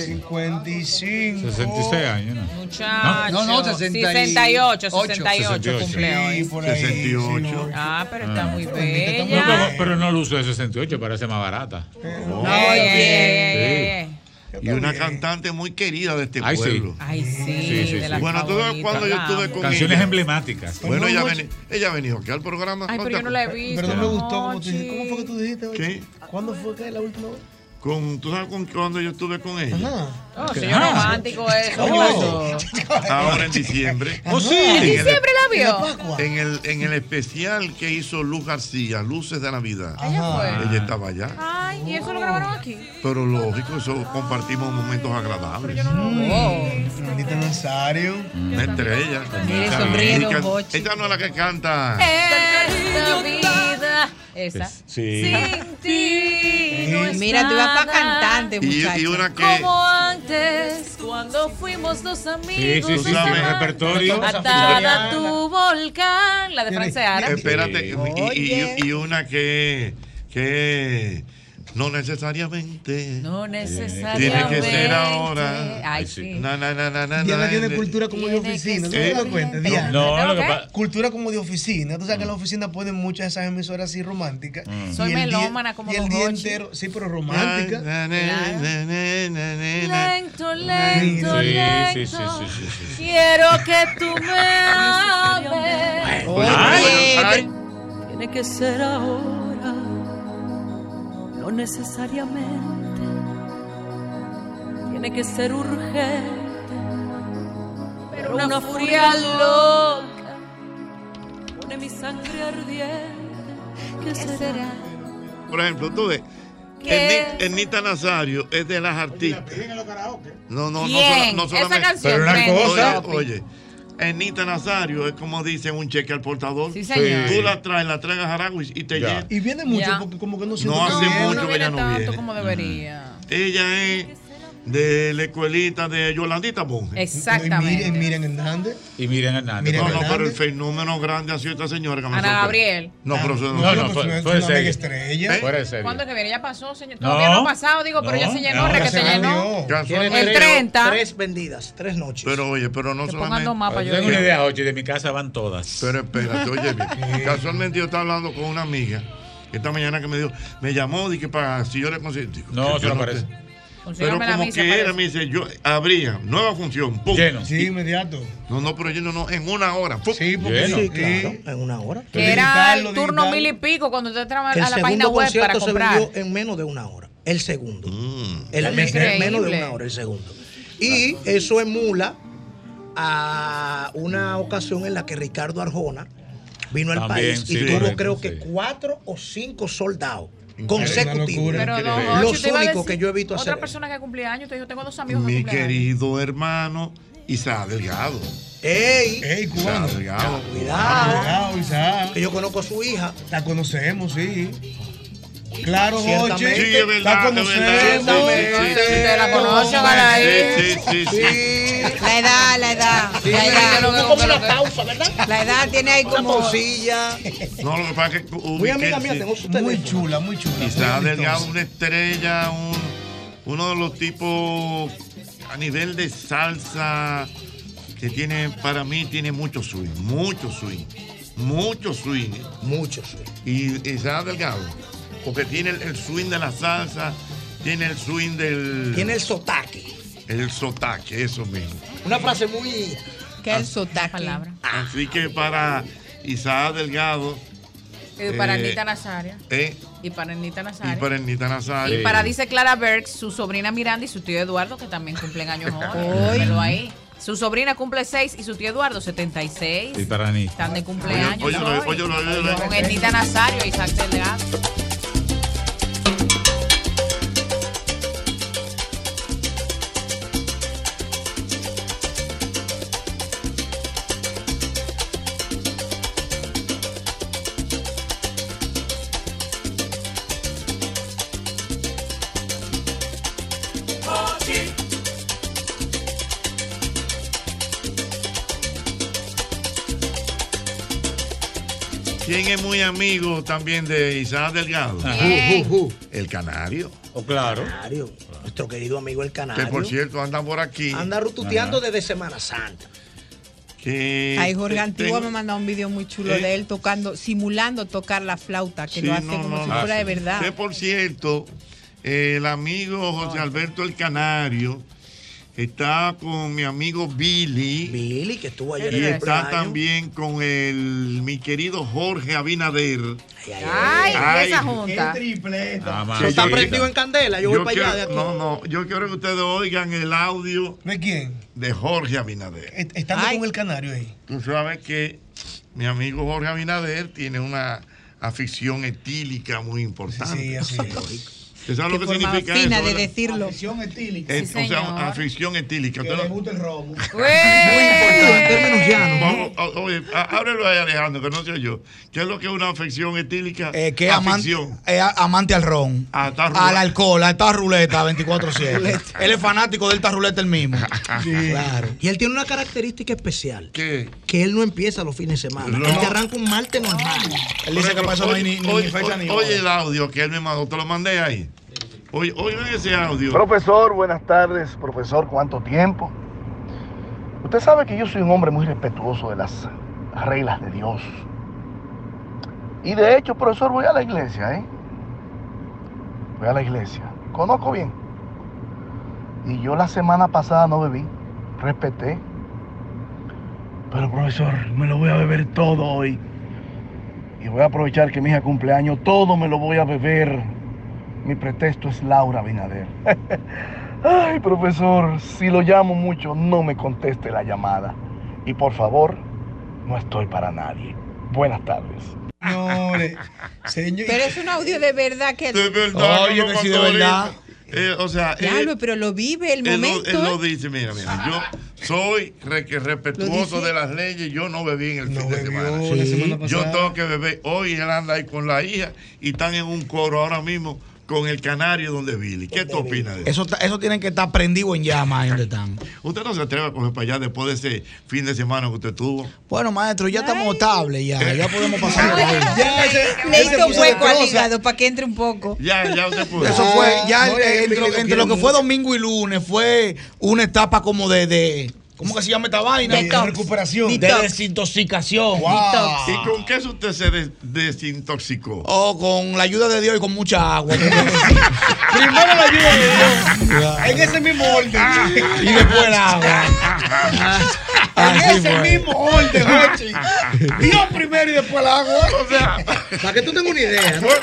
55.
66 años, ¿no?
Muchacho.
No, no,
68.
68,
68 cumple hoy.
Sí, por ahí.
68.
Ah, pero está muy
No,
bella.
pero, pero no lo uso de 68, parece más barata.
Ay, ay, ay, ay, ay.
Y una cantante muy querida de este
Ay, sí.
pueblo.
Ay, sí.
Sí, sí, de las
Bueno, tú sabes
favoritas,
cuando yo
la
estuve
amo.
con
Canciones
ella?
emblemáticas.
Bueno, ella,
Bueno,
veni- ella ha venido aquí al programa.
Ay,
¿no
pero
te
yo no la he
acuerdas?
visto.
Pero no me gustó como tú dijiste. ¿Cómo fue que tú dijiste? hoy?
¿Qué?
¿Cuándo fue que la última vez?
Con, ¿Tú sabes con cuando yo estuve con ella?
Oh,
¿Qué?
señor
Ah.
romántico
eh,
eso.
Oh. Ahora en diciembre.
Oh, sí. ¿En diciembre la vio?
En el, en el especial que hizo Luz García, Luces de Navidad.
Ella fue.
Ella estaba allá.
Ay, ¿y eso lo grabaron aquí?
Pero lógico, eso compartimos momentos agradables.
Anita Nazario.
Una estrella.
Mire,
Esta
sonríe,
chica-
don Bochi.
Esta no es la que canta.
Esta vida. Esa. Eh,
Sí.
Sin ti no es
Mira, tú vas pa'
nada.
cantante,
Y- y muchacho. una que-
Como antes, cuando fuimos dos amigos.
sí, sí,
nos
Ah,
sabes,
amamos.
repertorio.
Atada a tu volcán. La de
Tiene-
Francia Ara.
Espérate, y, y-
Oye.
y una que, que no necesariamente.
No
Tiene que
necesariamente.
ser ahora.
Ay, sí.
Na, na, na, na, na,
Diana
na,
tiene
de-
cultura como de oficina, ¿no te
Eh,
das cuenta?
no,
Diana?
no, lo que pa-
Cultura como de oficina. Tú sabes que en la oficina ponen muchas de esas emisoras así románticas.
Mm.
Y
Soy
el día-
melómana como
Y el
Don
día
Hochi.
entero, sí, pero romántica.
Na, na, na, na, na, na, na, na.
Lento, lento,
Sí,
lento.
sí, sí, sí, sí, sí.
Quiero que tú me ames.
pues,
Oye, Ay, ay.
Tiene que ser ahora. No necesariamente. Tiene que ser urgente. Pero una, furia loca. Pone mi sangre ardiente. ¿Qué, será?
Por ejemplo, tú ves. Erni- Ernita Nazario es de las artistas. No, no, no, sola-
¿Quién?
no
Esa
solamente.
canción, Pero una Brenda. cosa.
Oye, oye, Ernita Nazario es como dicen un cheque al portador.
Sí, señor.
Tú la traes, la traes a Jaraguis y te llevas.
Y viene mucho
Ya.
porque como que no se
No hace mucho
no
que
viene
ella no
tanto
viene.
como debería.
Ella es de la escuelita de Yolandita Monge. Mm.
Exactamente.
Miren Hernández.
Y Miriam Hernández.
no, no, pero el fenómeno grande ha sido esta señora que me
Ana
sorprende.
Gabriel.
No, pero eso no,
No, no, fue- fue
una ¿Eh?
serio.
mega
estrella.
Fuera de serie.
¿Cuándo es que viene? Ya pasó, señor. Todavía no ha pasado, digo, pero ya se llenó,
que
requete se llenó.
El
30.
Tres vendidas, tres noches.
Pero oye, pero no solamente.
dos mapas, yo
Tengo una idea, oye, de mi casa van todas.
Pero espérate, oye, bien. casualmente yo estaba hablando con una amiga Esta mañana que me dijo, me llamó, dije, para si yo le consigo. Digo,
No,
que
eso
yo
no aparece.
te- Pero
Consígame la
como
misa,
que era,
parece.
me dice, yo ah, abría, nueva función, pum.
Lleno.
Sí, inmediato. No, no, pero lleno no, en una hora. Sí,
porque sí, claro,
en una hora.
Que era el turno mil y pico cuando usted entraba a
El
la página
segundo
web para
concierto se
comprar.
vendió en menos de una hora. El segundo. El,
Es
me- el menos de
increíble.
una hora, el segundo. Y eso emula a una ocasión en la que Ricardo Arjona vino al
También,
país
sí,
y tuvo
correcto,
creo que cuatro o cinco soldados consecutivos.
Una locura. Pero, don Hochi,
Los
te iba a
únicos
decir,
que yo he visto hacer.
Otra persona que cumplía años, te dijo, tengo dos amigos que
Mi
cumplen años.
querido hermano Isaac Delgado.
¡Ey!
¡Ey, cubano! Isaac Delgado.
Cuidado.
Cuidado, Isaac.
Que yo conozco a su hija.
La conocemos, sí. Claro,
Ciertamente.
Joche.
Sí, es verdad,
La
es verdad.
conocemos.
Sí, sí, sí. Ustedes la conocen,
Galaí.
Sí, sí, sí.
La edad, la edad.
Sí,
la
sí,
edad.
sí, sí, sí.
Como
Sí,
una
sí.
pausa, ¿verdad? La edad tiene ahí
Una
como.
pausilla.
No, lo que pasa es que. uh,
Muy amiga mía, tengo su
Muy
chula, muy chula.
Isaac
muy
Delgado,
vistosa.
una estrella, un- uno de los tipos a nivel de salsa que tiene, para mí, tiene mucho swing, mucho swing, mucho swing. ¿eh?
Mucho swing.
Y Isaac Delgado, porque tiene el, el swing de la salsa, tiene el swing del.
Tiene el sotaque.
El sotaque, eso mismo.
Una frase muy.
¿Qué
Ah,
es el sotaque? Palabra.
Así que para Isaac Delgado.
Y para
eh,
Anita Nazaria.
eh,
Y para Anita Nazaria.
y para Ernita Nazario.
Y para dice Clara Berg, su sobrina Miranda y su tío Eduardo, que también cumplen
[LAUGHS]
años hoy.
Ay.
Velo ahí. Su sobrina cumple 6 y su tío Eduardo 76.
Y para Anita.
Están de cumpleaños.
Oye, oye,
hoy.
oye, oye, oye.
Con Ernita Nazario y Isaac Delgado.
¿Quién es muy amigo también de Isaac Delgado?
¿Quién? Ju, ju,
El canario.
Oh,
claro.
Canario, nuestro querido amigo el canario.
Que por cierto anda por aquí.
Anda rututeando
Ajá.
desde Semana Santa.
Que
Ay, Jorge
te-
Antigua me
tengo-
mandó un video muy chulo
Eh.
de él tocando, simulando tocar la flauta, que
Sí,
lo hace
no,
como
no,
si
no.
fuera de verdad.
Que por cierto, el amigo José Alberto el Canario está con mi amigo Billy.
Billy, que estuvo ayer
Y
de
está
cumpleaños.
también con el mi querido Jorge Abinader.
ay. Ay, esa
junta.
Ah,
Eso está prendido en candela. Yo voy para allá
quiero-
de aquí.
No, no, yo quiero que ustedes oigan el audio.
¿De quién? Eh.
De Jorge Abinader.
Estando con el canario ahí.
Tú sabes que mi amigo Jorge Abinader tiene una afición etílica muy importante.
Sí, así
¿Tú sabes lo que
forma
significa
fina
eso?
de
verdad?
decirlo.
Eh, o sea, afición etílica.
Que
Usted
le
no-
gusta el romo.
Vamos, o- oye, á- ábrelo ahí, Alejandro, que no sé yo. ¿Qué es lo que es una afección etílica?
Eh, que amante,
afición.
eh, a- amante al ron,
ruleta.
al alcohol, a esta
[LAUGHS]
ruleta 24-7.
Ruleta.
Él es fanático de esta ruleta el mismo.
Claro. Y él tiene una característica especial.
¿Qué?
Que él no empieza los fines de semana.
No.
Él te arranca un martes normal.
Él dice que para eso no hay ni, ni
Oye,
fecha ni
oye,
hora.
oye el audio que él me mandó, te lo mandé ahí. Oye, oye ese audio.
Profesor, buenas tardes. pues, Profesor, ¿cuánto tiempo? Usted sabe que yo soy un hombre muy respetuoso de las reglas de Dios. Y de hecho, profesor, voy a la iglesia, ¿eh? Voy a la iglesia. Conozco bien. Y yo la semana pasada no bebí. Respeté. Pero profesor, me lo voy a beber todo hoy. Y voy a aprovechar que mi hija cumpleaños. Todo me lo voy a beber. Mi pretexto es Laura Binader. [LAUGHS] Ay, profesor, si lo llamo mucho, no me conteste la llamada. Y por favor, no estoy para nadie. Buenas tardes.
[LAUGHS]
Señores, señor.
Pero es un audio de verdad que.
De verdad,
Oye,
no
que
lo
sí, de
mandó
verdad.
ahorita. Eh, o sea, él-
Claro, pero lo vive el
Él lo,
momento.
él
¿eh?
lo dice, mira, mira, yo soy re- que respetuoso de las leyes, yo no bebí en el fin de semana.
la semana
Yo
pasada.
tengo que beber. Hoy él anda ahí con la hija y están en un coro ahora mismo con el canario donde Billy. ¿Qué tú opinas de eso?
Eso, está- eso tienen que estar prendido en llamas ahí donde están.
Usted no se atreve a coger para allá después de ese fin de semana que usted tuvo.
Bueno, maestro, ya estamos estables, ya, ya podemos pasar.
Ya,
ese-
Le
ese
hizo
puso
hueco al
sabroso.
hígado para que entre un poco.
Ya, ya usted pudo.
Eso fue, ya
no,
eh,
ya,
entre,
yo
entre lo que
quiero
fue domingo y lunes, fue una etapa como de, de, ¿Cómo que se llama esta vaina?
Detox.
De recuperación.
Detox.
De desintoxicación. Wow.
¿Y con qué usted se des- desintoxicó?
O oh, con la ayuda de Dios y con
[LAUGHS]
mucha agua. Primero la ayuda de Dios. En ese mismo orden.
Ah.
Y después el agua.
[LAUGHS]
Así
en [LAUGHS] ese
fue.
mismo orden,
[LAUGHS]
Jochi. Dios primero y después el agua.
O sea,
para que tú tengas una idea.
Fue,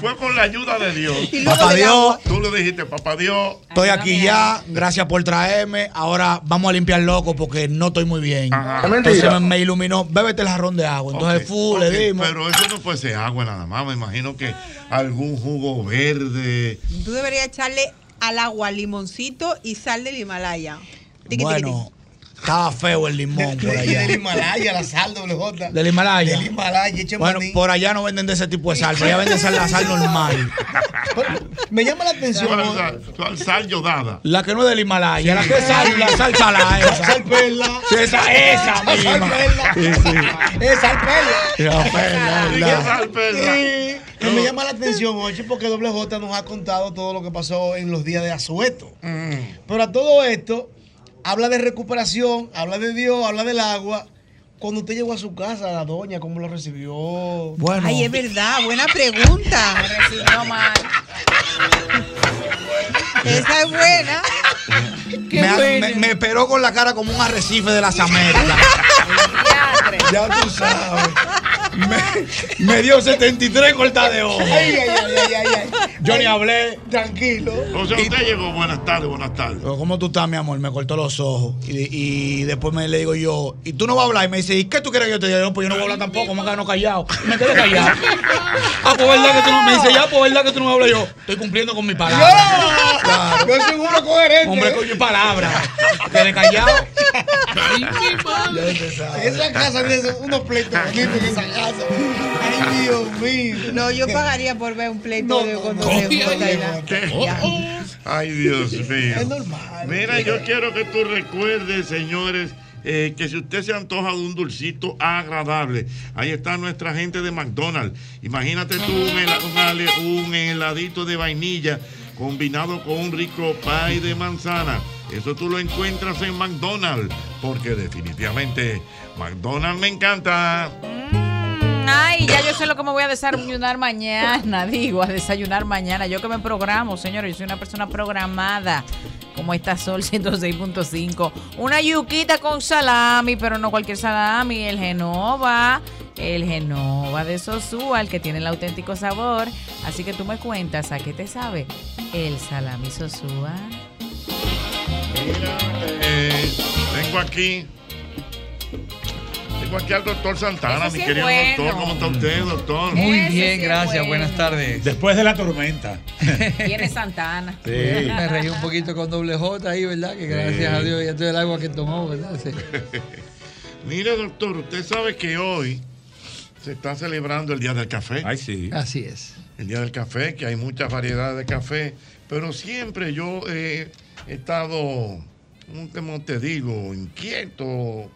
fue con la ayuda de Dios.
Y luego Papá del Dios. agua.
Tú le dijiste, papá Dios.
Estoy aquí ya, gracias por traerme. Ahora vamos a limpiar loco porque no estoy muy bien. Entonces
Mentira.
me, me iluminó, bébete el jarrón de agua. Entonces
Ok,
fu,
ok,
le dimos.
Pero eso no puede ser agua nada más. Me imagino que algún jugo verde.
Tú deberías echarle al agua limoncito y sal del Himalaya. Tiqui,
Bueno, estaba feo
[LAUGHS]
el limón por allá.
Del Himalaya, la sal doble J.
Del Himalaya.
Del Himalaya, eche
Bueno,
maní.
por allá no venden de ese tipo de sal, por allá venden sal, la sal
[LAUGHS]
normal.
Me llama la atención.
Sal, sal, sal yodada.
La que no es del Himalaya, la que es sal, la sal
[LAUGHS]
salada esa.
Sal perla.
Sí, esa, esa
La sal
misma.
perla.
Sí, sí.
Es sal perla.
La perla,
Sí,
la-
que es sal
perla.
Sí. Y Me llama la atención, Ochi, porque Doble J nos ha contado todo lo que pasó en los días de Azueto.
Mm.
Pero a todo esto, habla de recuperación, habla de Dios, habla del agua. Cuando usted llegó a su casa, la doña, ¿cómo lo recibió?
Bueno. Ay, es
verdad, buena
[LAUGHS]
pregunta. Esa es buena.
Me, me- me esperó con la cara como un arrecife de las Américas. ya tú sabes. Me, me dio 73 cortas de ojo.
Ay, ay, ay, ay, ay, ay.
Yo ni hablé.
Tranquilo.
O sea, usted llegó, buenas tardes, buenas tardes.
Pero, ¿Cómo tú estás, mi amor? Me cortó los ojos. Y, y después me le digo yo, ¿y tú no vas a hablar? Y me dice, ¿y qué tú quieres que yo te diga? Yo, pues yo no voy a hablar tampoco, me quedo callado. Me quedé callado. Ah, pues verdad que tú no me dice, ya, pues verdad que tú no me hablas yo. Estoy cumpliendo con mi palabra. Claro.
Yo soy uno coherente.
Hombre, coño, palabra. Quedé callado.
Esa casa tiene unos pleitos bonitos en esa casa. Ay, Dios mío.
No, yo pagaría por ver un pleito
No,
de
no,
con
no.
doble
Oye,
J y nada.
¿Qué?
Ya.
Oh,
Ay, Dios mío.
Es normal.
Mira, yo quiero que tú recuerdes, señores, eh, que si usted se antoja de un dulcito agradable, ahí está nuestra gente de McDonald's. Imagínate tú un, hela- un ale- un heladito de vainilla combinado con un rico pie de manzana. Eso tú lo encuentras en McDonald's, porque definitivamente McDonald's me encanta.
Ay, ya yo sé lo que me voy a desayunar mañana, [LAUGHS] digo, a desayunar mañana. Yo que me programo, señores, yo soy una persona programada, como esta Sol 106.5. Una yuquita con salami, pero no cualquier salami, el Genova, el Genova de Sosúa, el que tiene el auténtico sabor. Así que tú me cuentas, ¿a qué te sabe el salami
[LAUGHS]
Sosúa?
Eh, tengo aquí. Tengo aquí al doctor Santana,
Eso sí
mi
es
querido
bueno.
doctor. ¿Cómo está usted, doctor?
Muy bien, gracias. Buenas tardes. Después de la tormenta.
Tiene Santana.
Me reí un poquito con doble J ahí, ¿verdad? Que gracias
Sí.
a Dios ya todo el agua que tomó, ¿verdad? Sí.
[LAUGHS] Mire, doctor, usted sabe que hoy se está celebrando el Día del Café. Ay, sí.
Así es.
El Día del Café, que hay muchas variedades de café, pero siempre yo eh, he estado, ¿cómo te- cómo te digo? Inquieto,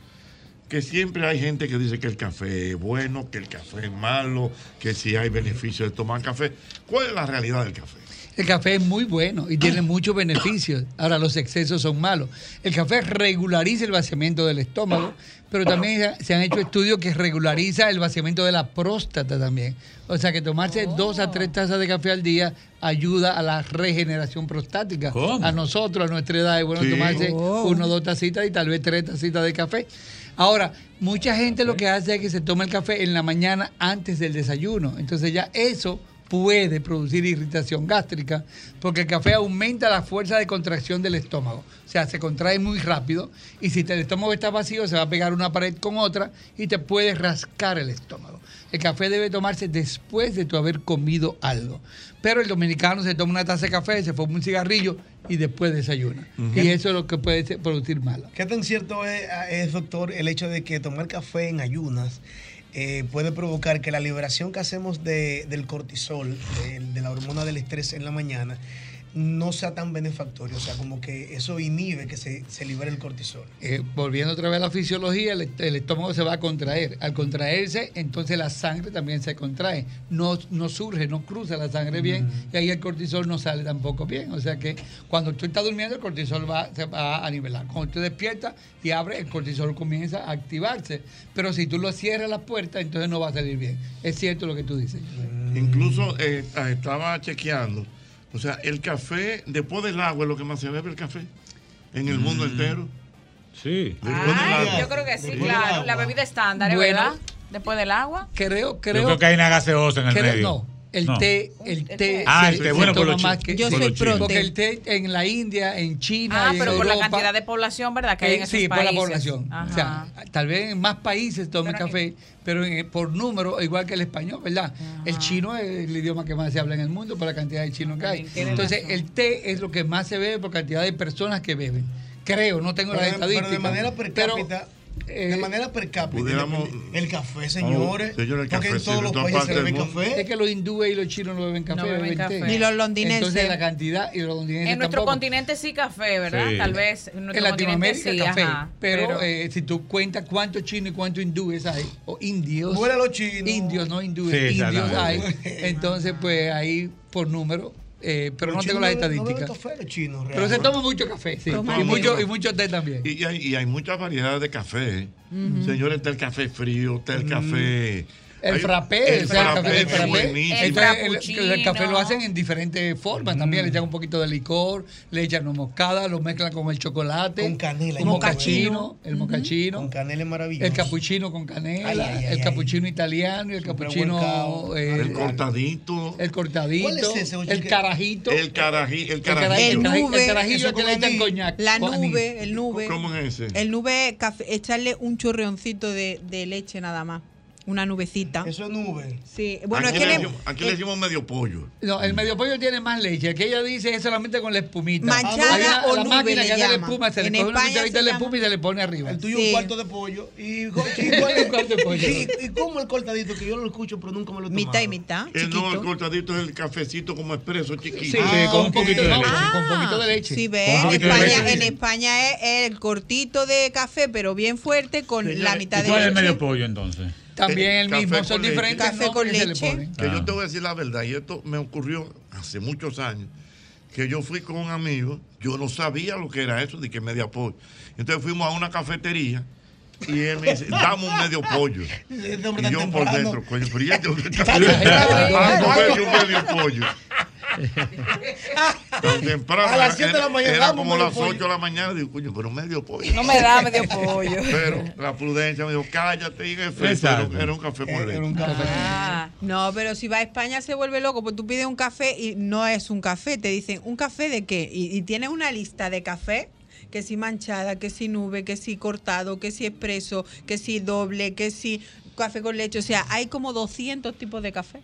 que siempre hay gente que dice que el café es bueno, que el café es malo, que si hay beneficio de tomar café. ¿Cuál es la realidad del café?
El café es muy bueno y
Ah.
tiene muchos beneficios. Ahora, los excesos son malos. El café regulariza el vaciamiento del estómago, pero también se- se han hecho estudios que regulariza el vaciamiento de la próstata también. O sea, que tomarse
Oh.
dos a tres tazas de café al día ayuda a la regeneración prostática. A nosotros, a nuestra edad, es bueno
Sí.
tomarse
Oh.
uno o dos tacitas y tal vez tres tacitas de café. Ahora, mucha gente lo que hace es que se toma el café en la mañana antes del desayuno. Entonces ya eso puede producir irritación gástrica porque el café aumenta la fuerza de contracción del estómago. O sea, se contrae muy rápido y si el estómago está vacío se va a pegar una pared con otra y te puede rascar el estómago. El café debe tomarse después de tu haber comido algo. Pero el dominicano se toma una taza de café, se fuma un cigarrillo y después desayuna.
Ujú.
Y eso es lo que puede ser- producir malo.
¿Qué tan cierto es, es, doctor, el hecho de que tomar café en ayunas eh, puede provocar que la liberación que hacemos de- del cortisol, del- de, la hormona del estrés en la mañana, no sea tan benefactorio, o sea, como que eso inhibe que se, se libere el cortisol.
Eh, volviendo otra vez a la fisiología, el, est- el estómago se va a contraer. Al contraerse, entonces la sangre también se contrae. No, no surge, no cruza la sangre bien y ahí el cortisol no sale tampoco bien. O sea que cuando tú estás durmiendo, el cortisol va, se va a nivelar. Cuando tú despiertas y abres, el cortisol comienza a activarse. Pero si tú lo cierras la puerta, entonces no va a salir bien. Es cierto lo que tú dices.
Incluso eh, ah, estaba chequeando. O sea, el café, después del agua, es lo que más se bebe el café en el mundo entero.
Sí.
Ay, yo creo que sí, claro. La bebida estándar, ¿eh,
Bueno.
¿verdad? Después del agua.
Creo,
Yo creo que hay una gaseosa en el
Creo-
medio.
no, el
No.
té, el té.
Ah,
se-
el té,
se
bueno, por
toma
los
más
chi-
que-
Yo por soy los chinos. pro
Porque
té.
el té en la India, en China.
Ah,
en
pero por la
Europa,
cantidad de población, ¿verdad? Que hay en
eh,
esos
sí, por la
países.
población.
Ajá.
O sea, tal vez en más países tome café, pero en- eh, por número, igual que el español, ¿verdad? El chino es el idioma que más se habla en el mundo por la cantidad de chinos que hay.
tiene
Entonces,
razón.
el té es lo que más se bebe por cantidad de personas que beben. Creo, no tengo
Pero
las
de- pero de
estadísticas.
manera per
pero,
cápita,
eh,
de manera per cápita,
pudiéramos-
el café, señores,
señores, el
porque
café
en todos
sirve
los
Oh, en todas
países se
partes del
bebe
mundo.
café.
Es que los hindúes y los chinos no beben café.
No beben
beben té.
café. Ni los londinenses.
Entonces la cantidad y los londinenses
En nuestro
tampoco.
continente sí café, ¿verdad?
Sí.
Tal vez. En, nuestro
en Latinoamérica
continente sí,
café.
ajá,
pero eh, si tú cuentas cuántos chinos y cuántos hindúes hay, o indios.
Huele a los chinos.
Indios, no
Sí,
hindúes. indios hay.
exactamente.
Entonces, pues ahí por número, eh, pero
Los
no tengo las
chinos no beben- no
estadísticas.
beben café, los chinos,
pero se
realmente.
toma mucho café, sí. Y mucho, y mucho té también.
Y hay, y hay muchas variedades de café.
Ujú. Mm.
Señores, está el café frío, está el café.
El
Hay-
frappé,
el
o sea, el
frappé,
café, el
que es
frappé.
buenísimo. Mm.
Entonces, el- el, café lo hacen en diferentes formas también. Le echan un poquito de licor, le echan una moscada, lo mezclan con el chocolate. Con
canela.
El
Con
mocachino.
canela.
El mocachino.
Con canela es maravilloso.
El capuchino con canela,
Ay, ay, ay,
el
ay.
capuchino italiano y el capuchino.
buen
eh,
Ah, El cortadito.
El cortadito.
¿Cuál es ese, oye,
el
que-
carajito.
El carajillo. El
caraji-
carajillo.
el caraji- el carajillo
eso
es que le
con
echan
anís.
coñac,
La
con anís.
nube, el nube.
¿Cómo es ese?
El nube, café, echarle un chorreoncito de, de leche nada más. Una nubecita.
Eso es nube.
Sí, bueno, es
aquí
que
le,
le-
decimos- aquí le decimos medio pollo.
No, el medio pollo tiene más leche. El que ella dice es solamente con la espumita.
Manchada
Hay una-
o
la
nube
máquina
le
que hace la
llaman.
espuma, se le
En
pone una
España se
cucharadita de la
llama-
espuma y se le pone arriba.
El tuyo
Sí.
un cuarto de pollo y,
[LAUGHS]
y,
Un cuarto de pollo.
y- y como el cortadito que yo lo escucho pero nunca me lo he tomado.
Mitad y mitad,
El Eh, no, el cortadito es el cafecito como expreso chiquito.
Ah, Sí, Ah, con un ok. poquito de leche,
con un poquito de
leche.
Ah. Sí, ve,
Con un
en
poquito de
España,
leche.
en España es el cortito de café, pero bien fuerte, con la mitad de
¿Cuál es el
leche.
medio pollo entonces?
También el
Café
mismo,
con
son
leche.
diferentes
Café con
nombres que se
leche.
le ponen.
Que
Ah.
yo te voy a decir la verdad, y esto me ocurrió hace muchos años, que yo fui con un amigo, yo no sabía lo que era eso, de que media pollo. Entonces fuimos a una cafetería y él me dice, dame un medio
[LAUGHS]
pollo.
Este hombre
Y
tan
yo por
temprano.
dentro, coño, pero ¿y este hombre está
Está temprano.
[LAUGHS] Ah, no, pero yo un medio pollo. Tan temprano.
A las siete de la
era-
mañana,
Era
dame un
como
medio
las
pollo.
8 de la mañana, digo, coño, pero medio pollo.
No me da medio pollo.
[LAUGHS] Pero la prudencia me dijo, cállate, y en efecto, era,
Exacto.
un- era un café con leche.
Ah, no, pero si va a España se vuelve loco, porque tú pides un café y no es un café, te dicen, ¿un café de qué? Y, y tienes una lista de café, que si manchada, que si nube, que si cortado, que si expreso, que si doble, que si café con leche, o sea, hay como 200 tipos de café.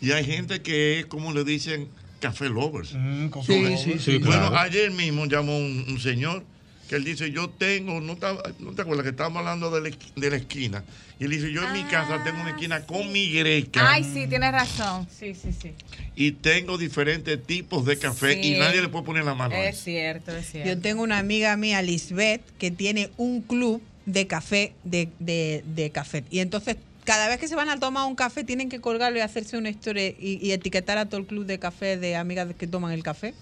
Y hay gente que es como le dicen café lovers.
café
Son-
lovers. sí, sí, sí,
Bueno,
claro.
ayer mismo llamó un, un señor que él dice, yo tengo, no, estaba- no te acuerdas que estábamos hablando de la, esqui- de la esquina. Y él dice, yo en mi casa tengo una esquina con mi greca
Ay, sí, tienes razón. Sí, sí, sí.
y tengo diferentes tipos de café
Sí.
y nadie le puede poner la mano. a
Es
eso.
cierto, es cierto.
Yo tengo una amiga mía, Lisbeth, que tiene un club de café, de, de, de café. Y entonces, cada vez que se van a tomar un café, tienen que colgarlo y hacerse una historia y, y etiquetar a todo el club de café de amigas que toman el café.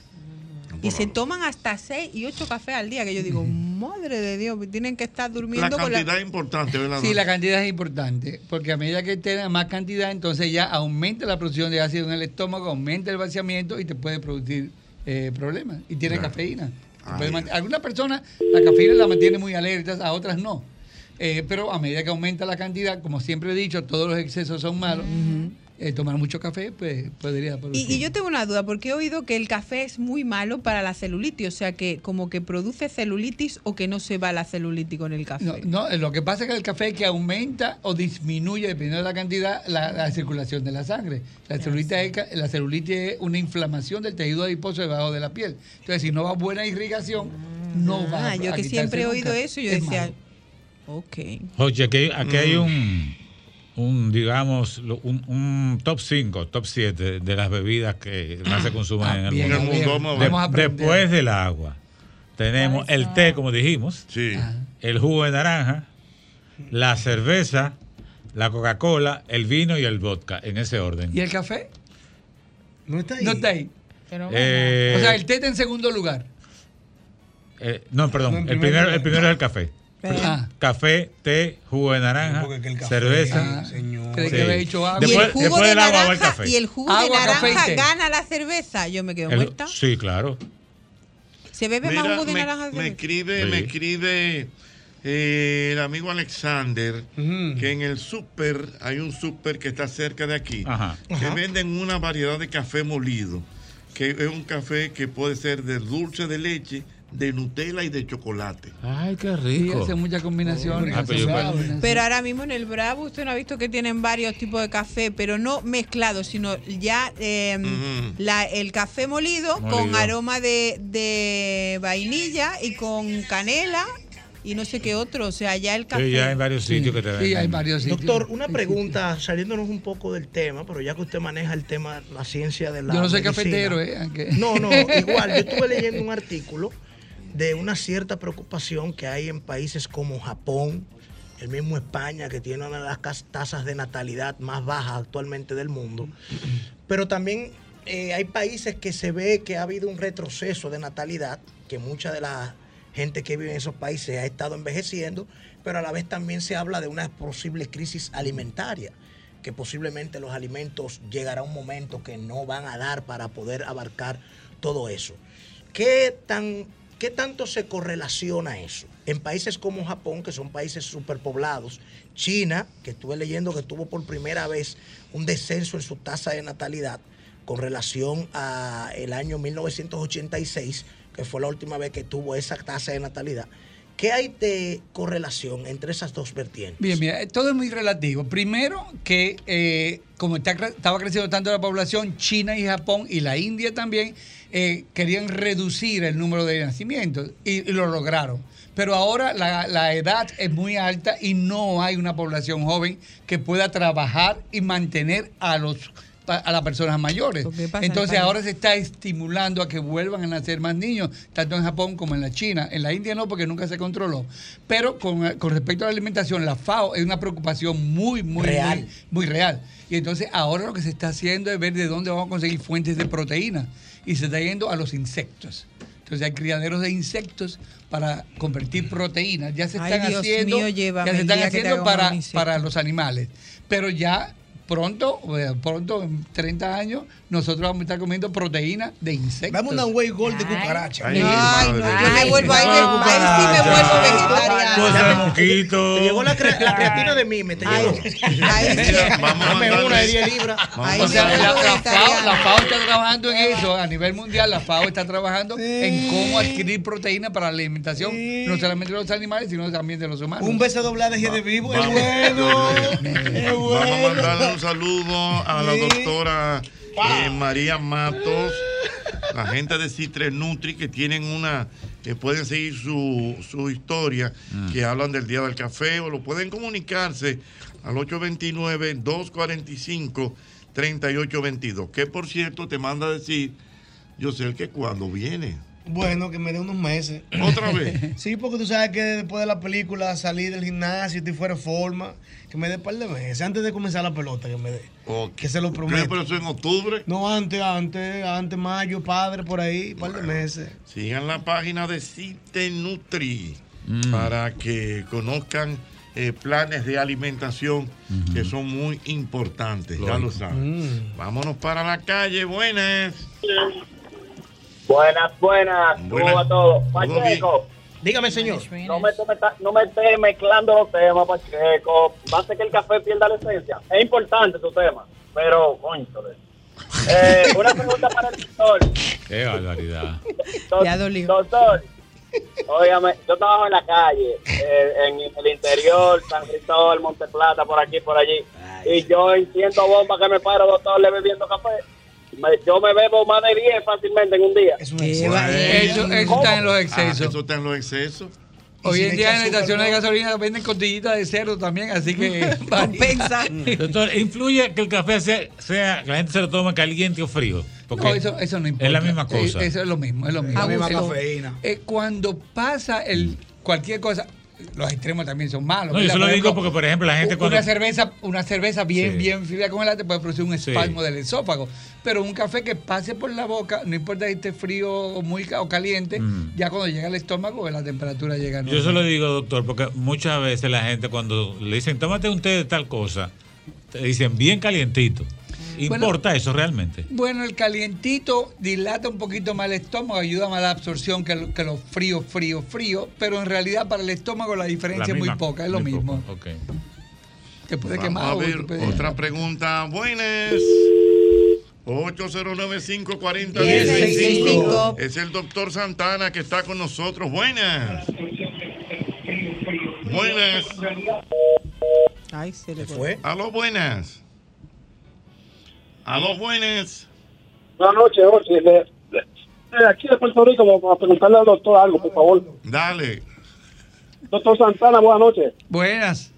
Y se toman hasta seis y ocho cafés al día, que yo digo, madre de Dios, tienen que estar
La
durmiendo con
cantidad
la...
es importante, ¿verdad?
Sí, la cantidad es importante, porque a medida que tenga más cantidad, entonces ya aumenta la producción de ácido en el estómago, aumenta el vaciamiento y te puede producir eh, problemas. Y tiene
Claro.
cafeína. Te
Ah,
puede
mira.
mant- Algunas personas la cafeína la mantiene muy alertas, a otras no. Eh, pero a medida que aumenta la cantidad, como siempre he dicho, todos los excesos son malos. Eh, tomar mucho café pues, podría producir.
Y, y yo tengo una duda, porque he oído que el café es muy malo para la celulitis, o sea que como que produce celulitis o que no se va la celulitis con el café.
No, no, eh, lo que pasa es que el café es que aumenta o disminuye, dependiendo de la cantidad, la, la circulación de la sangre. La celulitis, es, ca- la celulitis es una inflamación del tejido adiposo debajo de la piel. Entonces, si no va buena irrigación, no va
Ah,
a-
yo
a
que
quitarse
siempre he oído
nunca.
eso, yo
Es
decía,
malo.
ok.
Mm.
Oye, aquí, aquí hay un un, digamos, lo- un, un top 5, top 7 de las bebidas que más se consumen en el
bien,
mundo.
bien. Vamos a
De-
aprender.
después del agua, tenemos el té, como dijimos, Ah. el jugo de naranja, la cerveza, la Coca-Cola, el vino y el vodka, en ese orden.
¿Y el café?
No está ahí.
No está ahí.
Eh,
o sea, el té está en segundo lugar.
Eh, no, perdón,
No, en
el,
primer
primero,
lugar.
el primero es el café.
Ah.
Café, té, jugo de naranja,
porque es que el café,
cerveza.
ah, señor.
Sí.
Creí que había dicho agua.
Después,
y el jugo
después
de
del agua va el
naranja,
café.
y el jugo
Agua,
de
café y
naranja
té.
gana la cerveza. Yo me quedo
El-
muerta.
sí, claro.
Se bebe más
Mira,
jugo de
me,
naranja. que
me
cerveza.
escribe,
Sí.
me escribe eh, el amigo Alexander que en el súper hay un súper que está cerca de aquí
Ajá.
que
Ajá.
venden una variedad de café molido que es un café que puede ser de dulce de leche, de Nutella y de chocolate.
Ay, qué
rico. Y hace muchas combinaciones.
Ah, pero yo-
Pero ahora mismo en el Bravo usted no ha visto que tienen varios tipos de café, pero no mezclados, sino ya eh,
Ujú.
la- el café molido, con
Molido.
aroma de, de vainilla y con canela y no sé qué otro. O sea, ya el café...
Sí, ya hay varios sitios que te venden.
Doctor, una pregunta, saliéndonos un poco del tema, pero ya que usted maneja el tema, la ciencia de la.
Yo no soy
medicina.
cafetero, ¿eh? Aunque- [LAUGHS]
No, no, igual. Yo estuve leyendo un artículo de una cierta preocupación que hay en países como Japón, el mismo España, que tiene una de las cas- tasas de natalidad más bajas actualmente del mundo. Pero también eh, hay países que se ve que ha habido un retroceso de natalidad, que mucha de la gente que vive en esos países ha estado envejeciendo, pero a la vez también se habla de una posible crisis alimentaria, que posiblemente los alimentos llegará un momento que no van a dar para poder abarcar todo eso. ¿Qué, tan, qué tanto se correlaciona eso? En países como Japón, que son países superpoblados, China, que estuve leyendo que tuvo por primera vez un descenso en su tasa de natalidad con relación a el año 1986, que fue la última vez que tuvo esa tasa de natalidad. ¿Qué hay de correlación entre esas dos vertientes?
Bien, mira, eh, todo es muy relativo. Primero, que eh, como está cre- estaba creciendo tanto la población, China y Japón y la India también eh, querían reducir el número de nacimientos y, y lo lograron. Pero ahora la, la edad es muy alta y no hay una población joven que pueda trabajar y mantener a los pa- a las personas mayores.
pasa en
Entonces
España?
ahora se está estimulando a que vuelvan a nacer más niños, tanto en Japón como en la China. En la India no, porque nunca se controló. Pero con, con respecto a la alimentación, la FAO es una preocupación muy, muy
Real.
Muy, muy real. Y entonces ahora lo que se está haciendo es ver de dónde vamos a conseguir fuentes de proteína. Y se está yendo a los insectos. Entonces hay criaderos de insectos para convertir proteínas. Ya se
Ay,
están
Dios
haciendo,
mío, llévame
ya se
el
están
día que te
haciendo
hagan
para,
un insecto.
para los animales. Pero ya pronto, eh, pronto, en 30 años, nosotros vamos a estar comiendo proteína de insectos. Vamos a dar un
way gold de cucaracha.
Ay, Ay, no, yo me vuelvo ahí,
no,
me- ahí sí me vuelvo
cucaracha.
vegetariana.
Cosa de mosquito.
Te llegó la, cre- la creatina de mime, te llegó.
Mira, vamos a
Dame
mandarle-
una de 10 libras.
Ahí o sea, la, la FAO, la FAO está trabajando en eso a nivel mundial. La FAO está trabajando en cómo adquirir proteína para la alimentación, no solamente de los animales, sino también de los
Ah,
humanos.
Un beso doblado de vivo. Es
vamos.
[LAUGHS]
bueno.
Vamos a mandarle un saludo a la doctora eh, María Matos, la gente de Citre Nutri que tienen una, que pueden seguir su, su historia, que hablan del Día del Café o lo pueden comunicarse al 829-245-3822. Que por cierto te manda a decir, yo sé el que cuando viene.
Bueno, que me dé unos meses.
¿Otra vez?
[LAUGHS] Sí, porque tú sabes que después de la película salí del gimnasio, estoy fuera de forma. Que me dé un par de meses. Antes de comenzar la pelota, que me dé. Que se lo prometo.
¿Pero eso en octubre?
No, antes, antes, antes, mayo, padre, por ahí, un par de meses.
Sigan la página de Cite Nutri para que conozcan eh, planes de alimentación que son muy importantes. Ya lo
Mm.
saben. Vámonos para la calle. Buenas.
Buenas, buenas. ¿Cómo va todo? Pacheco.
Dígame, señor.
No me, tome ta- no me esté mezclando los temas, Pacheco. Va a hacer que el café pierda la esencia. Es importante tu tema, pero, coño. Eh, una pregunta para el doctor.
Qué
[LAUGHS]
barbaridad.
Doc- Doctor, óigame, yo trabajo en la calle, eh, en el interior, San Cristóbal, Monteplata, por aquí, por allí. Y yo enciendo bomba que me paro, doctor, le bebiendo café. Me- yo me bebo más de 10 fácilmente en un día.
Eso, eso está en los excesos.
Ah, eso está en los excesos.
Y
Hoy
si
en
le
día
echas
en la
azúcar,
estación de
no.
gasolina venden costillitas de cerdo también, así
[LAUGHS]
que compensa.
Doctor, ¿influye que el café sea, sea- que la gente se lo tome caliente o frío? Porque
No, eso, eso no importa.
Es la misma
Eh,
cosa.
Eso es lo mismo, es lo mismo.
la misma
Eso-
cafeína.
eh, cuando pasa el cualquier cosa, los extremos también son malos.
No, yo
Mira,
se lo
por
digo
ejemplo,
porque, por ejemplo, la gente
u-
cuando-
Una cerveza, una cerveza bien,
Sí.
bien fría congelada te puede producir un espasmo del esófago. Pero un café que pase por la boca, no importa si esté frío o muy ca- o caliente,
Mm.
ya cuando llega al estómago, la temperatura llega. a
Yo se lo digo, doctor, porque muchas veces la gente cuando le dicen, tómate un té de tal cosa, te dicen bien calientito.
Bueno.
¿Importa eso realmente?
Bueno, el calientito dilata un poquito más el estómago, ayuda más a la absorción que lo, que lo frío, frío, frío, pero en realidad para el estómago la diferencia
La
es
misma-
muy poca, es lo
muy
mismo.
Ok.
Te puede
Vamos
quemar
a
o
ver
te
[LAUGHS]
puede-
otra pregunta. Buenas. 809-540-1065.
1065.
Es el doctor Santana que está con nosotros. Buenas. Buenas.
Ay, se le
fue. A los buenas. A los buenas.
Buenas noches, Jorge. De, de- de Eh, aquí de Puerto Rico, como para preguntarle al doctor algo, por favor.
Dale.
Doctor Santana, buenas noches.
Buenas.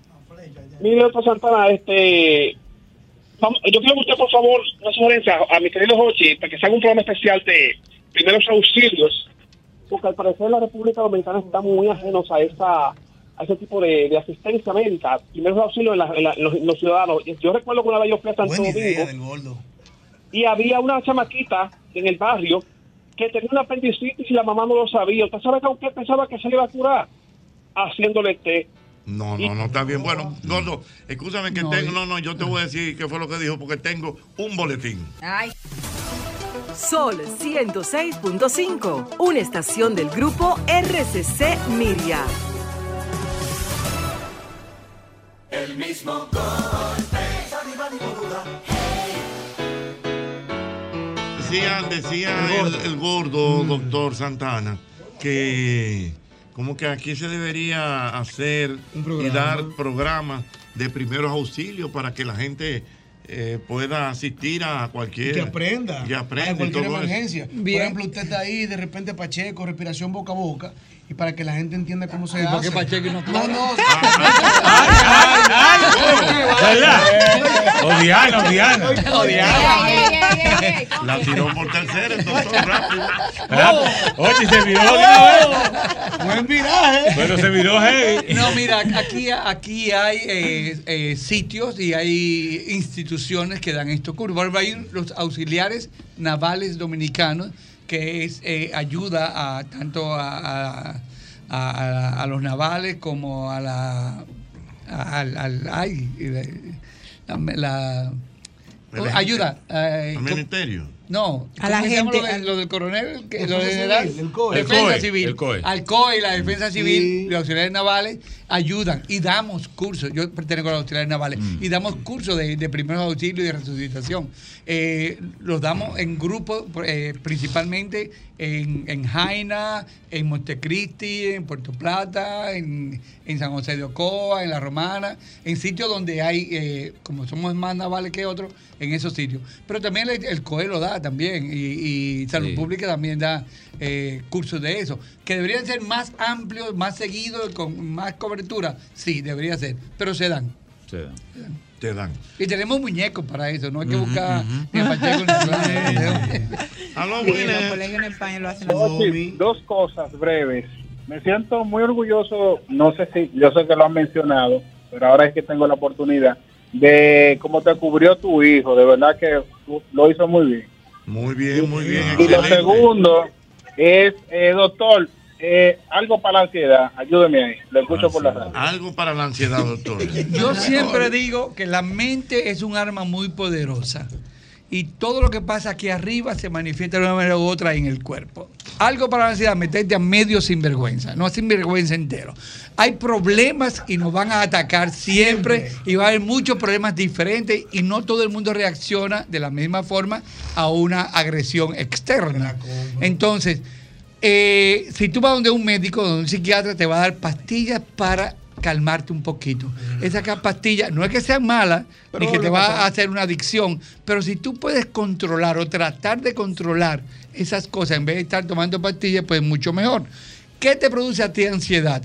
Mire, doctor Santana, este. vamos- Yo quiero que usted, por favor, una sugerencia a mi querido Jorge, para que se haga un programa especial de primeros auxilios, porque al parecer la República Dominicana está muy ajenos a esa a ese tipo de, de asistencia médica, primeros auxilios en, la- en la- en los, en los ciudadanos. Yo recuerdo que una vez yo fui a Santo
Buena idea
Domingo
del gordo.
y había una chamaquita en el barrio que tenía una apendicitis y la mamá no lo sabía. ¿Usted sabe que usted pensaba que se le iba a curar? Haciéndole té.
No, no, no, está bien. Bueno, Gordo, escúchame que tengo. No, no, yo te voy a decir qué fue lo que dijo porque tengo un boletín.
Ay. Sol 106.5, una estación del grupo RCC Miria.
El mismo golpe. Body, body, body, body.
Decía, decía el, el gordo, Mm. doctor Santana, que como que aquí se debería hacer y dar programas de primeros auxilios para que la gente eh, pueda asistir a cualquier...
Que aprenda.
Que aprenda.
Para
y
cualquier
todo eso.
emergencia. Por ejemplo, usted está ahí, de repente Pacheco, respiración boca a boca, y para que la gente entienda cómo se
¿Y por
hace.
qué Pacheco y no
No, no.
Ah, ah,
¿Verdad? O Oh, Diana, o Diana.
La tiró por tercera, entonces rápido.
Rápido. Oye, se viró de una
vez. Oh. Buen viraje.
Bueno, se viró heavy.
No, mira, aquí, aquí hay eh, eh, sitios y hay instituciones que dan esto. curso. Por ejemplo, Hay los auxiliares navales dominicanos que es eh, ayuda a tanto a, a- a- a los navales como a la a- al, al- ay, la- la- la- ayuda eh,
Al ministerio.
no,
A la
¿cómo se llama
gente,
Lo, de- lo del coronel, que-
Defensa
lo del general.
civil, el COE.
Defensa
El COE,
civil.
el COE.
Al COE y la defensa civil, los auxiliares navales ayudan y damos cursos. Yo pertenezco a los auxiliares navales
Mm.
y damos cursos de, de primeros auxilios y de resucitación. Eh, los damos en grupos, eh, principalmente en, en Jaina, en Montecristi, en Puerto Plata, en, en San José de Ocoa, en La Romana, en sitios donde hay, eh, como somos más navales que otros, en esos sitios. Pero también el, el COE lo da también y, y Salud
Sí.
Pública también da eh, cursos de eso. Que deberían ser más amplios, más seguidos, con más cobertura. Sí, debería ser, pero se dan.
Te dan.
Te dan.
Y tenemos muñecos para eso, no hay que
Ujú,
buscar
ujú.
ni a Pacheco ni
[LAUGHS]
a Fulano.
Sí, los colegios en España lo hacen así.
Ochi, dos cosas breves. Me siento muy orgulloso, no sé si, yo sé que lo han mencionado, pero ahora es que tengo la oportunidad de cómo te cubrió tu hijo, de verdad que tú lo hizo muy bien.
Muy bien, muy bien.
Y lo
excelente.
segundo es, eh, doctor, eh, algo para la ansiedad, ayúdeme ahí, lo escucho por la radio.
Algo para la ansiedad, [LAUGHS] doctor.
[LAUGHS] Yo siempre digo que la mente es un arma muy poderosa y todo lo que pasa aquí arriba se manifiesta de una manera u otra en el cuerpo. Algo para la ansiedad, meterte a medio sinvergüenza, no a sinvergüenza entero. Hay problemas y nos van a atacar siempre y va a haber muchos problemas diferentes y no todo el mundo reacciona de la misma forma a una agresión externa. Entonces, eh, si tú vas donde un médico, donde un psiquiatra, te va a dar pastillas para calmarte un poquito. Esas ca- pastillas no es que sean malas, ni que te va a hacer una adicción, pero si tú puedes controlar o tratar de controlar esas cosas en vez de estar tomando pastillas, pues mucho mejor. ¿Qué te produce a ti ansiedad?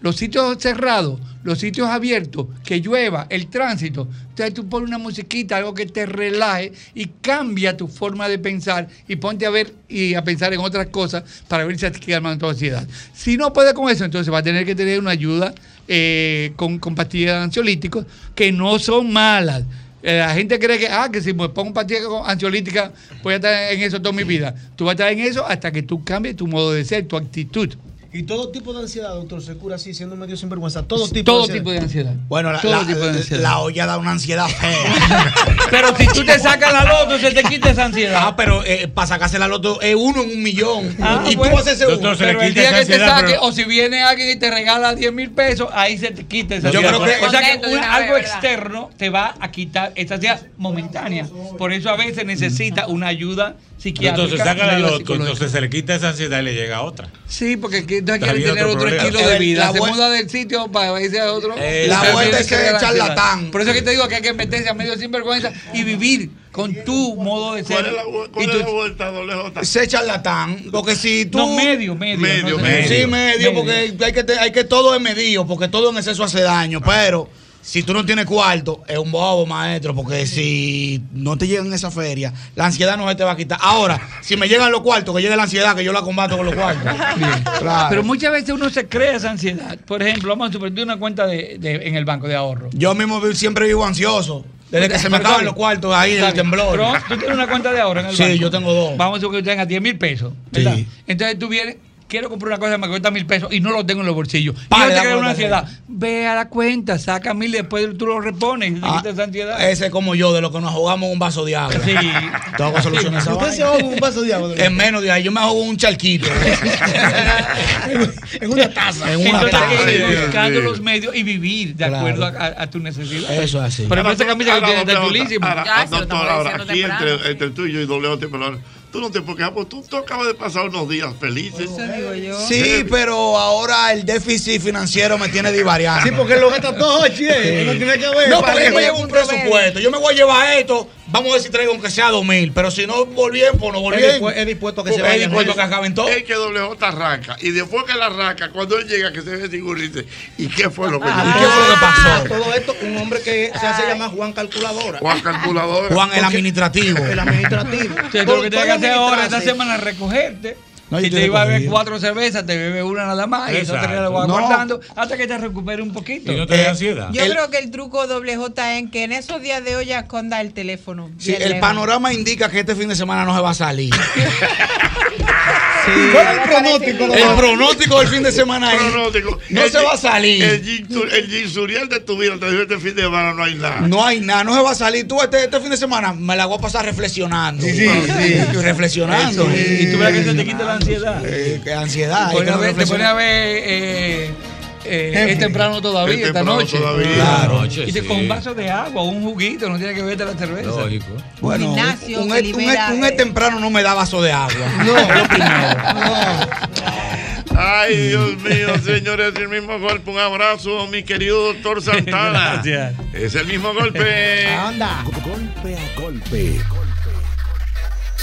los sitios cerrados, los sitios abiertos, que llueva, el tránsito. Entonces tú pones una musiquita, algo que te relaje y cambia tu forma de pensar y ponte a ver y a pensar en otras cosas para ver si te calma tu ansiedad. Si no puedes con eso, entonces va a tener que tener una ayuda eh, con, con pastillas ansiolíticos que no son malas. Eh, La gente cree que, ah, que si me pongo pastillas con- ansiolíticas voy a estar en eso toda mi vida. Tú vas a estar en eso hasta que tú cambies tu modo de ser, tu actitud.
Y todo tipo de ansiedad, doctor, se cura así, siendo medio sinvergüenza. Todo tipo
Todo
de ansiedad.
tipo de ansiedad.
Bueno, la,
Todo
ah, la-
tipo de
la-
ansiedad.
la olla da una ansiedad fea.
Pero si tú te sacas la loto, se te quita esa ansiedad.
Ah, pero eh, para sacarse la loto es uno en un millón. y tú haces ese uno.
Ah, pero el día que te saque, o si viene alguien y te regala 10 mil pesos, ahí se te quita esa
Yo
ansiedad.
creo que-
o sea que
Contento de
un-
una vez,
algo
¿verdad?
externo te va a quitar esa ansiedad momentánea. Por eso a veces necesita una ayuda psiquiátrica.
Entonces saca
una
la
ayuda
loto,
psicológica.
entonces se le quita esa ansiedad y le llega otra.
Sí, porque que- entonces
Está
quiere
bien,
tener
otro
otro
problema.
estilo de
Eh,
vida.
la
Se
vuel-
muda del sitio para irse a otro.
Eh,
Entonces
la vuelta
tiene
es ser
crear
charlatán.
ansiedad. Por eso que te digo que hay que meterse a medio sinvergüenza y vivir con tu modo de ser.
¿Cuál es la, vu- cuál
Y
es
tu-
la vuelta, doble J?
Sé charlatán, porque si tú...
No, medio, medio.
Medio,
no sé.
medio.
Sí, medio,
Medio.
porque hay que, te- hay que todo es medido, porque todo en exceso hace daño,
Ah.
pero... Si tú no tienes cuarto, es un bobo, maestro, porque si no te llegan esa feria, la ansiedad no se te va a quitar. Ahora, si me llegan los cuartos, que llegue la ansiedad, que yo la combato con
[LAUGHS]
los cuartos. [LAUGHS] Claro.
Pero muchas veces uno se crea esa ansiedad. Por ejemplo, vamos a suponer una cuenta de, de- en el banco de ahorro.
Yo mismo vi- siempre vivo ansioso, desde que se me acaban los cuartos ahí,
Está
el
bien.
temblor.
Pero tú tienes una cuenta de ahorro en el
Sí,
banco.
yo tengo dos.
Vamos a suponer que tú tengas 10 mil pesos. ¿verdad? Entonces tú vienes, quiero comprar una cosa que me cuesta mil pesos y no lo tengo en los bolsillos. Y
Vale,
yo te
dame
crea una
otra
ansiedad. Ve a la cuenta, saca mil y después tú lo repones. y te
Ah,
quitas esa ansiedad.
Ese es como yo, de lo que nos ahogamos en un vaso de agua.
Sí.
Tengo que solucionar esa
Usted
vaina.
se ahoga en un vaso de agua.
En menos de ahí, yo me ahogo en
[LAUGHS]
un charquito. en una taza. En una
Entonces
taza.
hay que ir buscando
Sí.
los medios y vivir de
Claro.
acuerdo a, a- a tu necesidad.
Eso es así.
Por ejemplo,
Ahora,
esa camisa que
ahora,
tienes está
doctor,
chulísima.
ahora, doctor, ahora, aquí entre, entre tú y yo y doble J, pero ahora, tú no te porque pues, tú, tú acabas de pasar unos días felices.
Sí, pero ahora el déficit financiero me tiene divariando.
Sí, porque lo gasta todo, che. No tiene que ver.
No,
Para
porque
que
yo me
vea
llevo un
un promedio.
presupuesto. Yo me voy a llevar esto. Vamos a ver si traigo aunque sea dos mil. Pero si no volvieron, pues no
Es
volvieron.
dispu- es
dispuesto
Porque
Es dispuesto a que acaben todo.
Es que doble J arranca. Y después que la arranca, cuando él llega, que se ve seguro, dice, Ah. ¿y qué fue lo que yo hice? Ah,
A todo esto, un hombre que se hace llamar Juan Calculadora.
Juan Calculadora.
Juan el administrativo.
El administrativo.
Entonces, tú lo que tienes que hacer ahora esta semana es recogerte.
No, yo
si
estoy
te iba a beber
recogido.
cuatro cervezas, te bebe una nada más y eso te
Exacto.
la vas
No.
guardando hasta que te recupere un poquito.
Y no te dé ansiedad.
Yo creo que el truco doble J es que en esos días de hoy ya esconda el teléfono.
Sí,
bien
el
lejos.
panorama indica que este fin de semana no se va a salir.
¿Cuál es el pronóstico?
El pronóstico del fin de semana es.
Pronóstico.
No
El
se
Gi-
va a salir.
El Gin- el Ginsuriel de tu vida, te dijo este fin de semana no hay nada.
No hay nada, no se va a salir. Tú este, este fin de semana me la voy a pasar reflexionando. Sí, sí, Reflexionando.
Y tú ves que se te quita la ansiedad.
Qué ansiedad.
Te
Ah, hay
pone
que
a ver, te pone
reflexionar.
a ver eh, eh, es temprano todavía,
Es
esta
temprano
noche.
todavía.
Claro.
Noche,
y te,
sí.
con un vaso de agua, un juguito, no tiene que verte la cerveza.
Lógico. Bueno, un,
Gimnasio
un-
que
un-
libera, eh,
un- un- temprano no me da vaso
[LAUGHS]
de agua.
Ay, Dios mío, señores, el mismo golpe. Un abrazo, mi querido doctor Santana.
Gracias.
Es el mismo golpe.
Anda.
Golpe a golpe.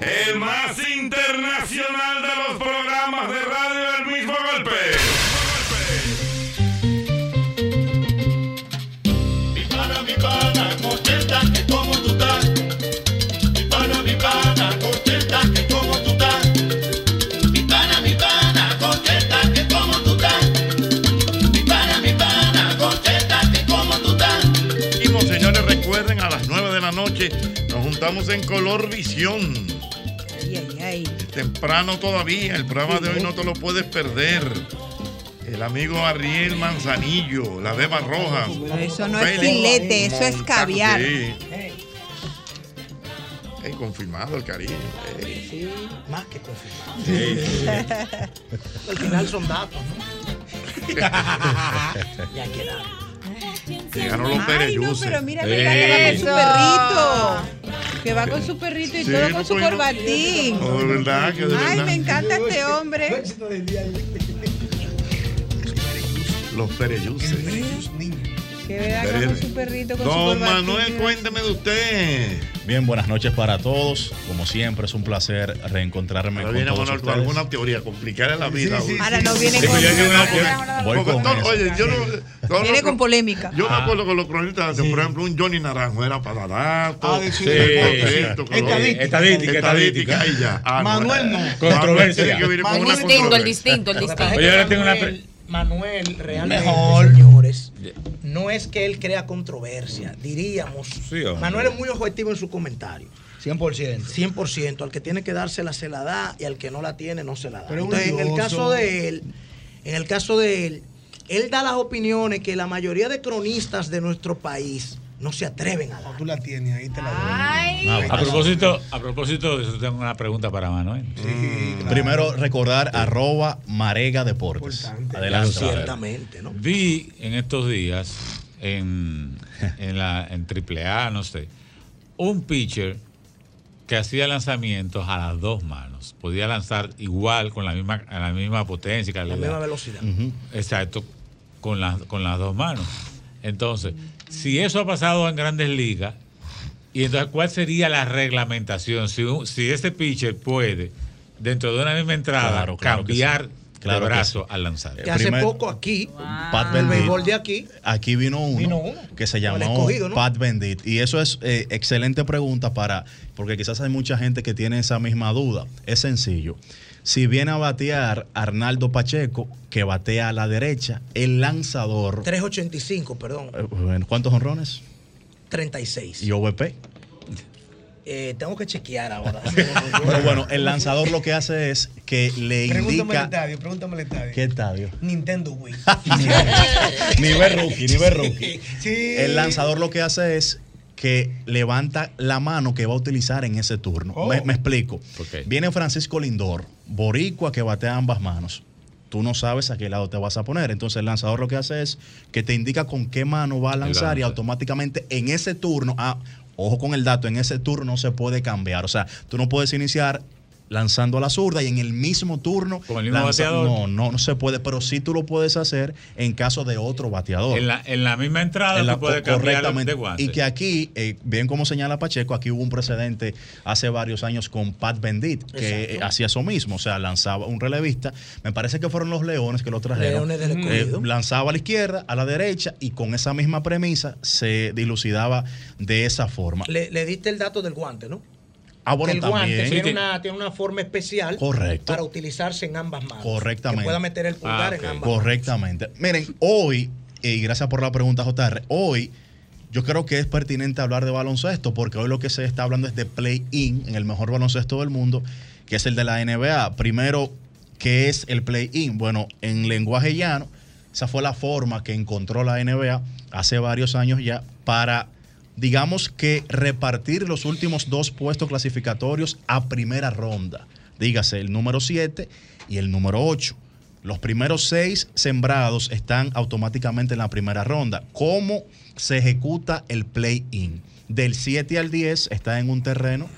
El más internacional de los programas de radio, el mismo golpe.
Mi pana, mi pana, contenta que como tú estás. Mi pana, mi pana, contenta que como tú estás. Mi pana, mi pana, contenta que como tú estás. Mi pana, mi pana, contenta que como tú estás.
Seguimos, señores, recuerden, a las 9 de la noche nos juntamos en Color Visión. Temprano todavía, el programa de hoy no te lo puedes perder. El amigo Ariel Manzanillo, la Beba Rojas.
Eso no es
Félix
filete, eso es
Montajo,
caviar.
sí. Ey, confirmado el cariño. ey.
Más que confirmado.
Sí, sí. [LAUGHS]
Al final son datos, ¿no?
[LAUGHS]
Ya quedaron.
Llegaron los
Ay, no,
pereyuces.
pero mira,
Sí.
¿verdad que va con su perrito? Que va con su perrito y
Sí,
todo
no,
con su
pues, no.
corbatín.
No, de verdad, que de
Ay,
verdad.
me encanta este hombre.
Los pereyuces.
Que verdad va con su perrito, con su
Don
corbatín.
Manuel, cuénteme de usted.
Bien, buenas noches para todos. Como siempre, es un placer reencontrarme
Ahora
con
viene
todos
Manuel con
ustedes.
alguna teoría, complicarle la vida.
sí,
Ahora no viene
Sí,
con-
yo llego
ahora
con-
ya-
voy
Porque
con
todo-
eso.
oye, yo no. todos
Viene
los-
con polémica.
Yo me acuerdo que los cronistas, hacen, por ejemplo, un Johnny Naranjo era para datos,
Ah, de-
sí,
sí.
esto, que lo otro.
Estadística. Estadística,
estadística y ya. Ah,
Manuel no.
Manuel
Controversia.
tiene que venir con
El
una
distinto, el
controversia.
distinto, el distinto.
Oye, ahora tengo una pre-
Manuel realmente,
Mejor.
señores, no es que él crea controversia, diríamos.
hombre.
Manuel es muy objetivo en su comentario. 100%. 100%. Al que tiene que dársela se la da y al que no la tiene no se la da.
Pero es un
Entonces, en el
odioso.
caso de él, en el caso de él, él da las opiniones que la mayoría de cronistas de nuestro país no se atreven a dar. Tú la tienes, ahí te la
A propósito, a propósito de eso, tengo una pregunta para Manuel.
Primero, recordar arroba Marega Deportes. Adelante. Manuel.
Ciertamente, ¿no?
Vi en estos días en, en la en AAA, no sé, un pitcher que hacía lanzamientos a las dos manos. Podía lanzar igual con la misma a la misma potencia,
La
calidad.
misma velocidad.
Exacto, con las con las dos manos. Entonces, si eso ha pasado en Grandes Ligas, y entonces cuál sería la reglamentación si un- si ese pitcher puede dentro de una misma entrada
Claro, claro que sí.
cambiar
Claro
de
que
brazo
sí.
al lanzar.
Que hace Primer-
Poco aquí,
Pat
el
Bendit.
béisbol de aquí,
Aquí vino uno,
Vino uno.
que se
el
llamó
escogido, ¿no?
Pat Bendit. Y eso es eh, excelente pregunta para, porque quizás hay mucha gente que tiene esa misma duda. Es sencillo. Si viene a batear Arnaldo Pacheco, que batea a la derecha, el lanzador.
385, perdón,
Eh, bueno, ¿Cuántos honrones?
36.
Y OVP.
Eh, tengo que chequear ahora.
[LAUGHS] Pero bueno, el lanzador lo que hace es que le
Pregúntame el
indica.
estadio, pregúntame el estadio.
¿Qué estadio? [LAUGHS]
Nintendo Wii.
nivel rookie, nivel rookie.
Sí.
El lanzador lo que hace es que levanta la mano que va a utilizar en ese turno. Me,
Oh.
me explico. Viene Francisco Lindor, boricua que batea ambas manos. Tú no sabes a qué lado te vas a poner. Entonces el lanzador lo que hace es que te indica con qué mano va a lanzar y
lanza.
automáticamente en ese turno, ah, ojo con el dato, en ese turno no se puede cambiar. O sea, tú no puedes iniciar lanzando a la zurda y en el mismo turno
el mismo bateador.
no, no, no se puede, pero sí tú lo puedes hacer en caso de otro bateador.
En la, en la misma entrada
En la-
tú puedes
co-
cambiar
correctamente.
de guante.
Y que aquí, eh, bien como señala Pacheco, aquí hubo un precedente hace varios años con Pat Bendit, que eh, hacía eso mismo, o sea, lanzaba un relevista, me parece que fueron los Leones que lo trajeron,
Leones del
Eh,
Escogido.
lanzaba a la izquierda, a la derecha, y con esa misma premisa se dilucidaba de esa forma.
le, le diste el dato del guante, ¿no?
Ah, bueno,
el guante
también.
tiene, una, tiene una forma especial
Correcto.
para utilizarse en ambas manos.
Correctamente.
Que pueda meter el pulgar
Ah,
en ambas
Correctamente. Miren, hoy, y gracias por la pregunta, JR, hoy yo creo que es pertinente hablar de baloncesto, porque hoy lo que se está hablando es de play-in en el mejor baloncesto del mundo, que es el de la NBA. Primero, ¿qué es el play-in? Bueno, en lenguaje llano, esa fue la forma que encontró la NBA hace varios años ya para, digamos que, repartir los últimos dos puestos clasificatorios a primera ronda. Dígase, el número 7 y el número 8. Los primeros seis sembrados están automáticamente en la primera ronda. ¿Cómo se ejecuta el play-in? Del 7 al 10 está en un terreno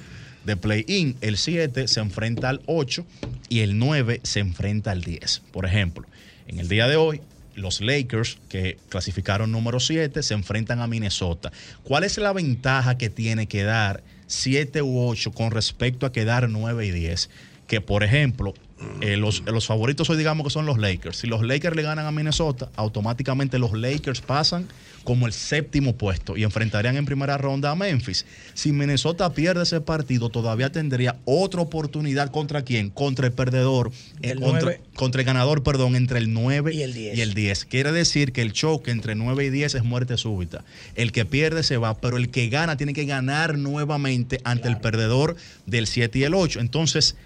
de play-in. El 7 se enfrenta al 8 y el 9 se enfrenta al 10. Por ejemplo, en el día de hoy, los Lakers, que clasificaron número 7, se enfrentan a Minnesota. ¿Cuál es la ventaja que tiene que dar 7 u 8 con respecto a quedar 9 y 10? Que, por ejemplo, eh, los, los favoritos hoy digamos que son los Lakers. Si los Lakers le ganan a Minnesota, automáticamente los Lakers pasan como el séptimo puesto y enfrentarían en primera ronda a Memphis. Si Minnesota pierde ese partido, todavía tendría otra oportunidad contra quién? Contra el perdedor, eh,
Del
contra,
nueve.
contra el ganador, perdón, entre el 9
Y el 10.
y el 10. Quiere decir que el choque entre 9 y 10 es muerte súbita. El que pierde se va, pero el que gana tiene que ganar nuevamente ante el perdedor del 7 y el 8. Entonces,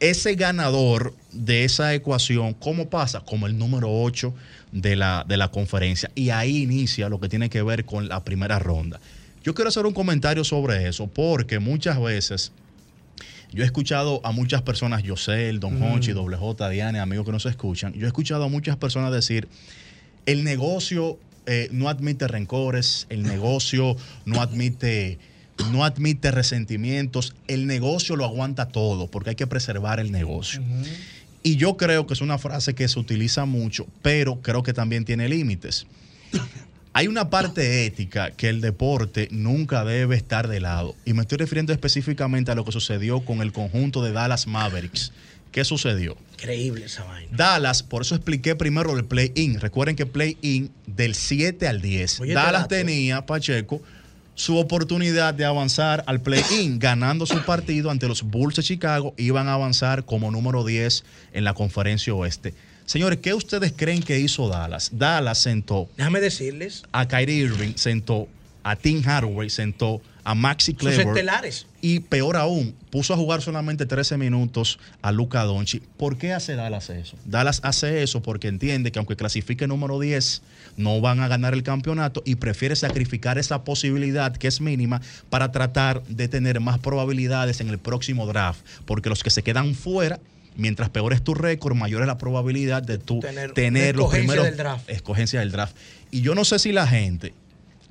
ese ganador de esa ecuación, ¿cómo pasa? Como el número 8 de la, de la conferencia. Y ahí inicia lo que tiene que ver con la primera ronda. Yo quiero hacer un comentario sobre eso, porque muchas veces Yo he escuchado a muchas personas, Yosel, Don
Mm.
Hochi, Doble J, Diane, amigos que nos escuchan, yo he escuchado a muchas personas decir, el negocio eh, no admite rencores, el negocio no admite, no admite resentimientos, el negocio lo aguanta todo, porque hay que preservar el negocio. Y yo creo que es una frase que se utiliza mucho, pero creo que también tiene límites. Hay una parte ética que el deporte nunca debe estar de lado. Y me estoy refiriendo específicamente a lo que sucedió con el conjunto de Dallas Mavericks. ¿Qué sucedió?
Increíble esa vaina.
Dallas, por eso expliqué primero el play-in. Recuerden que play-in del 7 al 10.
Oye, este
Dallas
dato.
tenía, Pacheco, su oportunidad de avanzar al play-in, ganando su partido ante los Bulls de Chicago. Iban a avanzar como número 10 en la conferencia oeste. Señores, ¿qué ustedes creen que hizo Dallas? Dallas sentó
Déjame decirles.
a Kyrie Irving, sentó a Tim Hardaway, sentó a Maxi
Sus
Kleber.
estelares.
Y peor aún, puso a jugar solamente 13 minutos a Luca Doncic. ¿Por qué hace Dallas eso? Dallas hace eso porque entiende que aunque clasifique número 10, no van a ganar el campeonato y prefiere sacrificar esa posibilidad que es mínima para tratar de tener más probabilidades en el próximo draft. Porque los que se quedan fuera, mientras peor es tu récord, mayor es la probabilidad de tú
Tener- de
tener, los
escogencia
primeros
del draft.
escogencia del draft. Y yo no sé si la gente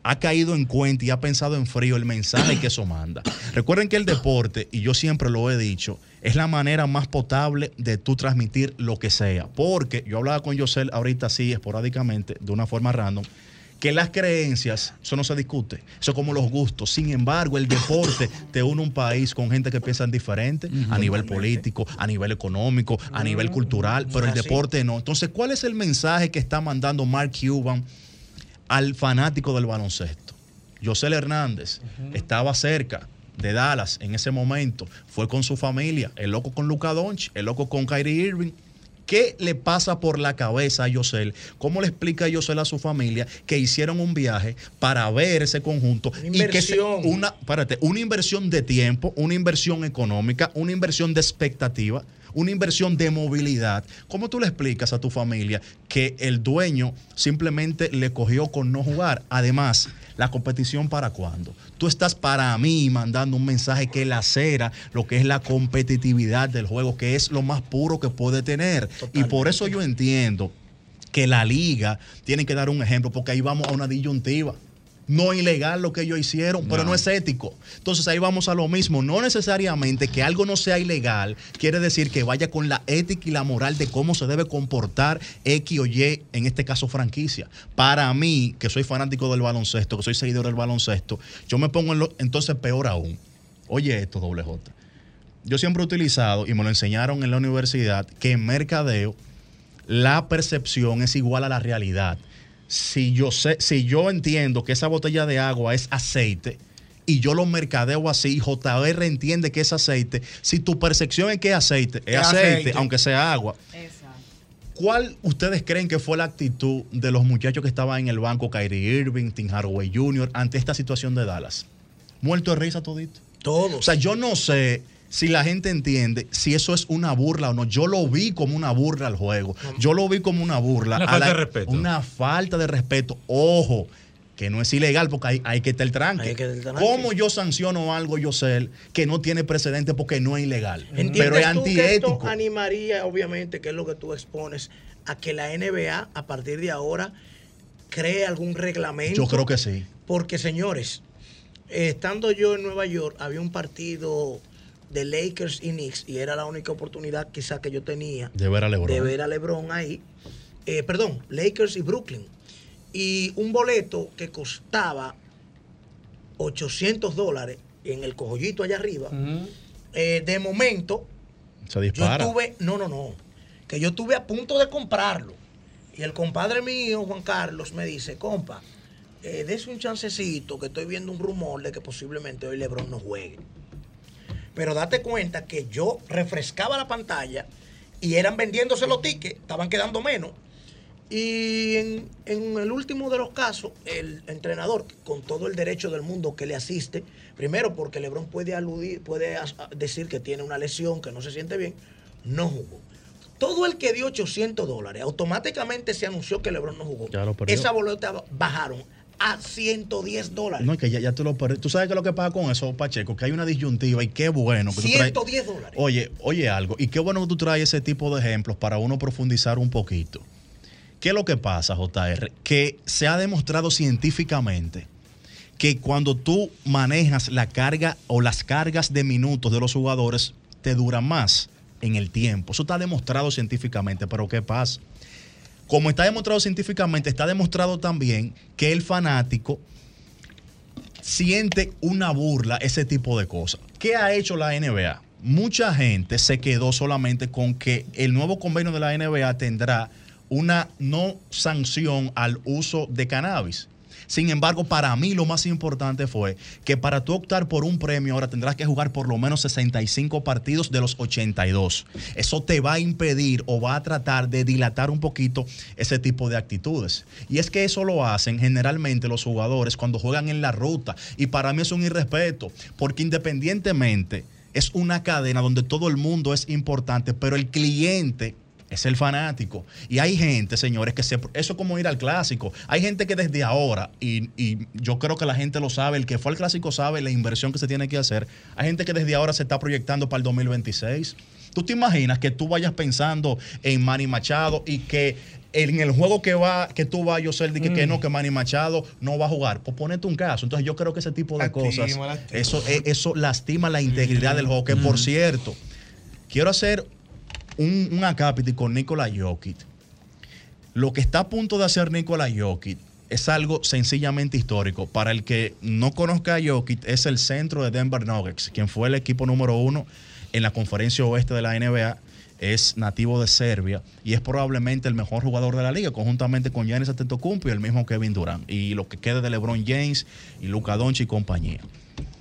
ha caído en cuenta y ha pensado en frío el mensaje que eso manda. Recuerden que el deporte, y yo siempre lo he dicho, es la manera más potable de tú transmitir lo que sea. Porque yo hablaba con Yosel ahorita así, esporádicamente, de una forma random, que las creencias, eso no se discute, eso es como los gustos. Sin embargo, el deporte te une a un país con gente que piensan diferente a nivel político, a nivel económico, a nivel cultural, pero el
así.
deporte no. Entonces, ¿cuál es el mensaje que está mandando Mark Cuban al fanático del baloncesto? José Hernández estaba cerca de Dallas en ese momento, fue con su familia, el loco con Luca Doncic, el loco con Kyrie Irving, ¿Qué le pasa por la cabeza a Yosel? ¿Cómo le explica a Yosel a su familia que hicieron un viaje para ver ese conjunto? Y que se-
inversión.
una, espérate, una inversión de tiempo, una inversión económica, una inversión de expectativa, una inversión de movilidad. ¿Cómo tú le explicas a tu familia que el dueño simplemente le cogió con no jugar? Además, ¿la competición para cuándo? Tú estás para mí mandando un mensaje que lacera lo que es la competitividad del juego, que es lo más puro que puede tener. Y por eso yo entiendo que la liga tiene que dar un ejemplo, porque ahí vamos a una disyuntiva. No es ilegal lo que ellos hicieron, pero no. es ético. Entonces ahí vamos a lo mismo. No necesariamente que algo no sea ilegal quiere decir que vaya con la ética y la moral de cómo se debe comportar X o Y, en este caso franquicia. Para mí, que soy fanático del baloncesto, que soy seguidor del baloncesto, yo me pongo en lo, entonces peor aún. Oye esto, doble J. Yo siempre he utilizado, y me lo enseñaron en la universidad, que en mercadeo la percepción es igual a la realidad. Si yo, sé, si yo entiendo que esa botella de agua es aceite y yo lo mercadeo así, y JR entiende que es aceite, si tu percepción es que es aceite, es
Es
aceite,
aceite.
aunque sea agua. ¿Cuál ustedes creen que fue la actitud de los muchachos que estaban en el banco, Kyrie Irving, Tim Hardaway Jr., ante esta situación de Dallas? Muerto de risa todito.
Todos.
O sea, yo no sé si la gente entiende si eso es una burla o no. Yo lo vi como una burla al juego. Yo lo vi como una burla.
Una
a
falta
la-
de respeto.
Una falta de respeto. Ojo, que no es ilegal porque hay, hay que estar el tranque.
Hay que estar el tranque.
¿Cómo yo sanciono algo, Yosel, que no tiene precedente porque no es ilegal? Pero es
¿Entiendes tú que
antiético.
esto animaría, obviamente, que es lo que tú expones, a que la NBA a partir de ahora cree algún reglamento?
Yo creo que sí.
Porque, señores, eh, estando yo en Nueva York, había un partido de Lakers y Knicks y era la única oportunidad quizá que yo tenía
De ver a LeBron.
de ver a LeBron ahí. Eh, perdón, Lakers y Brooklyn. Y un boleto que costaba 800 dólares en el cojollito allá arriba. Eh, de momento,
Se
yo
dispara.
estuve, no, no, no, que yo estuve a punto de comprarlo. Y el compadre mío, Juan Carlos, me dice, compa, eh, dese un chancecito que estoy viendo un rumor de que posiblemente hoy Lebron no juegue. Pero date cuenta que yo refrescaba la pantalla y eran vendiéndose los tickets, estaban quedando menos. Y en, en el último de los casos, el entrenador, con todo el derecho del mundo que le asiste, primero porque Lebron puede aludir, puede as- a- decir que tiene una lesión, que no se siente bien, no jugó. Todo el que dio 800 dólares, automáticamente se anunció que Lebron no jugó.
Ya lo perdió.
Esa boleta bajaron a 110 dólares.
No, es que ya, ya tú lo perdiste. Tú sabes que lo que pasa con eso, Pacheco, que hay una disyuntiva y qué bueno que tú traes.
110 dólares.
Oye, oye algo, y qué bueno que tú traes ese tipo de ejemplos para uno profundizar un poquito. ¿Qué es lo que pasa, JR? Que se ha demostrado científicamente que cuando tú manejas la carga o las cargas de minutos de los jugadores, te dura más en el tiempo. Eso está demostrado científicamente, pero ¿qué pasa? Como está demostrado científicamente, está demostrado también que el fanático siente una burla, ese tipo de cosas. ¿Qué ha hecho la NBA? Mucha gente se quedó solamente con que el nuevo convenio de la NBA tendrá una no sanción al uso de cannabis. Sin embargo, para mí lo más importante fue que para tú optar por un premio ahora tendrás que jugar por lo menos 65 partidos de los 82. Eso te va a impedir o va a tratar de dilatar un poquito ese tipo de actitudes. Y es que eso lo hacen generalmente los jugadores cuando juegan en la ruta. Y para mí es un irrespeto, porque independientemente es una cadena donde todo el mundo es importante, pero el cliente es el fanático. Y hay gente, señores, que se. Eso es como ir al clásico. Hay gente que desde ahora, y, y yo creo que la gente lo sabe, el que fue al clásico sabe la inversión que se tiene que hacer. Hay gente que desde ahora se está proyectando para el 2026. ¿Tú te imaginas que tú vayas pensando en Manny Machado y que en el juego que va, que tú vas, yo sé
Mm.
que, que no, que Manny Machado no va a jugar. Pues ponete un caso. Entonces yo creo que ese tipo de cosas,
lastima.
Eso, eh, eso lastima la integridad del juego. Que por cierto, quiero hacer un, un acápite con Nikola Jokic. Lo que está a punto de hacer Nikola Jokic es algo sencillamente histórico. Para el que no conozca a Jokic, es el centro de Denver Nuggets, quien fue el equipo número uno en la conferencia oeste de la NBA. Es nativo de Serbia y es probablemente el mejor jugador de la liga, conjuntamente con Giannis Antetokounmpo y el mismo Kevin Durant. Y lo que queda de LeBron James y Luka Doncic y compañía.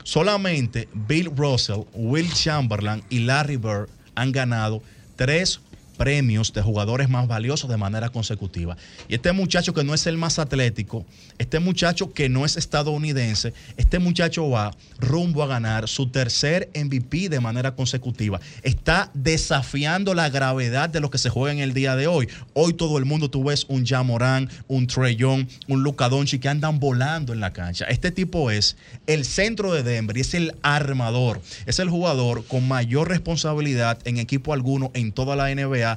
Solamente Bill Russell, Will Chamberlain y Larry Bird han ganado tres premios de jugadores más valiosos de manera consecutiva. Y este muchacho que no es el más atlético, este muchacho que no es estadounidense, este muchacho va rumbo a ganar su tercer MVP de manera consecutiva. Está desafiando la gravedad de lo que se juega en el día de hoy. Hoy todo el mundo tú ves un Jamorán, un Trey Young, un Luka Doncic que andan volando en la cancha. Este tipo es el centro de Denver y es el armador. Es el jugador con mayor responsabilidad en equipo alguno en toda la NBA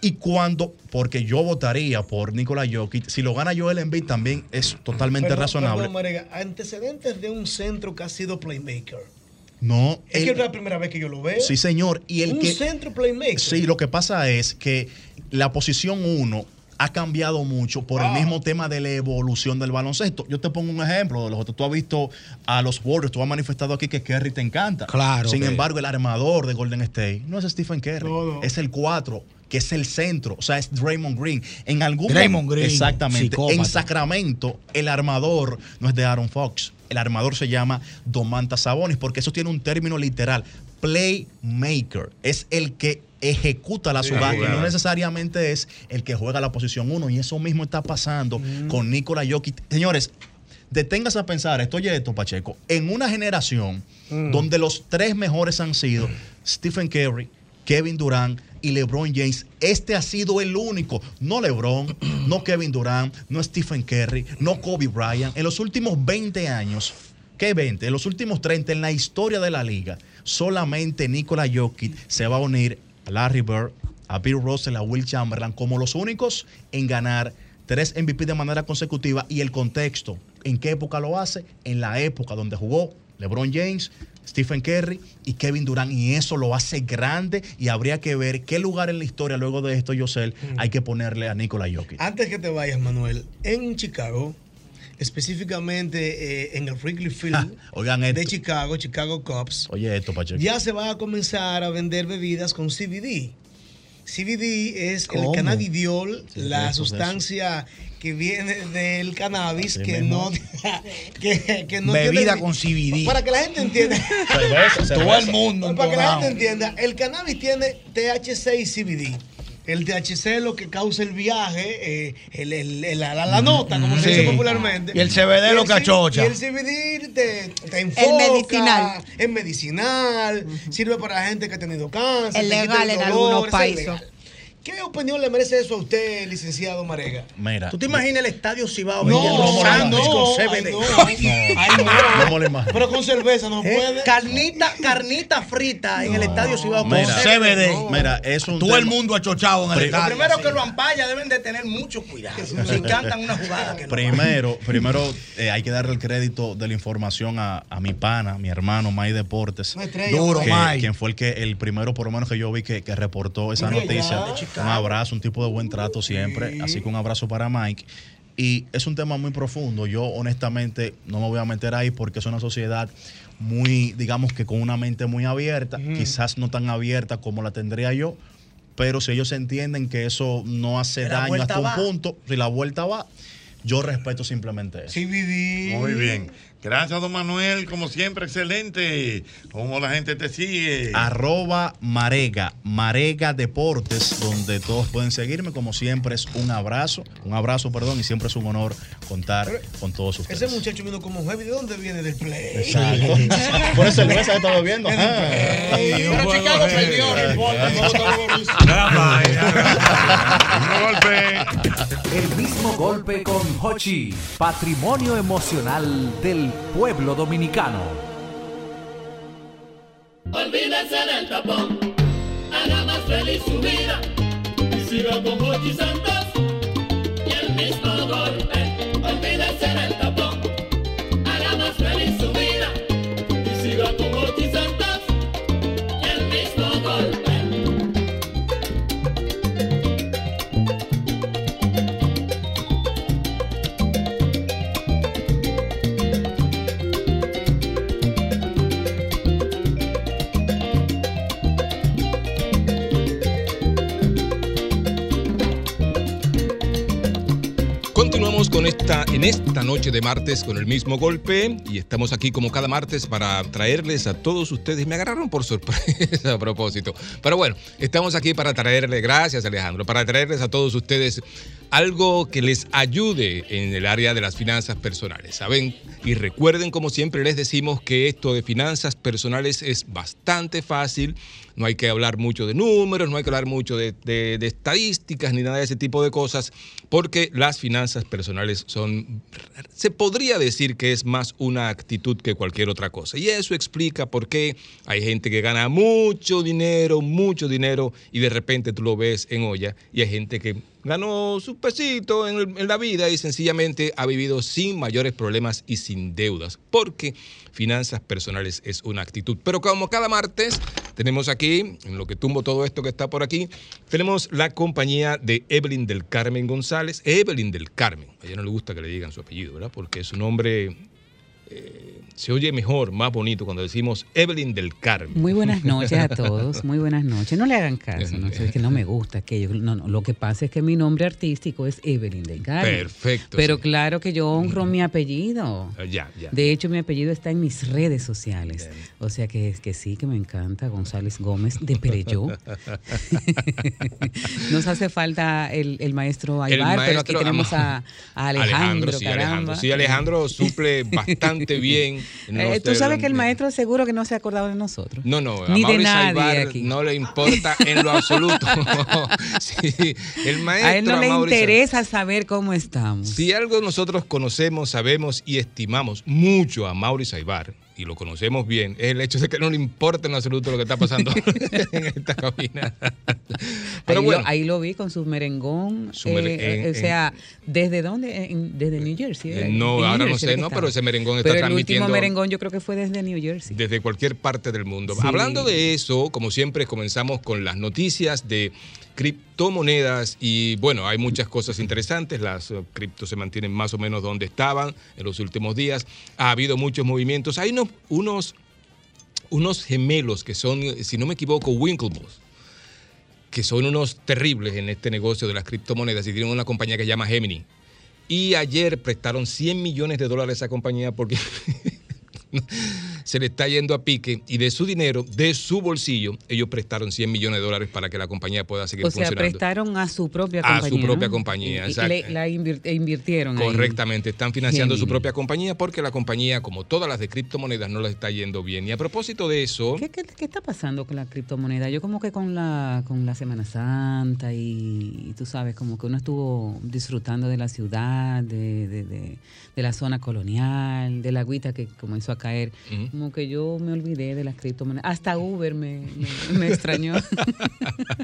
y cuando, porque yo votaría por Nikola Jokic, si lo gana Joel Embiid también es totalmente
Perdón,
razonable.
perdón, Marega, antecedentes de un centro que ha sido playmaker.
No,
Es
él-
que es la primera vez que yo lo veo.
Sí, señor, y el
un
que-
centro playmaker.
Sí, lo que pasa es que la posición 1 ha cambiado mucho por el mismo tema de la evolución del baloncesto. Yo te pongo un ejemplo de los otros. Tú has visto a los Warriors, tú has manifestado aquí que Kerry te encanta.
Claro,
Sin
sí.
embargo, el armador de Golden State no es Stephen Kerry, es el 4 que es el centro, o sea, es Draymond Green. En algún
Draymond
momento-
Green,
exactamente, en
psicópata.
Sacramento el armador no es de Aaron Fox, el armador se llama Domantas Sabonis porque eso tiene un término literal, playmaker, es el que ejecuta la
Sí,
jugada, que
claro.
no necesariamente es el que juega la posición 1 y eso mismo está pasando con Nikola Jokic. Señores, deténgase a pensar, esto oye esto Pacheco, en una generación
Mm.
donde los tres mejores han sido Stephen Curry, Kevin Durant y LeBron James. Este ha sido el único, no LeBron, no Kevin Durant, no Stephen Curry, no Kobe Bryant. En los últimos 20 años, ¿qué 20? En los últimos 30 en la historia de la liga, solamente Nikola Jokic se va a unir a Larry Bird, a Bill Russell, a Will Chamberlain como los únicos en ganar tres MVP de manera consecutiva y el contexto. ¿En qué época lo hace? En la época donde jugó LeBron James, Stephen Curry y Kevin Durant. Y eso lo hace grande y habría que ver qué lugar en la historia luego de esto, Yosel,
Mm.
hay que ponerle a Nikola Jokic.
Antes que te vayas, Manuel, en Chicago, específicamente eh, en el Wrigley Field
[LAUGHS] Oigan
de Chicago, Chicago Cubs,
Oye esto, Pacheco.
ya se va a comenzar a vender bebidas con CBD. CBD es
¿Cómo?
el cannabidiol,
Sí,
la
eso, eso.
sustancia que viene del cannabis
Así
que
mismo.
no, que, que no
Bebida
tiene-
con CBD.
Para que la gente entienda. [LAUGHS]
Cerveza, cerveza. Todo el mundo
Para que la
empolvado.
gente entienda, el cannabis tiene THC y CBD. El THC es lo que causa el viaje, eh, el- el- el- la, la- la nota, como se
Mm-hmm. Sí.
dice popularmente.
Y el CBD lo
C-
cachocha.
Y el CBD te, te enfoca.
medicinal.
Es medicinal, sirve para la gente que ha tenido cáncer.
Es
te quita
legal
el
en
dolor,
algunos
es
países.
legal. ¿Qué opinión le merece eso a usted, licenciado Marega?
Mira.
¿Tú te imaginas el estadio Cibao
No,
vendiendo
no, no,
sándwich con
no,
CBD?
ay, no. No me lo imagino.
Pero con cerveza no
¿Eh?
puede. Carnita, carnita frita en el estadio Cibao
Mira,
No.
Mira, es un
Todo
tema-
el mundo achochado en el
Pri-
estadio.
Primero que lo ampalla deben de tener mucho cuidado. Si cantan una jugada que no
Primero, primero eh, hay que darle el crédito de la información a, a mi pana, a mi hermano, May Deportes.
Una estrella,
Que-
May.
Quien fue el que el primero, por lo menos que yo vi, que, que reportó esa
Mira,
noticia.
ya. De Chicago.
Un abrazo, un tipo de buen trato siempre. Así que un abrazo para Mike. Y es un tema muy profundo. Yo honestamente no me voy a meter ahí porque es una sociedad muy, digamos que con una mente muy abierta, quizás no tan abierta como la tendría yo, pero si ellos entienden que eso no hace
Que la
daño
vuelta
hasta un
va.
punto, si la vuelta va, yo respeto simplemente eso.
Muy bien. Gracias, don Manuel. Como siempre, excelente. Como la gente te sigue.
Arroba Marega, Marega Deportes, donde todos pueden seguirme. Como siempre, es un abrazo, un abrazo, perdón, y siempre es un honor contar con todos ustedes.
Ese muchacho vino como heavy. ¿De dónde viene? Del play.
Exacto. Por eso el juez está
[LAUGHS]
bebiendo. ajá. [LAUGHS]
Pero Chicago perdió. no importa, no votamos por Luis.
El mismo golpe con Hochi, patrimonio emocional del pueblo dominicano.
Olvídense del tapón, haga más feliz su vida. Y siga con Mochi Santos y el mismo golpe. Olvídense del tapón, haga más feliz su vida. Y siga con Mochi Santos y el mismo golpe.
Continuamos con esta, en esta noche de martes con el mismo golpe y estamos aquí como cada martes para traerles a todos ustedes. Me agarraron por sorpresa [LAUGHS] a propósito. Pero bueno, estamos aquí para traerles, gracias Alejandro, para traerles a todos ustedes algo que les ayude en el área de las finanzas personales. Saben, y recuerden como siempre les decimos que esto de finanzas personales es bastante fácil. No hay que hablar mucho de números, no hay que hablar mucho de, de- de estadísticas ni nada de ese tipo de cosas, porque las finanzas personales son, se podría decir que es más una actitud que cualquier otra cosa. Y eso explica por qué hay gente que gana mucho dinero, mucho dinero, y de repente tú lo ves en olla, y hay gente que ganó su pesito en, el- en la vida y sencillamente ha vivido sin mayores problemas y sin deudas, porque finanzas personales es una actitud. Pero como cada martes tenemos aquí, en lo que tumbo todo esto que está por aquí, tenemos la compañía de Evelyn del Carmen González. Evelyn del Carmen, a ella no le gusta que le digan su apellido, ¿verdad? Porque es un nombre... eh, se oye mejor, más bonito cuando decimos Evelyn del Carmen.
Muy buenas noches
[LAUGHS]
a todos, muy buenas noches. No le hagan caso, no sé, es que no me gusta aquello. No, no, lo que pasa es que mi nombre artístico es Evelyn del Carmen.
Perfecto, Ah,
Pero claro que yo honro mi apellido.
Ya, ya.
De hecho, mi apellido está en mis redes sociales. O sea que, que sí, que me encanta González Gómez
[LAUGHS]
de Pereyó. Nos hace falta el, el maestro
El
Aybar, pero aquí
maestro
tenemos a,
Ama-
a Alejandro,
sí,
caramba.
Alejandro. Sí, Alejandro
[LAUGHS]
suple bastante bien.
Eh, Tú
sé,
sabes que el maestro seguro que no se ha acordado de nosotros.
No, no, a
Ni de
Maurice
nadie
Aybar
aquí.
no le importa en lo
[LAUGHS]
absoluto. Sí, el maestro
A él no le
Maurice-
interesa saber cómo estamos.
Si algo nosotros conocemos, sabemos y estimamos mucho a Mauricio Aybar, y lo conocemos bien, es el hecho de que no le importa en lo absoluto lo que está
[LAUGHS]
pasando [LAUGHS] en esta cabina. Pero
ahí,
bueno.
lo, ahí lo vi con su merengón.
Su mer-
eh,
en-
o
en-
sea, ¿desde dónde? En- desde New Jersey.
Eh,
¿verdad?
no,
En New
ahora no
Jersey
sé,
era que
no,
estaba.
pero ese merengón está
Pero El
transmitiendo-
último merengón yo creo que fue desde New Jersey.
desde cualquier parte del mundo.
Sí.
Hablando de eso, como siempre, comenzamos con las noticias de criptomonedas y bueno, hay muchas cosas interesantes, las eh, criptos se mantienen más o menos donde estaban en los últimos días, ha habido muchos movimientos, hay unos, unos, unos gemelos que son, eh, si no me equivoco, Winklevoss que son unos terribles en este negocio de las criptomonedas y tienen una compañía que se llama Gemini. Y ayer prestaron 100 millones de dólares a esa compañía porque [LAUGHS] se le está yendo a pique y de su dinero, de su bolsillo, ellos prestaron 100 millones de dólares para que la compañía pueda seguir
O sea,
funcionando.
prestaron a su propia
A su
compañía.
propia compañía,
Y- y
exacto.
le- la invir- e invirtieron. ahí.
Correctamente, están financiando
Qué
su
bien.
propia compañía porque la compañía, como todas las de criptomonedas, no les está yendo bien. Y a propósito de eso,
¿Qué, qué está pasando con la criptomoneda? Yo como que con la, con la Semana Santa y, y tú sabes, como que uno estuvo disfrutando de la ciudad, de, de- de- de la zona colonial, de la agüita que comenzó a caer.
Ujú.
Como que yo me olvidé de las criptomonedas. Hasta Uber me, me- me extrañó.
[LAUGHS]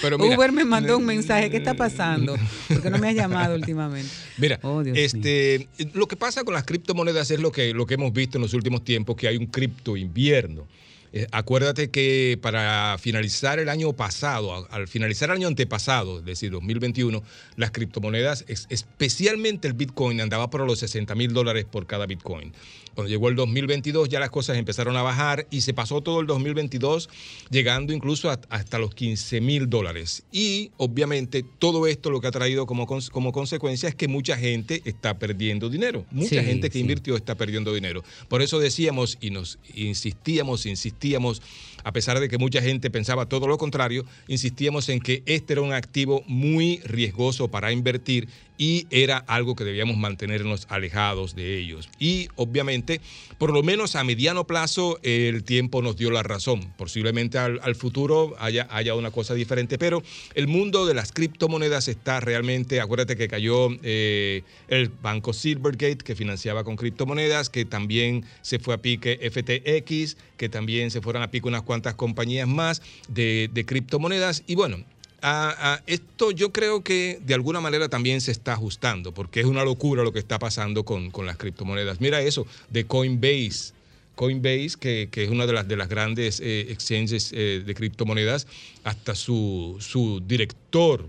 Pero mira- eh,
Uber me mandó un mensaje, ¿qué está pasando? ¿Por qué no me has llamado últimamente?
Mira, este, lo que pasa con las criptomonedas es lo que, lo que hemos visto en los últimos tiempos, que hay un cripto invierno. Eh, acuérdate que para finalizar el año pasado, a- al finalizar el año antepasado, es decir, 2021, las criptomonedas, es- especialmente el Bitcoin, andaba por los 60 mil dólares por cada Bitcoin. Cuando llegó el 2022 ya las cosas empezaron a bajar y se pasó todo el 2022 llegando incluso a- hasta los 15 mil dólares. Y obviamente todo esto lo que ha traído como, cons- como consecuencia es que mucha gente está perdiendo dinero. Mucha
Sí,
gente que
sí.
invirtió está perdiendo dinero. Por eso decíamos y nos insistíamos, insistíamos, a pesar de que mucha gente pensaba todo lo contrario, insistíamos en que este era un activo muy riesgoso para invertir y era algo que debíamos mantenernos alejados de ellos. Y obviamente, por lo menos a mediano plazo, el tiempo nos dio la razón. Posiblemente al, al futuro haya, haya una cosa diferente, pero el mundo de las criptomonedas está realmente, acuérdate que cayó eh, el banco Silvergate, que financiaba con criptomonedas, que también se fue a pique FTX, que también se fueron a pique unas cuantas compañías más de, de criptomonedas. Y bueno, a- a esto yo creo que de alguna manera también se está ajustando, porque es una locura lo que está pasando con, con las criptomonedas. Mira eso, de Coinbase. Coinbase, que, que es una de las, de las grandes eh, exchanges eh, de criptomonedas, hasta su, su director,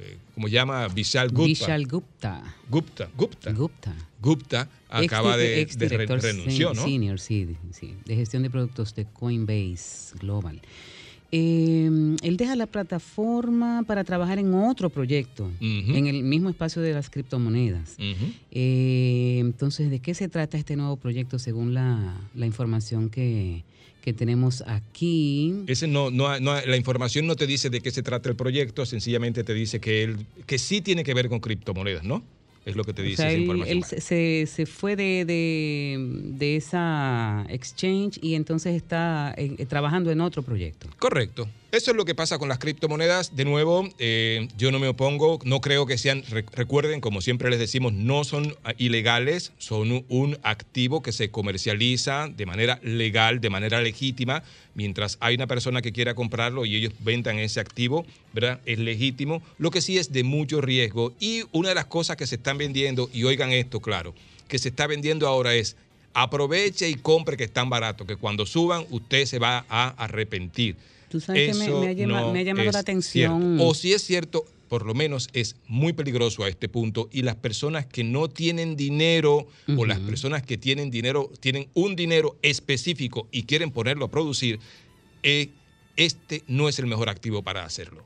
eh, como se llama, Vishal Gupta.
Vishal Gupta.
Gupta, Gupta.
Gupta.
Gupta acaba
Ex-
de,
ex
de re-
director sen-
renunció, ¿no?
Senior, sí, de- sí, de gestión de productos de Coinbase Global. Eh, él deja la plataforma para trabajar en otro proyecto, en el mismo espacio de las criptomonedas. Eh, entonces, ¿de qué se trata este nuevo proyecto según la, la información que, que tenemos aquí?
Ese no, no, no- la información no te dice de qué se trata el proyecto, sencillamente te dice que él, que sí tiene que ver con criptomonedas, ¿no? Es lo que te
O
dice
sea,
esa
él,
información.
él se, se- se fue de, de- de esa exchange y entonces está eh, trabajando en otro proyecto.
Correcto. Eso es lo que pasa con las criptomonedas. De nuevo, eh, yo no me opongo, no creo que sean, re- recuerden, como siempre les decimos, no son ah, ilegales, son un, un activo que se comercializa de manera legal, de manera legítima. Mientras hay una persona que quiera comprarlo y ellos vendan ese activo, ¿verdad? Es legítimo, lo que sí es de mucho riesgo. Y una de las cosas que se están vendiendo, y oigan esto claro, que se está vendiendo ahora es aproveche y compre que están baratos, que cuando suban usted se va a arrepentir.
Tú sabes que me-
Eso
me ha llama- me ha llamado
es
la atención.
cierto. O si es cierto, por lo menos es muy peligroso a este punto y las personas que no tienen dinero o las personas que tienen dinero, tienen un dinero específico y quieren ponerlo a producir, eh, este no es el mejor activo para hacerlo.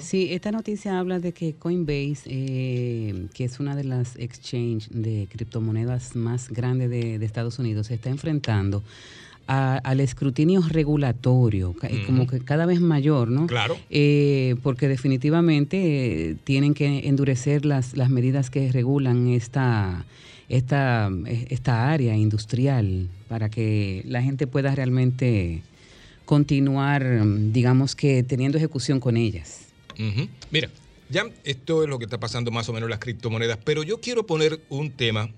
Sí, esta noticia habla de que Coinbase, eh, que es una de las exchanges de criptomonedas más grandes de, de Estados Unidos, se está enfrentando a- al escrutinio regulatorio, ca- eh,
Ujú.
como que cada vez mayor, ¿no?
Claro.
Eh, porque definitivamente eh, tienen que endurecer las, las medidas que regulan esta, esta, eh, esta área industrial para que la gente pueda realmente continuar, digamos que teniendo ejecución con ellas.
Ujú. Mira, ya esto es lo que está pasando más o menos en las criptomonedas, pero yo quiero poner un tema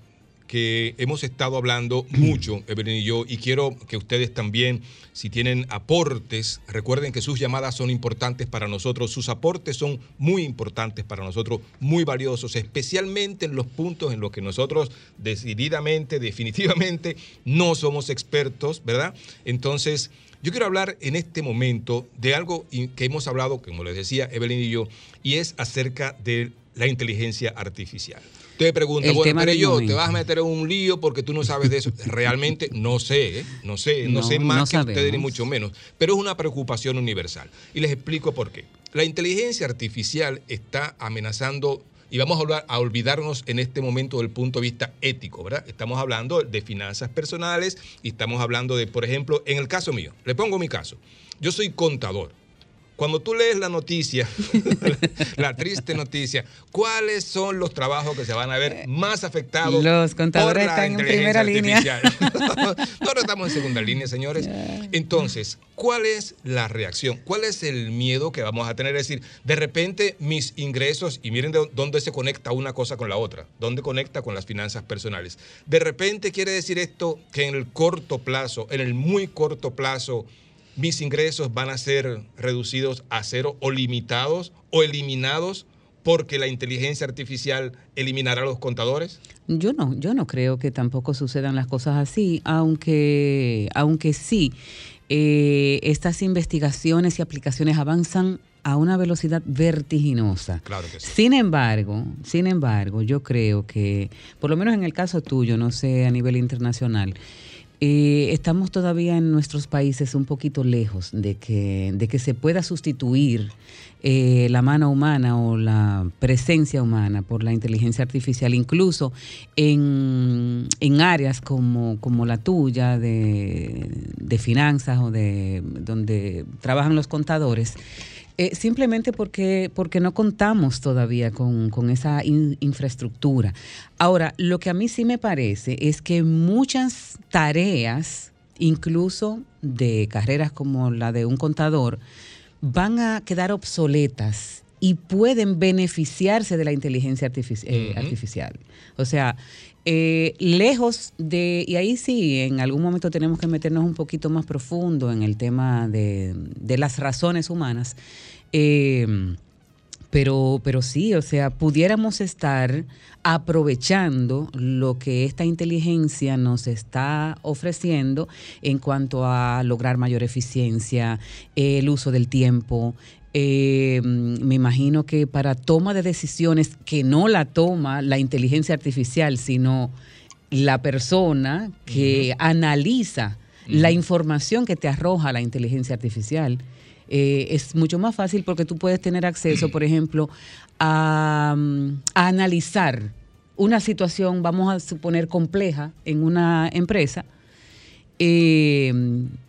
que hemos estado hablando mucho, Evelyn y yo, y quiero que ustedes también, si tienen aportes, recuerden que sus llamadas son importantes para nosotros, sus aportes son muy importantes para nosotros, muy valiosos, especialmente en los puntos en los que nosotros decididamente, definitivamente, no somos expertos, ¿verdad? Entonces, yo quiero hablar en este momento de algo in- que hemos hablado, como les decía Evelyn y yo, y es acerca de la inteligencia artificial. Usted pregunta,
El
bueno,
tema
pero
del
yo, te
momento.
vas a meter en un lío porque tú no sabes de eso. [LAUGHS] Realmente no sé, ¿eh? no sé, no,
No,
sé más
no
que ustedes ni
sabemos.
mucho menos, pero es una preocupación universal. Y les explico por qué. La inteligencia artificial está amenazando Y vamos a, hablar- a olvidarnos en este momento del punto de vista ético, ¿verdad? Estamos hablando de finanzas personales y estamos hablando de, por ejemplo, en el caso mío, le pongo mi caso. Yo soy contador. Cuando tú lees la noticia, [LAUGHS] la triste noticia, ¿cuáles son los trabajos que se van a ver más afectados?
Los contadores
por la
están en
inteligencia
primera línea. [LAUGHS]
artificial? Nosotros estamos en segunda línea, señores. Entonces, ¿cuál es la reacción? ¿Cuál es el miedo que vamos a tener? Es decir, de repente mis ingresos, y miren de dónde se conecta una cosa con la otra, dónde conecta con las finanzas personales. De repente quiere decir esto que en el corto plazo, en el muy corto plazo, mis ingresos van a ser reducidos a cero o limitados o eliminados porque la inteligencia artificial eliminará a los contadores?
Yo no, yo no creo que tampoco sucedan las cosas así, aunque, aunque sí, eh, estas investigaciones y aplicaciones avanzan a una velocidad vertiginosa.
Claro que sí.
Sin embargo, sin embargo, yo creo que, por lo menos en el caso tuyo, no sé, a nivel internacional, eh, estamos todavía en nuestros países un poquito lejos de que, de que se pueda sustituir eh, la mano humana o la presencia humana por la inteligencia artificial, incluso en, en áreas como, como la tuya de, de finanzas o de donde trabajan los contadores. Eh, simplemente porque, porque no contamos todavía con, con esa in- infraestructura. Ahora, lo que a mí sí me parece es que muchas tareas, incluso de carreras como la de un contador, van a quedar obsoletas y pueden beneficiarse de la inteligencia artifici- eh,
Ujú.
artificial. O sea, eh, lejos de, y ahí sí, en algún momento tenemos que meternos un poquito más profundo en el tema de, de las razones humanas. Eh, pero, pero sí, o sea, pudiéramos estar aprovechando lo que esta inteligencia nos está ofreciendo en cuanto a lograr mayor eficiencia, eh, el uso del tiempo. Eh, mm, me imagino que para toma de decisiones que no la toma la inteligencia artificial, sino la persona que analiza la información que te arroja la inteligencia artificial. eh, es mucho más fácil porque tú puedes tener acceso, por ejemplo, a, mm, a analizar una situación, vamos a suponer, compleja en una empresa, eh,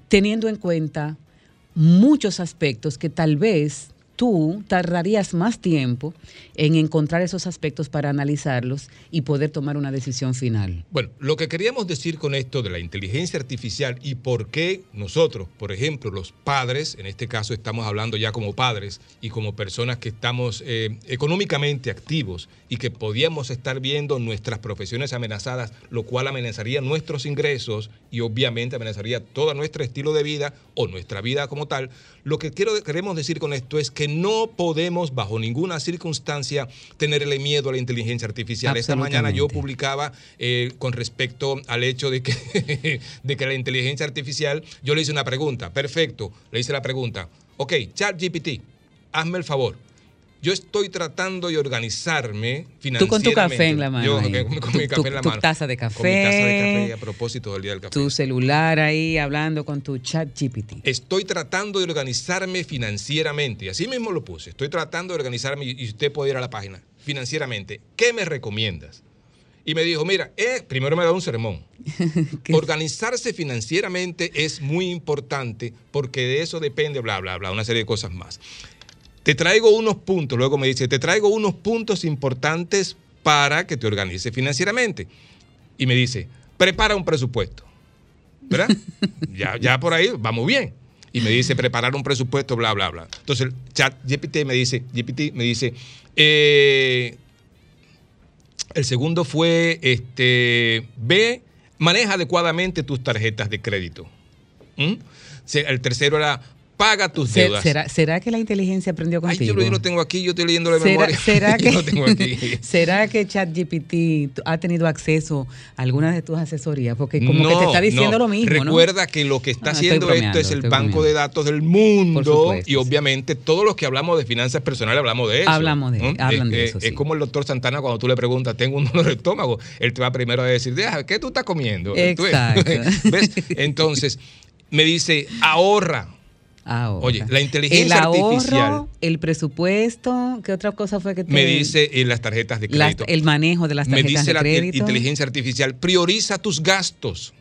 teniendo en cuenta muchos aspectos que tal vez tú tardarías más tiempo en encontrar esos aspectos para analizarlos y poder tomar una decisión final.
Bueno, lo que queríamos decir con esto de la inteligencia artificial y por qué nosotros, por ejemplo, los padres, en este caso estamos hablando ya como padres y como personas que estamos eh, económicamente activos y que podíamos estar viendo nuestras profesiones amenazadas, lo cual amenazaría nuestros ingresos y obviamente amenazaría todo nuestro estilo de vida o nuestra vida como tal. Lo que quiero, queremos decir con esto es que no podemos bajo ninguna circunstancia tenerle miedo a la inteligencia artificial. Esta mañana yo
Absolutamente.
publicaba eh, con respecto al hecho de que, [LAUGHS] de que la inteligencia artificial, yo le hice una pregunta, perfecto, le hice la pregunta, ok, ChatGPT, hazme el favor. Yo estoy tratando de organizarme financieramente.
Tú con tu café en la mano.
Yo
ahí.
con, con
Tu-
mi café
tu-
en la
tu
mano.
taza de
Con mi taza de
café.
café a propósito del Día del Café.
Tu celular ahí hablando con tu chat GPT.
Estoy tratando de organizarme financieramente. Y así mismo lo puse. Estoy tratando de organizarme y y usted puede ir a la página. Financieramente, ¿qué me recomiendas? Y me dijo, mira, eh, primero me da un sermón. Organizarse financieramente es muy importante porque de eso depende, bla, bla, bla, una serie de cosas más. Te traigo unos puntos, luego me dice, te traigo unos puntos importantes para que te organices financieramente. Y me dice, prepara un presupuesto.
[LAUGHS]
¿Verdad? ya, ya por ahí vamos bien. Y me dice, preparar un presupuesto, bla, bla, bla. Entonces, el chat GPT me dice, GPT me dice, eh, el segundo fue, este, ve, maneja adecuadamente tus tarjetas de crédito. ¿Mm? Se- El tercero era, paga tus
Se-
deudas.
¿Será, será que la inteligencia aprendió
Ay, yo
contigo?
lo, yo lo tengo aquí, yo estoy leyendo la
¿Será-
memoria. [LAUGHS]
será
Yo
que-
lo tengo aquí.
[LAUGHS] ¿Será que ChatGPT t- ha tenido acceso a alguna de tus asesorías? Porque como que te
No,
está diciendo
no.
lo mismo, ¿no?
Recuerda que lo que está
Ah, estoy
haciendo esto
bromeando,
es el
estoy
banco
bromeando.
de datos del mundo
supuesto,
y obviamente todos los que hablamos de finanzas personales hablamos de eso.
Hablamos de- hablan
es,
de
es-
eso,
Es como el doctor Santana cuando tú le preguntas, tengo un dolor de estómago, él te va primero a decir, deja, ¿qué tú estás [LAUGHS] comiendo? Tú-
Exacto.
¿Ves? Entonces, me dice, ahorra.
Ahora.
Oye, la inteligencia
el ahorro,
artificial.
El presupuesto, ¿qué otra cosa fue que te
Me dice eh, las tarjetas de
Las-
crédito.
el manejo de las
Me
tarjetas
dice
de
la te-
crédito.
inteligencia artificial, prioriza tus gastos.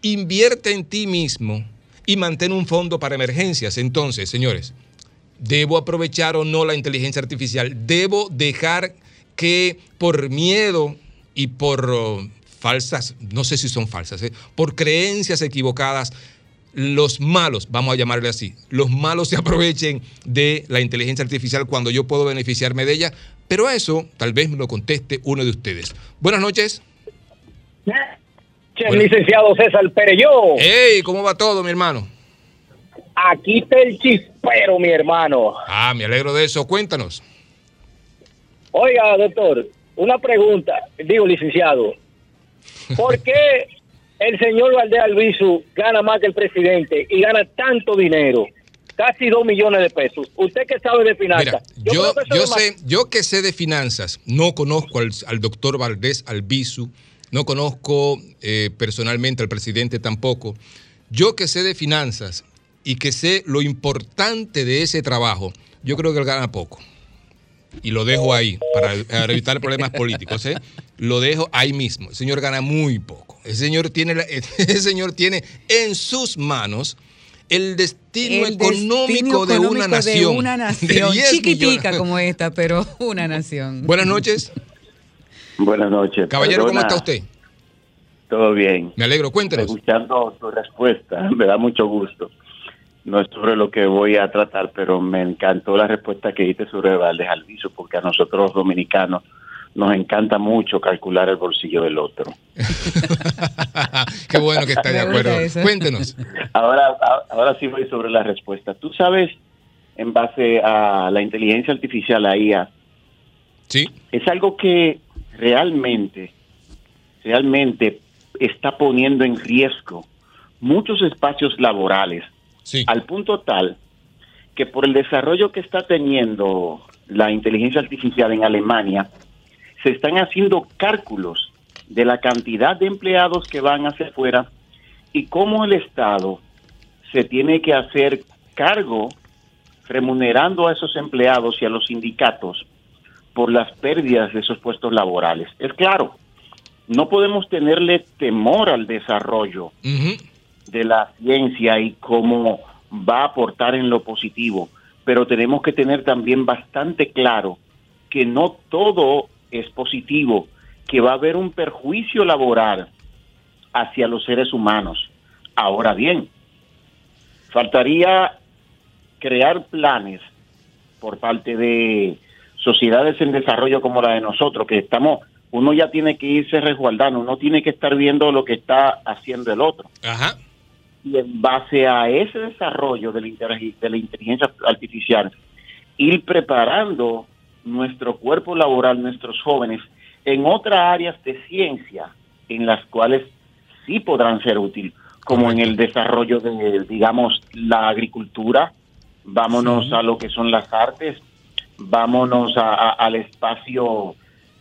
Invierte en ti mismo y mantén un fondo para emergencias. Entonces, señores, ¿debo aprovechar o no la inteligencia artificial? ¿Debo dejar que por miedo y por oh, falsas, no sé si son falsas, eh, por creencias equivocadas, los malos, vamos a llamarle así, los malos se [LAUGHS] aprovechen de la inteligencia artificial cuando yo puedo beneficiarme de ella, pero eso tal vez me lo conteste uno de ustedes. Buenas noches.
Che, licenciado César Pérez, yo.
¡Ey! ¿Cómo va todo, mi hermano?
Aquí está el chispero, mi hermano.
Ah, me alegro de eso. Cuéntanos.
Oiga, doctor, una pregunta, digo, licenciado.
[LAUGHS]
¿Por qué el señor Valdés Albizu gana más que el presidente y gana tanto dinero? Casi dos millones de pesos. ¿Usted qué sabe de finanzas?
Yo,
creo que eso
yo
es más-
sé, yo que sé de finanzas, no conozco al, al doctor Valdés Albizu, no conozco eh, personalmente al presidente tampoco. Yo que sé de finanzas y que sé lo importante de ese trabajo, yo creo que él gana poco. Y lo dejo ahí para, para evitar problemas políticos. ¿eh? Lo dejo ahí mismo. El señor gana muy poco. El señor tiene, la- [LAUGHS] el señor tiene en sus manos el destino
el
económico,
destino
de
económico
una nación.
De una
[LAUGHS] de
nación,
10
chiquitica
millones.
como esta, pero una nación.
Buenas noches.
Buenas noches.
Caballero, ¿cómo
Perdona,
está usted?
Todo bien.
Me alegro, cuéntenos.
Escuchando su respuesta, [LAUGHS] me da mucho gusto. No es sobre lo que voy a tratar, pero me encantó la respuesta que diste sobre Valdez Alviso, porque a nosotros los dominicanos nos encanta mucho calcular el bolsillo del otro.
Qué bueno que está
[LAUGHS]
de
[LAUGHS] Me gusta
acuerdo.
¿eh?
eso.
Cuéntenos.
Ahora, a- ahora sí voy sobre la respuesta. Tú sabes, en base a la inteligencia artificial, la IA, es algo que realmente, realmente está poniendo en riesgo muchos espacios laborales, al punto tal que por el desarrollo que está teniendo la inteligencia artificial en Alemania, se están haciendo cálculos de la cantidad de empleados que van hacia afuera y cómo el Estado se tiene que hacer cargo remunerando a esos empleados y a los sindicatos por las pérdidas de esos puestos laborales. Es claro, no podemos tenerle temor al desarrollo de la ciencia y cómo va a aportar en lo positivo, pero tenemos que tener también bastante claro que no todo es positivo, que va a haber un perjuicio laboral hacia los seres humanos. Ahora bien, faltaría crear planes por parte de sociedades en desarrollo como la de nosotros, que estamos, uno ya tiene que irse resguardando, uno tiene que estar viendo lo que está haciendo el otro. Y en base a ese desarrollo de la, inter- de la inteligencia artificial, ir preparando nuestro cuerpo laboral, nuestros jóvenes, en otras áreas de ciencia en las cuales sí podrán ser útil, como en el desarrollo de, digamos, la agricultura, vámonos a lo que son las artes, vámonos a- a- al espacio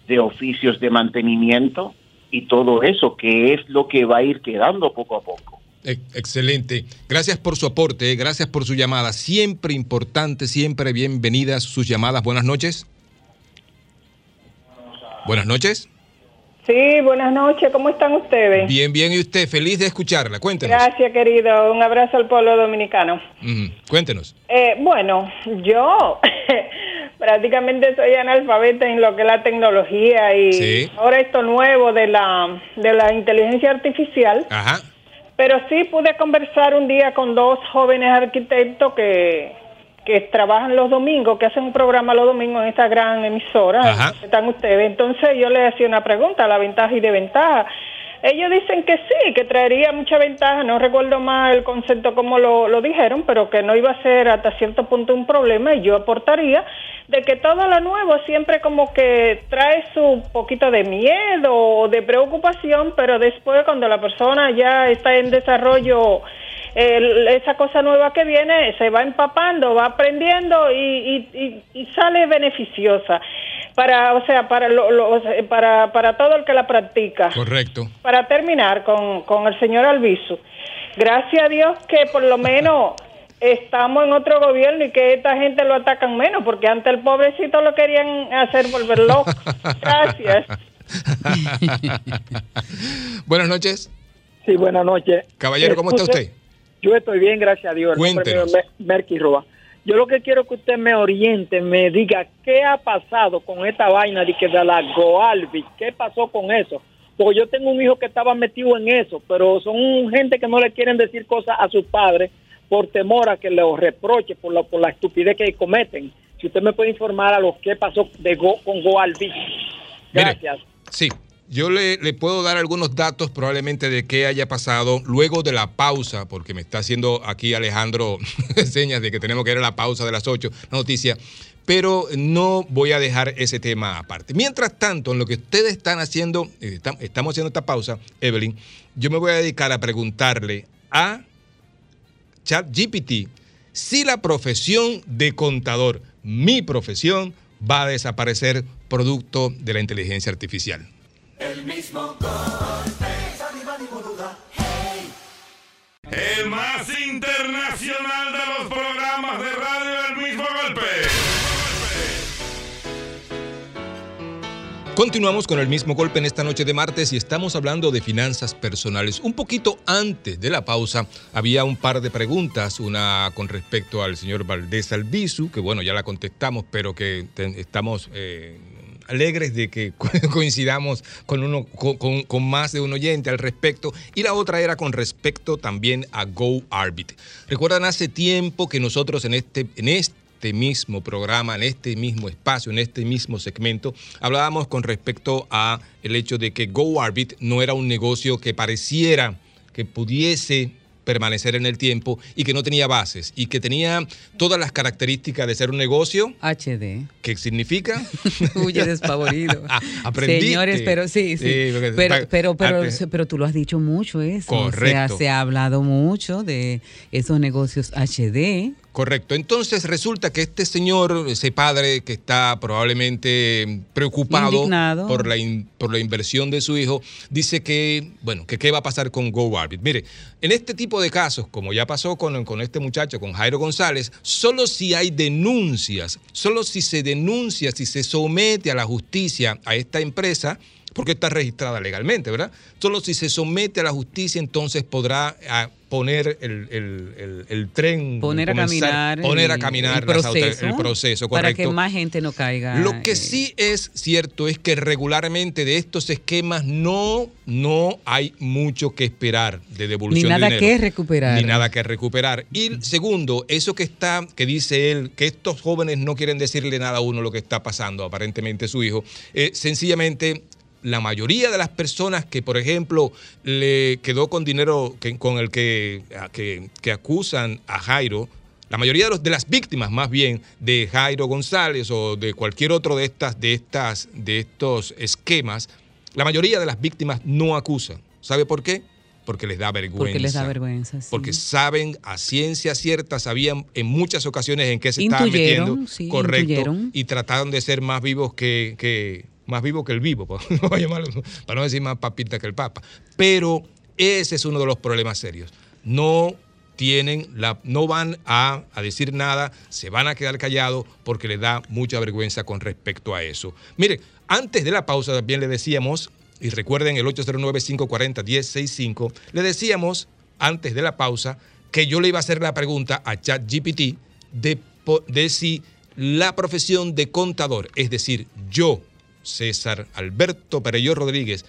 de oficios de mantenimiento y todo eso, que es lo que va a ir quedando poco a poco.
E- Excelente. Gracias por su aporte, eh, gracias por su llamada. Siempre importante, siempre bienvenidas sus llamadas. Buenas noches. Buenas noches.
Sí, buenas noches, ¿cómo están ustedes?
Bien, bien. ¿Y usted? Feliz de escucharla. Cuéntenos.
Gracias, querido. Un abrazo al pueblo dominicano.
Ujú. Cuéntenos.
Eh, bueno, yo [LAUGHS] prácticamente soy analfabeta en lo que es la tecnología y
Sí.
ahora esto nuevo de la, de la inteligencia artificial.
Ajá.
Pero sí pude conversar un día con dos jóvenes arquitectos que, que trabajan los domingos, que hacen un programa los domingos en esta gran emisora.
Ajá.
donde Están ustedes. Entonces yo les hacía una pregunta, la ventaja y desventaja. Ellos dicen que sí, que traería mucha ventaja, no recuerdo más el concepto como lo, lo dijeron, pero que no iba a ser hasta cierto punto un problema y yo aportaría de que todo lo nuevo siempre como que trae su poquito de miedo o de preocupación, pero después cuando la persona ya está en desarrollo, el- esa cosa nueva que viene se va empapando, va aprendiendo y, y- y- y sale beneficiosa para, o sea, para, lo- lo- o sea, para, para todo el que la practica
Correcto.
[LAUGHS]
para terminar con, con el señor Alviso, gracias a Dios que por lo menos estamos en otro gobierno y que esta gente lo atacan menos, porque antes el pobrecito lo querían hacer volver loco. Gracias.
[LAUGHS] Buenas noches.
Sí, buenas noches.
Caballero, ¿cómo está usted?
Yo estoy bien, gracias a Dios. El nombre
Cuéntenos.
mío es Mer- Merky Roa. Yo lo que quiero es que usted me oriente, me diga qué ha pasado con esta vaina de que de la Goalbi, qué pasó con eso. Porque yo tengo un hijo que estaba metido en eso, pero son gente que no le quieren decir cosas a sus padres por temor a que los reproche por la, por la estupidez que cometen. Si usted me puede informar a lo que pasó de Go- con Goalbi.
Mire,
Gracias.
Sí, yo le, le puedo dar algunos datos probablemente de qué haya pasado luego de la pausa, porque me está haciendo aquí Alejandro [LAUGHS] señas de que tenemos que ir a la pausa de las 8, la noticia, pero no voy a dejar ese tema aparte. Mientras tanto, en lo que ustedes están haciendo, eh, estam- estamos haciendo esta pausa, Evelyn, yo me voy a dedicar a preguntarle a ChatGPT si la profesión de contador, mi profesión, va a desaparecer producto de la inteligencia artificial.
El mismo golpe.
El más internacional de los programas de radio, el mismo golpe.
Continuamos con el mismo golpe en esta noche de martes y estamos hablando de finanzas personales. Un poquito antes de la pausa había un par de preguntas, una con respecto al señor Valdés Albizu, que bueno, ya la contestamos, pero que te- estamos eh, alegres de que [LAUGHS] co- coincidamos con, uno, con, con- con más de un oyente al respecto. Y la otra era con respecto también a GoArbit. Recuerdan hace tiempo que nosotros en este... En este este mismo programa, en este mismo espacio, en este mismo segmento, hablábamos con respecto a el hecho de que GoArbit no era un negocio que pareciera que pudiese permanecer en el tiempo y que no tenía bases y que tenía todas las características de ser un negocio
HD
que
[LAUGHS]
significa
Huye despavorido.
[LAUGHS] Aprendiste.
Señores, pero sí, sí.
porque-
pero, pero, pero,
Ah,
pero tú lo has dicho mucho eso. O
Correcto.
sea, se ha hablado mucho de esos negocios HD.
Correcto. Entonces resulta que este señor, ese padre que está probablemente preocupado
Indignado.
por la, in- por la inversión de su hijo, dice que, bueno, que qué va a pasar con GoArbit. Mire, en este tipo de casos, como ya pasó con, con este muchacho, con Jairo González, solo si hay denuncias, solo si se denuncia, si se somete a la justicia a esta empresa, porque está registrada legalmente, ¿verdad? Solo si se somete a la justicia, entonces podrá ah, poner el, el- el- el tren.
Poner a
comenzar-
caminar.
Poner a
el-
caminar
el
las
proceso.
autor- el proceso,
Para
correcto.
que más gente no caiga.
Lo que sí es cierto es que regularmente de estos esquemas no, no hay mucho que esperar de
Ni
devolución
nada
de
que
dinero.
recuperar.
Ni nada que recuperar. Y segundo, eso que está, que dice él, que estos jóvenes no quieren decirle nada a uno lo que está pasando, aparentemente su hijo, eh, sencillamente. La mayoría de las personas que, por ejemplo, le quedó con dinero que- con el que, a- que- que acusan a Jairo, la mayoría de, los- de las víctimas, más bien, de Jairo González o de cualquier otro de estas, de estas, de estos esquemas, la mayoría de las víctimas no acusan. ¿Sabe por qué? Porque les da vergüenza.
Porque les da vergüenza. sí.
Porque saben a ciencia cierta, sabían en muchas ocasiones en qué se
Intuyeron,
estaban metiendo.
sí,
correcto.
intuyeron.
Y trataron de ser más vivos que, que- más vivo que el vivo, para [LAUGHS] no, llamarlo- para no decir más papita que el papa. Pero ese es uno de los problemas serios. No tienen la, no van a, a decir nada, se van a quedar callados porque les da mucha vergüenza con respecto a eso. Mire, antes de la pausa también le decíamos, y recuerden el 809-540-1065, le decíamos antes de la pausa que yo le iba a hacer la pregunta a ChatGPT de, po- de si la profesión de contador, es decir, yo, César Alberto Perello Rodríguez,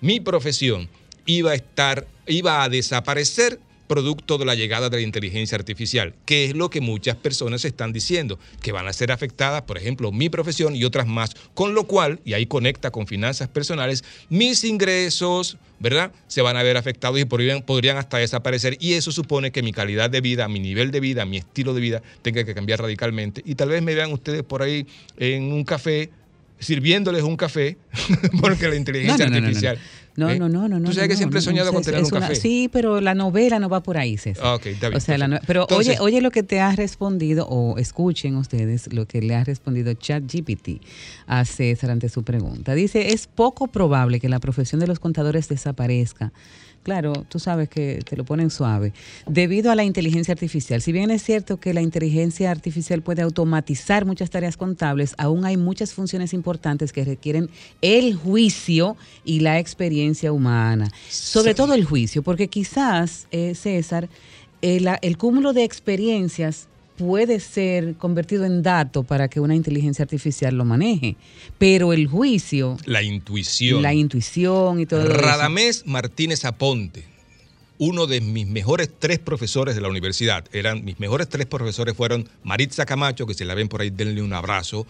mi profesión iba a estar, iba a desaparecer producto de la llegada de la inteligencia artificial, que es lo que muchas personas están diciendo, que van a ser afectadas, por ejemplo, mi profesión y otras más, con lo cual, y ahí conecta con finanzas personales, mis ingresos, ¿verdad? Se van a ver afectados y podrían, podrían hasta desaparecer, y eso supone que mi calidad de vida, mi nivel de vida, mi estilo de vida tenga que cambiar radicalmente, y tal vez me vean ustedes por ahí en un café sirviéndoles un café, [LAUGHS] porque la inteligencia
No, no, no, no, no.
artificial...
No,
¿eh?
no, no, no, no.
Tú sabes
no,
que
no,
siempre he
no,
soñado
no,
con
es-
tener
es
un
una-
café.
sí, pero la novela no va por ahí, César.
Ah, ok, está bien,
O sea, la
perfecto.
no- pero
Entonces-
oye, oye lo que te has respondido, o escuchen ustedes lo que le ha respondido ChatGPT a César ante su pregunta. Dice, es poco probable que la profesión de los contadores desaparezca, claro, tú sabes que te lo ponen suave, debido a la inteligencia artificial. Si bien es cierto que la inteligencia artificial puede automatizar muchas tareas contables, aún hay muchas funciones importantes que requieren el juicio y la experiencia humana. Sobre todo el juicio, porque quizás, eh, César, el, el cúmulo de experiencias puede ser convertido en dato para que una inteligencia artificial lo maneje, pero el juicio
La intuición.
la intuición y todo eso.
Radamés Martínez Aponte, uno de mis mejores tres profesores de la universidad. Eran, mis mejores tres profesores fueron Maritza Camacho, que si la ven por ahí, denle un abrazo.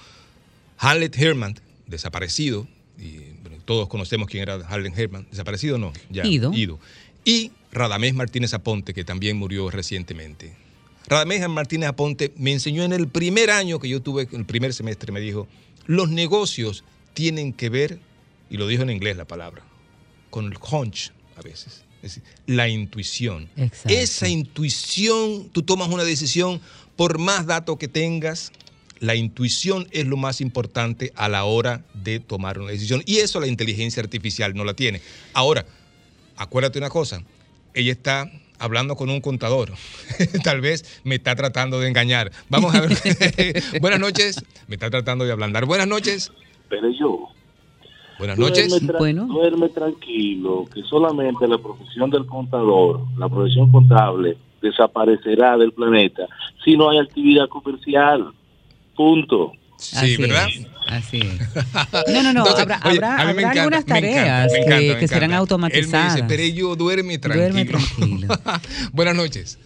Hamlet Herman, desaparecido. Y, bueno, todos conocemos quién era Hamlet Herman. ¿Desaparecido o no? Ya,
Ido.
Y Radamés Martínez Aponte, que también murió recientemente. Radamés Martínez Aponte me enseñó en el primer año que yo tuve, el primer semestre, me dijo, los negocios tienen que ver, y lo dijo en inglés la palabra, con el hunch a veces. Es decir, la intuición.
Exacto.
Esa intuición, tú tomas una decisión, por más datos que tengas, la intuición es lo más importante a la hora de tomar una decisión. Y eso la inteligencia artificial no la tiene. Ahora, acuérdate una cosa, ella está hablando con un contador. [LAUGHS] Tal vez me está tratando de engañar. Vamos a ver. [LAUGHS] Buenas noches. Me está tratando de ablandar. Buenas noches.
Pero yo.
Buenas noches.
Duerme, tra- duerme tranquilo, que solamente la profesión del contador, la profesión contable, desaparecerá del planeta si no hay actividad comercial. Punto.
Sí, ¿verdad?
Así No, no, no, habrá,
oye,
habrá-
a mí me
habrá
encanta, me
algunas
encanta, me
tareas que-
encanta, me
que, serán
encanta.
automatizadas.
Él me dice, pero yo duerme tranquilo.
Duerme
[LAUGHS] Buenas noches.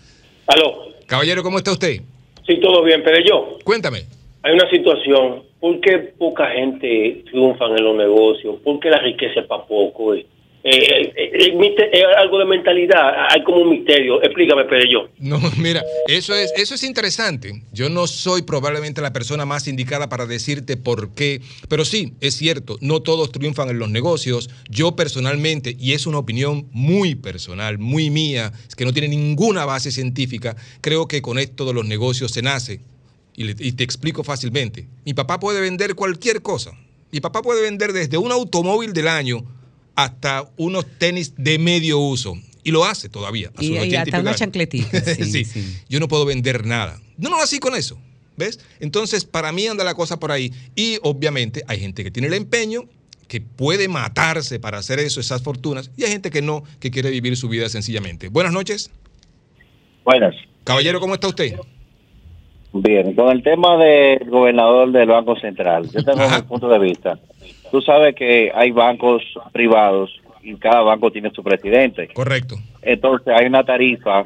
Aló.
Caballero, ¿cómo está usted?
Sí, todo bien, pero yo.
Cuéntame.
Hay una situación. ¿Por qué poca gente triunfa en los negocios? ¿Por qué la riqueza es para poco? eh? Eh, eh, eh, eh, mite- eh, algo de mentalidad. Hay como un misterio. Explícame, pero yo.
No, [LAUGHS] mira, eso es, eso es interesante. Yo no soy probablemente la persona más indicada para decirte por qué, pero sí, es cierto, no todos triunfan en los negocios. Yo personalmente, y es una opinión muy personal, muy mía, que no tiene ninguna base científica, creo que con esto de los negocios se nace. Y, le- y te explico fácilmente. Mi papá puede vender cualquier cosa. Mi papá puede vender desde un automóvil del año hasta unos tenis de medio uso. Y lo hace todavía. a sus
Y, y
80 y
hasta
pico
una
años.
chancletita.
[LAUGHS]
sí.
Sí. Yo no puedo vender nada. No, no nací con eso. ¿Ves? Entonces, para mí anda la cosa por ahí. Y obviamente hay gente que tiene el empeño, que puede matarse para hacer eso, esas fortunas, y hay gente que no, que quiere vivir su vida sencillamente. Buenas noches.
Buenas.
Caballero, ¿cómo está usted?
Bien, con el tema del gobernador del Banco Central, yo tengo mi punto de vista. Tú sabes que hay bancos privados y cada banco tiene su presidente.
Correcto.
Entonces hay una tarifa,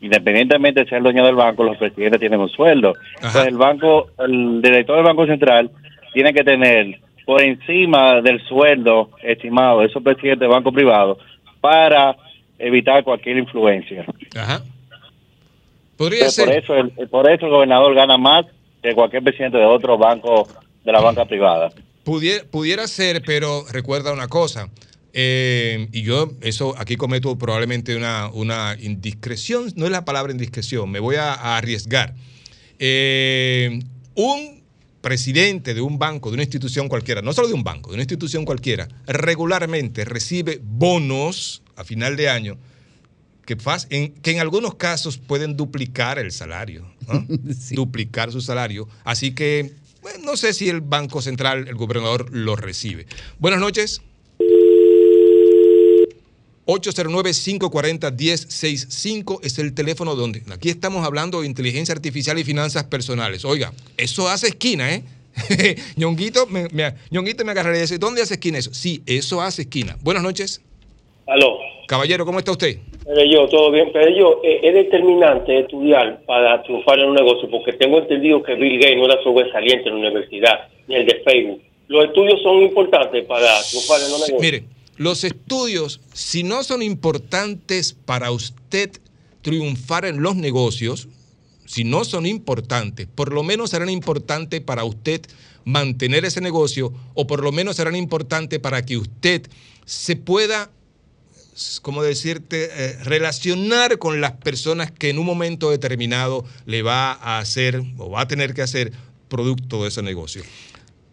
independientemente de ser el dueño del banco, los presidentes tienen un sueldo. Entonces el banco, el director del Banco Central tiene que tener por encima del sueldo estimado de esos presidentes de banco privado para evitar cualquier influencia.
Ajá. Podría ser.
Entonces, Por eso, el, por eso el gobernador gana más que cualquier presidente de otro banco, de la banca privada.
Pudie- pudiera ser, pero recuerda una cosa. eh, y yo, eso aquí cometo probablemente una, una indiscreción. No es la palabra indiscreción, me voy a, a arriesgar. Eh, un presidente de un banco, de una institución cualquiera, no solo de un banco, de una institución cualquiera, regularmente recibe bonos a final de año que, faz- en, que en algunos casos pueden duplicar el salario, ¿no? duplicar su salario. Así que bueno, no sé si el Banco Central, el gobernador, lo recibe. Buenas noches. 809-540-1065 es el teléfono donde aquí estamos hablando de inteligencia artificial y finanzas personales. Oiga, eso hace esquina, ¿eh? [LAUGHS] Ñonguito me, me, Ñonguito me agarraría y dice, ¿dónde hace esquina eso? Sí, eso hace esquina. Buenas noches.
Aló.
Caballero, ¿cómo está usted?
Pero yo, todo bien. Pero yo, eh, es determinante estudiar para triunfar en un negocio, porque tengo entendido que Bill Gates no era sobresaliente en la universidad, ni el de Facebook. Los estudios son importantes para triunfar en un
Sí,
negocio.
mire, los estudios, si no son importantes para usted triunfar en los negocios, si no son importantes, por lo menos serán importantes para usted mantener ese negocio o por lo menos serán importantes para que usted se pueda, como decirte, Eh, relacionar con las personas que en un momento determinado le va a hacer o va a tener que hacer producto de ese negocio.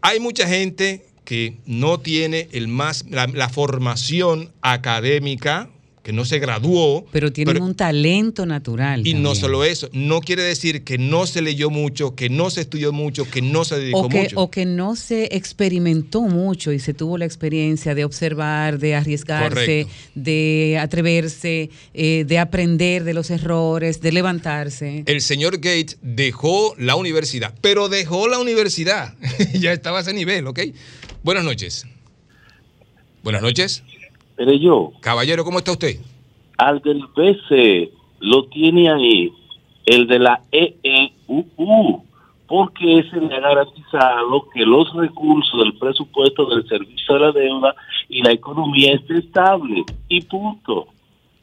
Hay mucha gente que no tiene el más, la, la formación académica que no se graduó.
Pero tienen
pero-
un talento natural.
y no
también.
solo eso, no quiere decir que no se leyó mucho, que no se estudió mucho, que no se dedicó
o que,
mucho.
o que no se experimentó mucho y se tuvo la experiencia de observar, de arriesgarse,
Correcto.
de atreverse, eh, de aprender de los errores, de levantarse.
El señor Gates dejó la universidad, pero dejó la universidad. [LAUGHS] ya estaba a ese nivel, ¿ok? Buenas noches. Buenas noches.
Pero yo,
Caballero, ¿cómo está usted?
al del BC lo tiene ahí, el de la E EEUU, porque ese le ha garantizado que los recursos del presupuesto del servicio de la deuda y la economía esté estable. Y punto.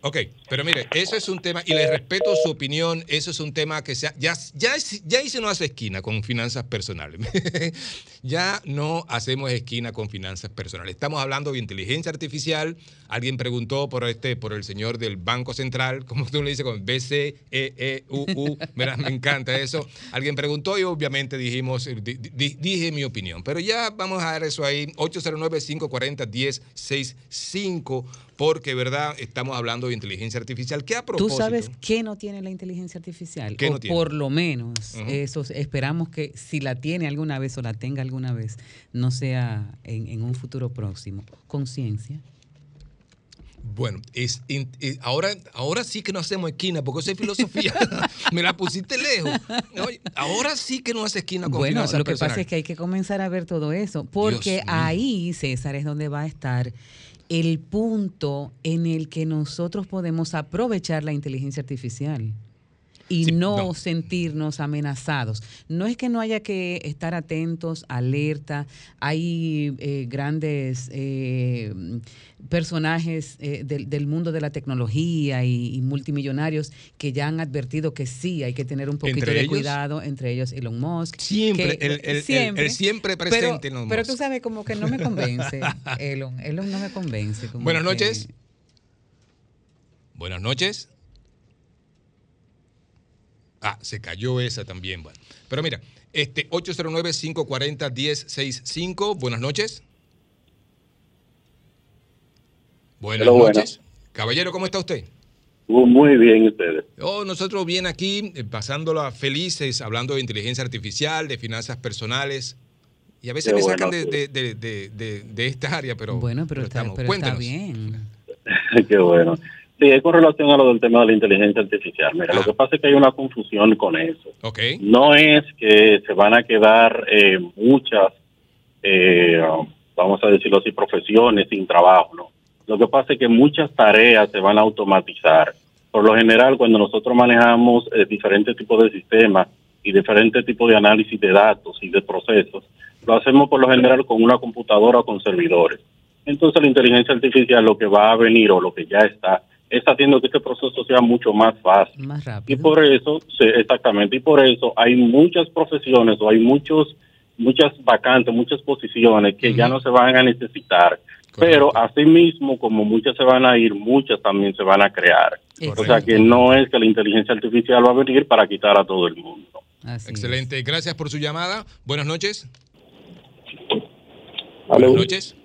Ok, pero mire, eso es un tema, y le respeto su opinión, eso es un tema que se ha- ya, ya, ya hice no hace esquina con finanzas personales. [LAUGHS] ya no hacemos esquina con finanzas personales. Estamos hablando de inteligencia artificial. Alguien preguntó por este, por el señor del Banco Central, [LAUGHS] como tú le dices, con E BCEEUU. Mira, me encanta eso. Alguien preguntó y obviamente dijimos, eh, di- di- dije mi opinión. Pero ya vamos a dar eso ahí, 809-540-1065, porque, ¿verdad? Estamos hablando de inteligencia artificial. ¿Qué a propósito?
¿Tú sabes qué no tiene la inteligencia artificial?
¿Qué
o
no tiene?
por lo menos,
Ujú.
eso esperamos que si la tiene alguna vez o la tenga alguna vez, no sea en, en un futuro próximo. Conciencia.
Bueno, es, in- eh, ahora, ahora sí que no hacemos esquina, porque eso es filosofía. [LAUGHS] Me la pusiste lejos. Oye, ahora sí que no hace esquina con
Bueno,
finanzas
lo que pasa
personales.
es que hay que comenzar a ver todo eso, porque
mío.
ahí, César, es donde va a estar el punto en el que nosotros podemos aprovechar la inteligencia artificial y no, sentirnos amenazados. No es que no haya que estar atentos, alerta. Hay eh, grandes eh, personajes eh, del, del mundo de la tecnología y, y multimillonarios que ya han advertido que sí, hay que tener un poquito
¿Entre
de
ellos?
cuidado, entre ellos Elon Musk.
Siempre, el- el- el- el siempre
Pero-
presente
Pero,
Elon
tú sabes, como que no me convence, [LAUGHS] Elon. Elon no me convence. como
Buenas
que-
noches. Buenas noches. Ah, se cayó esa también. Bueno. Pero mira, este 809-540-1065. Buenas noches. Buenas
Hello,
noches.
buenas.
Caballero, ¿cómo está usted?
Oh,
Muy bien, ustedes.
Oh, nosotros bien aquí, eh, pasándola felices, hablando de inteligencia artificial, de finanzas personales. Y a veces
Qué
me
bueno,
sacan de,
sí.
de- de- de- de- de esta área, pero.
Bueno, pero, está,
estamos.
pero está
Cuéntanos.
bien.
[LAUGHS] Qué bueno. Sí, es con relación a lo del tema de la inteligencia artificial. Mira, lo que pasa es que hay una confusión con eso.
Ok.
No es que se van a quedar eh, muchas, eh, vamos a decirlo así, profesiones sin trabajo, ¿no? Lo que pasa es que muchas tareas se van a automatizar. Por lo general, cuando nosotros manejamos eh, diferentes tipos de sistemas y diferentes tipos de análisis de datos y de procesos, lo hacemos por lo general con una computadora o con servidores. Entonces la inteligencia artificial lo que va a venir o lo que ya está es haciendo que este proceso sea mucho más fácil.
Más rápido.
Y por eso, sí, exactamente, y por eso hay muchas profesiones o hay muchos muchas vacantes, muchas posiciones que ya no se van a necesitar. Pero asimismo, como muchas se van a ir, muchas también se van a crear. O sea que no es que la inteligencia artificial va a venir para quitar a todo el mundo.
Excelente. Gracias por su llamada. Buenas noches.
Aló.
Buenas noches.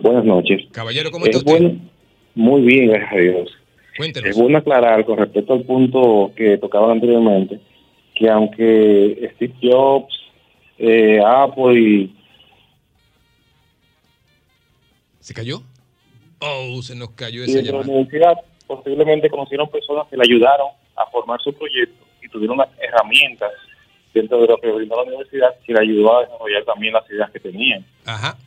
Buenas noches.
Caballero, ¿cómo
Es
está usted?
bueno- muy bien, gracias a Dios.
Cuéntenos.
Es bueno aclarar con respecto al punto que tocaba anteriormente, que aunque Steve Jobs, eh, Apple y
¿Se cayó? Oh, se nos cayó
y
esa
dentro de la
llamada.
universidad posiblemente conocieron personas que le ayudaron a formar su proyecto y tuvieron las herramientas dentro de lo que brindó la universidad que le ayudó a desarrollar también las ideas que tenían.
Ajá.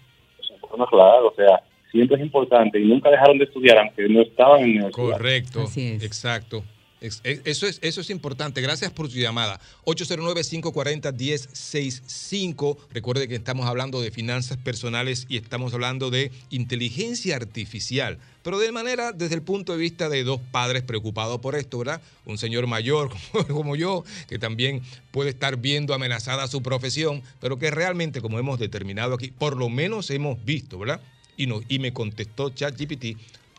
Bueno, claro, o sea, siempre es importante y nunca dejaron de estudiar aunque no estaban en la universidad.
Correcto. Exacto. Ex- e- Eso es, eso es importante. Gracias por su llamada. 809-540-1065. Recuerde que estamos hablando de finanzas personales y estamos hablando de inteligencia artificial, pero de manera desde el punto de vista de dos padres preocupados por esto, ¿verdad? Un señor mayor [LAUGHS] como, como yo, que también puede estar viendo amenazada su profesión, pero que realmente, como hemos determinado aquí, por lo menos hemos visto, ¿verdad? Y, no, y me contestó ChatGPT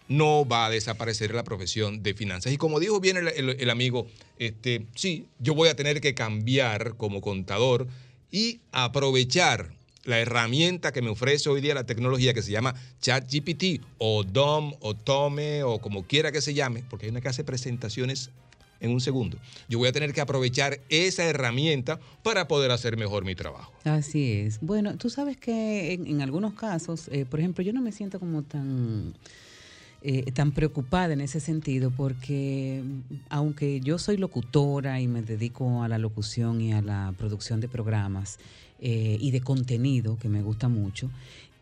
no va a desaparecer la profesión de finanzas. Y como dijo bien el, el- el amigo, este, sí, yo voy a tener que cambiar como contador y aprovechar la herramienta que me ofrece hoy día la tecnología que se llama ChatGPT o DOM o Tome o como quiera que se llame, porque hay una que hace presentaciones en un segundo. Yo voy a tener que aprovechar esa herramienta para poder hacer mejor mi trabajo.
Así es. Bueno, tú sabes que en, en algunos casos, eh, por ejemplo, yo no me siento como tan... eh, tan preocupada en ese sentido porque mm, aunque yo soy locutora y me dedico a la locución y a la producción de programas eh, y de contenido que me gusta mucho,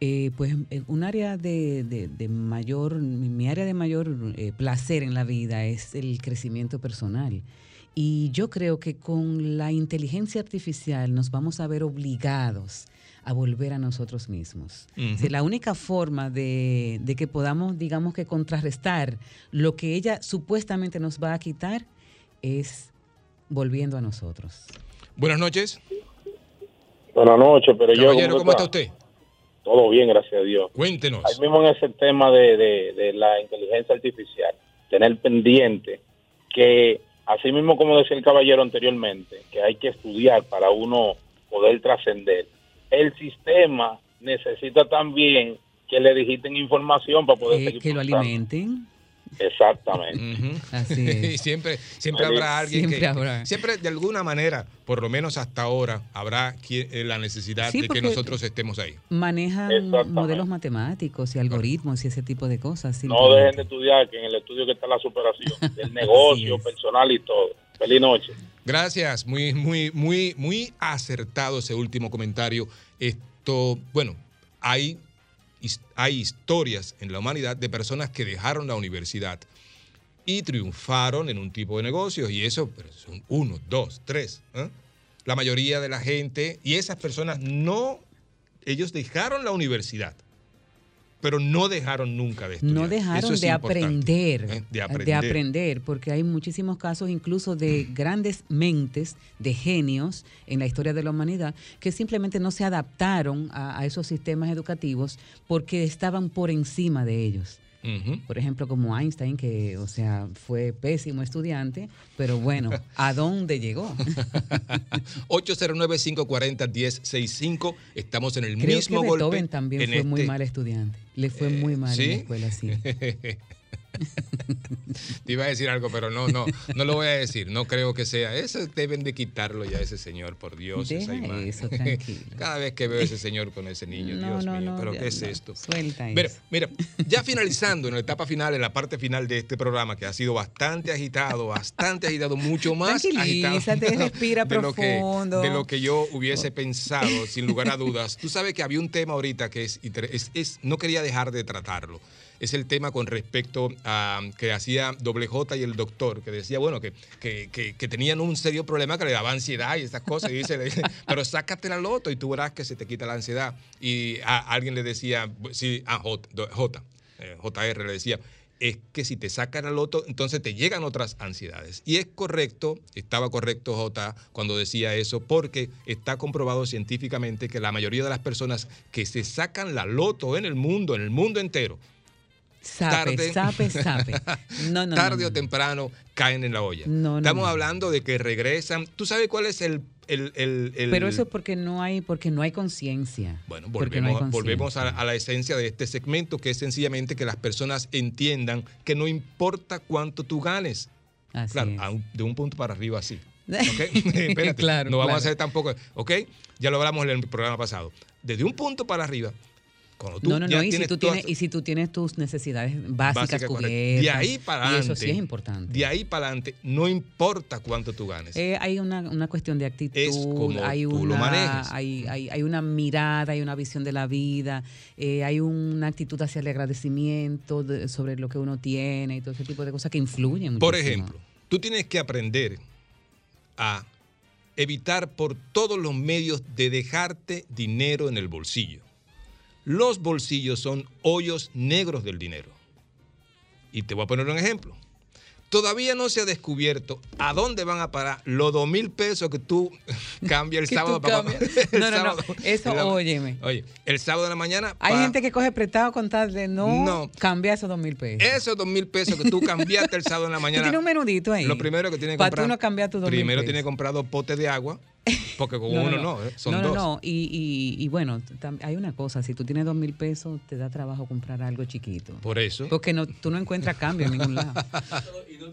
eh, pues eh, un área de, de- de mayor, mi mi área de mayor eh, placer en la vida es el crecimiento personal. Y yo creo que con la inteligencia artificial nos vamos a ver obligados a volver a nosotros mismos.
Ujú.
Si la única forma de, de que podamos, digamos que contrarrestar lo que ella supuestamente nos va a quitar es volviendo a nosotros.
Buenas noches.
Buenas noches, pero yo.
Caballero, ¿cómo está usted?
Todo bien, gracias a Dios.
Cuéntenos.
Ahí mismo en ese tema de, de- de la inteligencia artificial, tener pendiente que, así mismo como decía el caballero anteriormente, que hay que estudiar para uno poder trascender. El sistema necesita también que le digiten información para poder
Que,
seguir
que lo
progresando.
alimenten.
Exactamente.
Así
[LAUGHS] Y siempre, siempre
Ahí.
habrá alguien
Siempre
que.
habrá.
Siempre, de alguna manera, por lo menos hasta ahora, habrá qui- eh, la necesidad
Sí,
de que
porque-
nosotros estemos ahí.
Manejan
Exactamente.
modelos matemáticos y algoritmos y ese tipo de cosas.
No
simplemente.
dejen de estudiar, que en el estudio que está la superación del negocio, personal y todo. Feliz noche.
Gracias, muy, muy, muy, muy acertado ese último comentario. Esto, bueno, hay, his- hay historias en la humanidad de personas que dejaron la universidad y triunfaron en un tipo de negocios y eso pero son uno, dos, tres. ¿eh? La mayoría de la gente y esas personas no, ellos dejaron la universidad, pero no dejaron nunca de estudiar.
No dejaron
Eso es
de
importante,
aprender,
¿eh?
de
de aprender. Mm.
aprender, porque hay muchísimos casos, incluso de grandes mentes, de genios en la historia de la humanidad, que simplemente no se adaptaron a, a esos sistemas educativos porque estaban por encima de ellos. Por ejemplo, como Einstein, que, o sea, fue pésimo estudiante, pero bueno, ¿a dónde llegó?
809-540-1065. Estamos en el
Creo
mismo
que
golpe.
Beethoven también
en
fue muy
este- Eh,
mal estudiante. Le fue muy mal en la
¿Sí? [LAUGHS]
escuela, sí.
Te iba a decir algo, pero no, no, no lo voy a decir. No creo que sea. Eso deben de quitarlo ya ese señor, por Dios. esa
Deja
imagen.
eso, tranquilo.
[LAUGHS] Cada vez que
[LAUGHS]
veo a ese señor con ese niño,
No,
Dios
no,
mío,
no,
pero
Dios,
¿qué es
no.
esto?
Suelta
mira,
eso.
mira, ya finalizando en la etapa final, en la parte final de este programa, que ha sido bastante agitado, bastante agitado, mucho más agitado.
Tranquilízate,
[LAUGHS]
respira
de lo que-
profundo.
de lo que yo hubiese pensado, sin lugar a dudas. Tú sabes que había un tema ahorita que es, inter- es- es- no quería dejar de tratarlo. Es el tema con respecto a que hacía Doble J y el doctor, que decía, bueno, que, que, que- que tenían un serio problema que le daba ansiedad y estas cosas. Y dice, le dice, [LAUGHS] pero sácate la loto y tú verás que se te quita la ansiedad. Y a, alguien le decía, sí, a J, do- J, eh, JR le decía, es que si te sacan al loto, entonces te llegan otras ansiedades. Y es correcto, estaba correcto J cuando decía eso, porque está comprobado científicamente que la mayoría de las personas que se sacan la loto en el mundo, en el mundo entero,
Sape,
Tarde. [LAUGHS]
sape, sape. No, no,
tarde
no, no,
o temprano caen en la olla.
No, no,
Estamos
no.
hablando de que regresan. ¿Tú sabes cuál es el... el- el- el-
Pero eso es porque no hay, porque no hay conciencia.
Bueno,
Porque no hay
volvemos,
conciencia.
volvemos a, a la esencia de este segmento, que es sencillamente que las personas entiendan que no importa cuánto tú ganes. claro, a un- de un punto para arriba
[LAUGHS]
sí. ¿Ok? [LAUGHS] Espérate,
Claro,
no vamos a
claro.
hacer tampoco, ¿ok? Ya lo hablamos en el programa pasado. Desde un punto para arriba, cuando tú
no, no,
ya
no. Y si,
tienes
tú
todas-
tienes, y si tú tienes tus necesidades básicas
básica,
cubiertas.
correcto. De ahí para
y
adelante.
eso sí es importante.
De ahí para adelante, no importa cuánto tú ganes.
Eh, hay una, una cuestión de actitud,
Es como
hay,
tú lo
una,
manejes.
hay, hay- hay una mirada, hay una visión de la vida, eh, hay una actitud hacia el agradecimiento de- sobre lo que uno tiene y todo ese tipo de cosas que influyen.
Por
muchísimo.
ejemplo, tú tienes que aprender a evitar por todos los medios de dejarte dinero en el bolsillo. Los bolsillos son hoyos negros del dinero. Y te voy a poner un ejemplo. Todavía no se ha descubierto a dónde van a parar los dos mil pesos que tú [LAUGHS] cambias el
Que tú
sábado. para-
cambias.
el
No, no, no. Eso,
en la-
óyeme.
Oye, el sábado de la mañana.
Hay
pa-
gente que coge prestado con tal de no,
No. Eh,
cambiar esos dos mil pesos.
Esos dos mil pesos que tú cambiaste el sábado en la
Tú [LAUGHS]
mañana.
tienes un menudito ahí.
Lo primero que tiene que
Para
comprar.
tú no cambiar tus dos mil
primero
pesos.
tiene comprado potes de agua Porque con uno no, eh, son
[LAUGHS] no, no,
dos.
no. Y, y- y bueno, tam- hay una cosa, si tú tienes dos mil pesos, te da trabajo comprar algo chiquito.
Por eso.
Porque no, tú no encuentras cambio en
[LAUGHS]
ningún lado.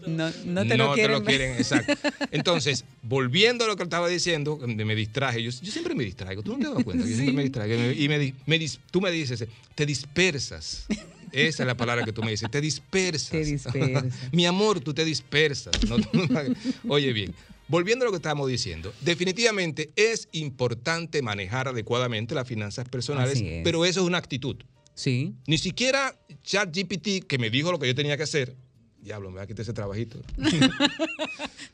No, no te lo quieren. ver.
exacto. Entonces, volviendo a lo que estaba diciendo, me me distraje. Yo, yo siempre me distraigo, tú no te das cuenta, yo siempre me distraigo. Y me- Y me, di- me dis- tú me dices, te dispersas. Esa es la palabra que tú me dices, te dispersas. Te
dispersas.
[LAUGHS] Mi amor, tú te dispersas. No, tú no- Oye, bien. Volviendo a lo que estábamos diciendo, definitivamente es importante manejar adecuadamente las finanzas personales,
Así es.
pero eso es una actitud.
Sí.
Ni siquiera ChatGPT, que me dijo lo que yo tenía que hacer, diablo, me va a quitar ese trabajito.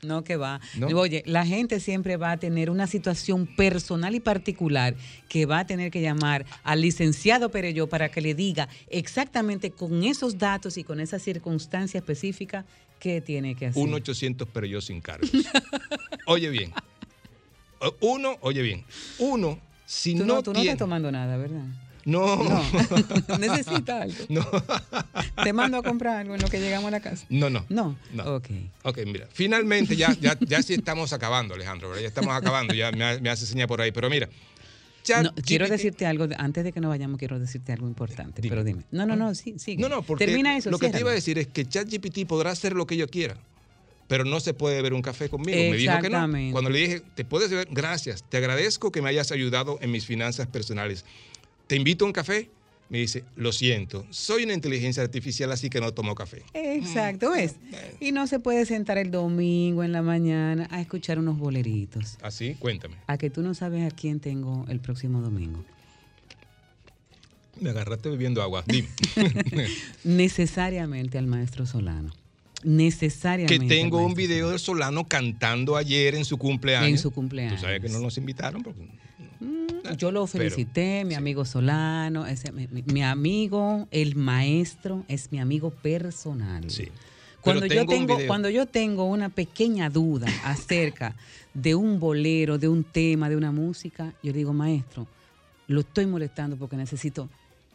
No, que va.
¿No?
Oye, la gente siempre va a tener una situación personal y particular que va a tener que llamar al licenciado Pereyó para que le diga exactamente con esos datos y con esa circunstancia específica qué tiene que hacer.
1-800, pero yo sin cargos. [LAUGHS] Oye bien. O- Uno, oye bien. Uno, si
tú
no,
no, tú no
tiene-
estás tomando nada, ¿verdad?
No. [LAUGHS]
No. [LAUGHS] Necesita algo.
No.
Te mando a comprar algo en lo que llegamos a la casa.
No, no.
No.
Ok. Ok, mira. Finalmente ya, ya, ya sí estamos acabando, Alejandro, ¿verdad? Ya estamos acabando. Ya me, ha- me hace señal por ahí. Pero mira.
No, quiero decirte algo, antes de que nos vayamos, quiero decirte algo importante, pero dime. No, no, no, sí, sí.
No, no, porque
Termina eso,
lo que te
ciérralo.
iba a decir es que ChatGPT podrá hacer lo que yo quiera, pero no se puede beber un café conmigo. Me dijo que no.
Exactamente.
Cuando le dije, te puedes beber, gracias, te agradezco que me hayas ayudado en mis finanzas personales. Te invito a un café. Me dice, lo siento, soy una inteligencia artificial, así que no tomo café. Mm.
Exacto, ¿ves? Y no se puede sentar el domingo en la mañana a escuchar unos boleritos.
Así, cuéntame.
A que tú no sabes a quién tengo el próximo domingo.
Me agarraste bebiendo agua. [LAUGHS] Dime.
Necesariamente al maestro Solano. Necesariamente.
que
al
tengo un
maestro-
video de Solano cantando ayer en su cumpleaños.
En su cumpleaños.
Tú sabes que no nos invitaron. porque-
Mm, Yo lo
Pero,
felicité, mi amigo Solano, ese, mi, mi- mi amigo, el maestro, es mi amigo personal. Cuando
Pero
yo
tengo un
tengo,
video.
cuando yo tengo una
[LAUGHS]
pequeña duda acerca de un bolero, de un tema, de una música, yo le digo, maestro, lo estoy molestando porque necesito.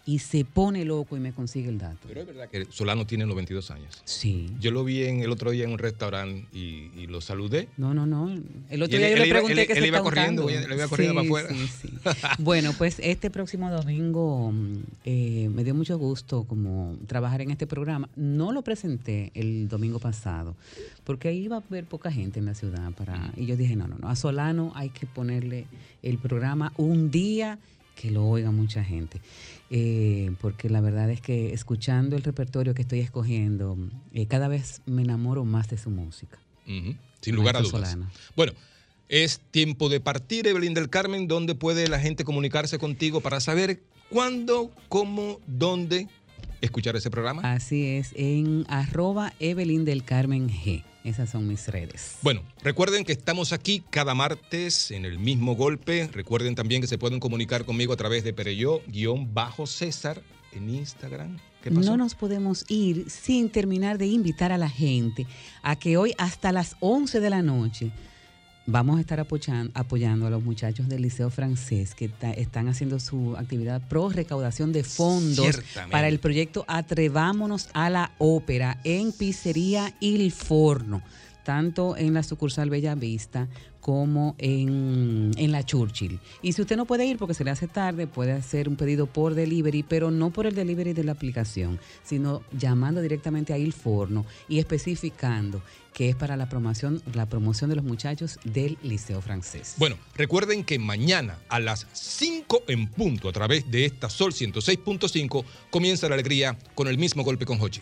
Y se pone loco y me consigue el dato.
Pero es verdad que Solano tiene 92 años.
Sí.
Yo lo vi en, el otro día en un restaurante y, y lo saludé.
No, no, no. El otro
Y él-
día yo
él
le
iba-
pregunté
él-
qué
él
se
iba
está
corriendo,
untando.
él iba corriendo para afuera. [LAUGHS]
sí, sí. Bueno, pues este próximo domingo mm, eh, me dio mucho gusto como trabajar en este programa. No lo presenté el domingo pasado porque ahí iba a haber poca gente en la ciudad para y yo dije no, no, no. A Solano hay que ponerle el programa un día que lo oiga mucha gente. Eh, porque la verdad es que escuchando el repertorio que estoy escogiendo, eh, cada vez me enamoro más de su música.
Ujú, Sin lugar a
Maestro
dudas.
Solano.
Bueno, es tiempo de partir, Evelyn del Carmen, donde puede la gente comunicarse contigo para saber cuándo, cómo, dónde escuchar ese programa.
Así es, en arroba Evelyn del Carmen G. Esas son mis redes.
Bueno, recuerden que estamos aquí cada martes en el mismo golpe. Recuerden también que se pueden comunicar conmigo a través de Pereyó-César en Instagram. ¿Qué pasó?
No nos podemos ir sin terminar de invitar a la gente a que hoy hasta las 11 de la noche vamos a estar apoyan- apoyando a los muchachos del Liceo Francés que ta- están haciendo su actividad pro recaudación de fondos
Ciertamente.
para el proyecto Atrevámonos a la Ópera en Pizzería Il Forno, tanto en la sucursal Bella Vista como en, en la Churchill. Y si usted no puede ir porque se le hace tarde, puede hacer un pedido por delivery, pero no por el delivery de la aplicación, sino llamando directamente a Il Forno y especificando que es para la promoción, la promoción de los muchachos del Liceo Francés.
Bueno, recuerden que mañana a las 5 en punto, a través de esta Sol 106.5, comienza la alegría con el mismo golpe con Hochi.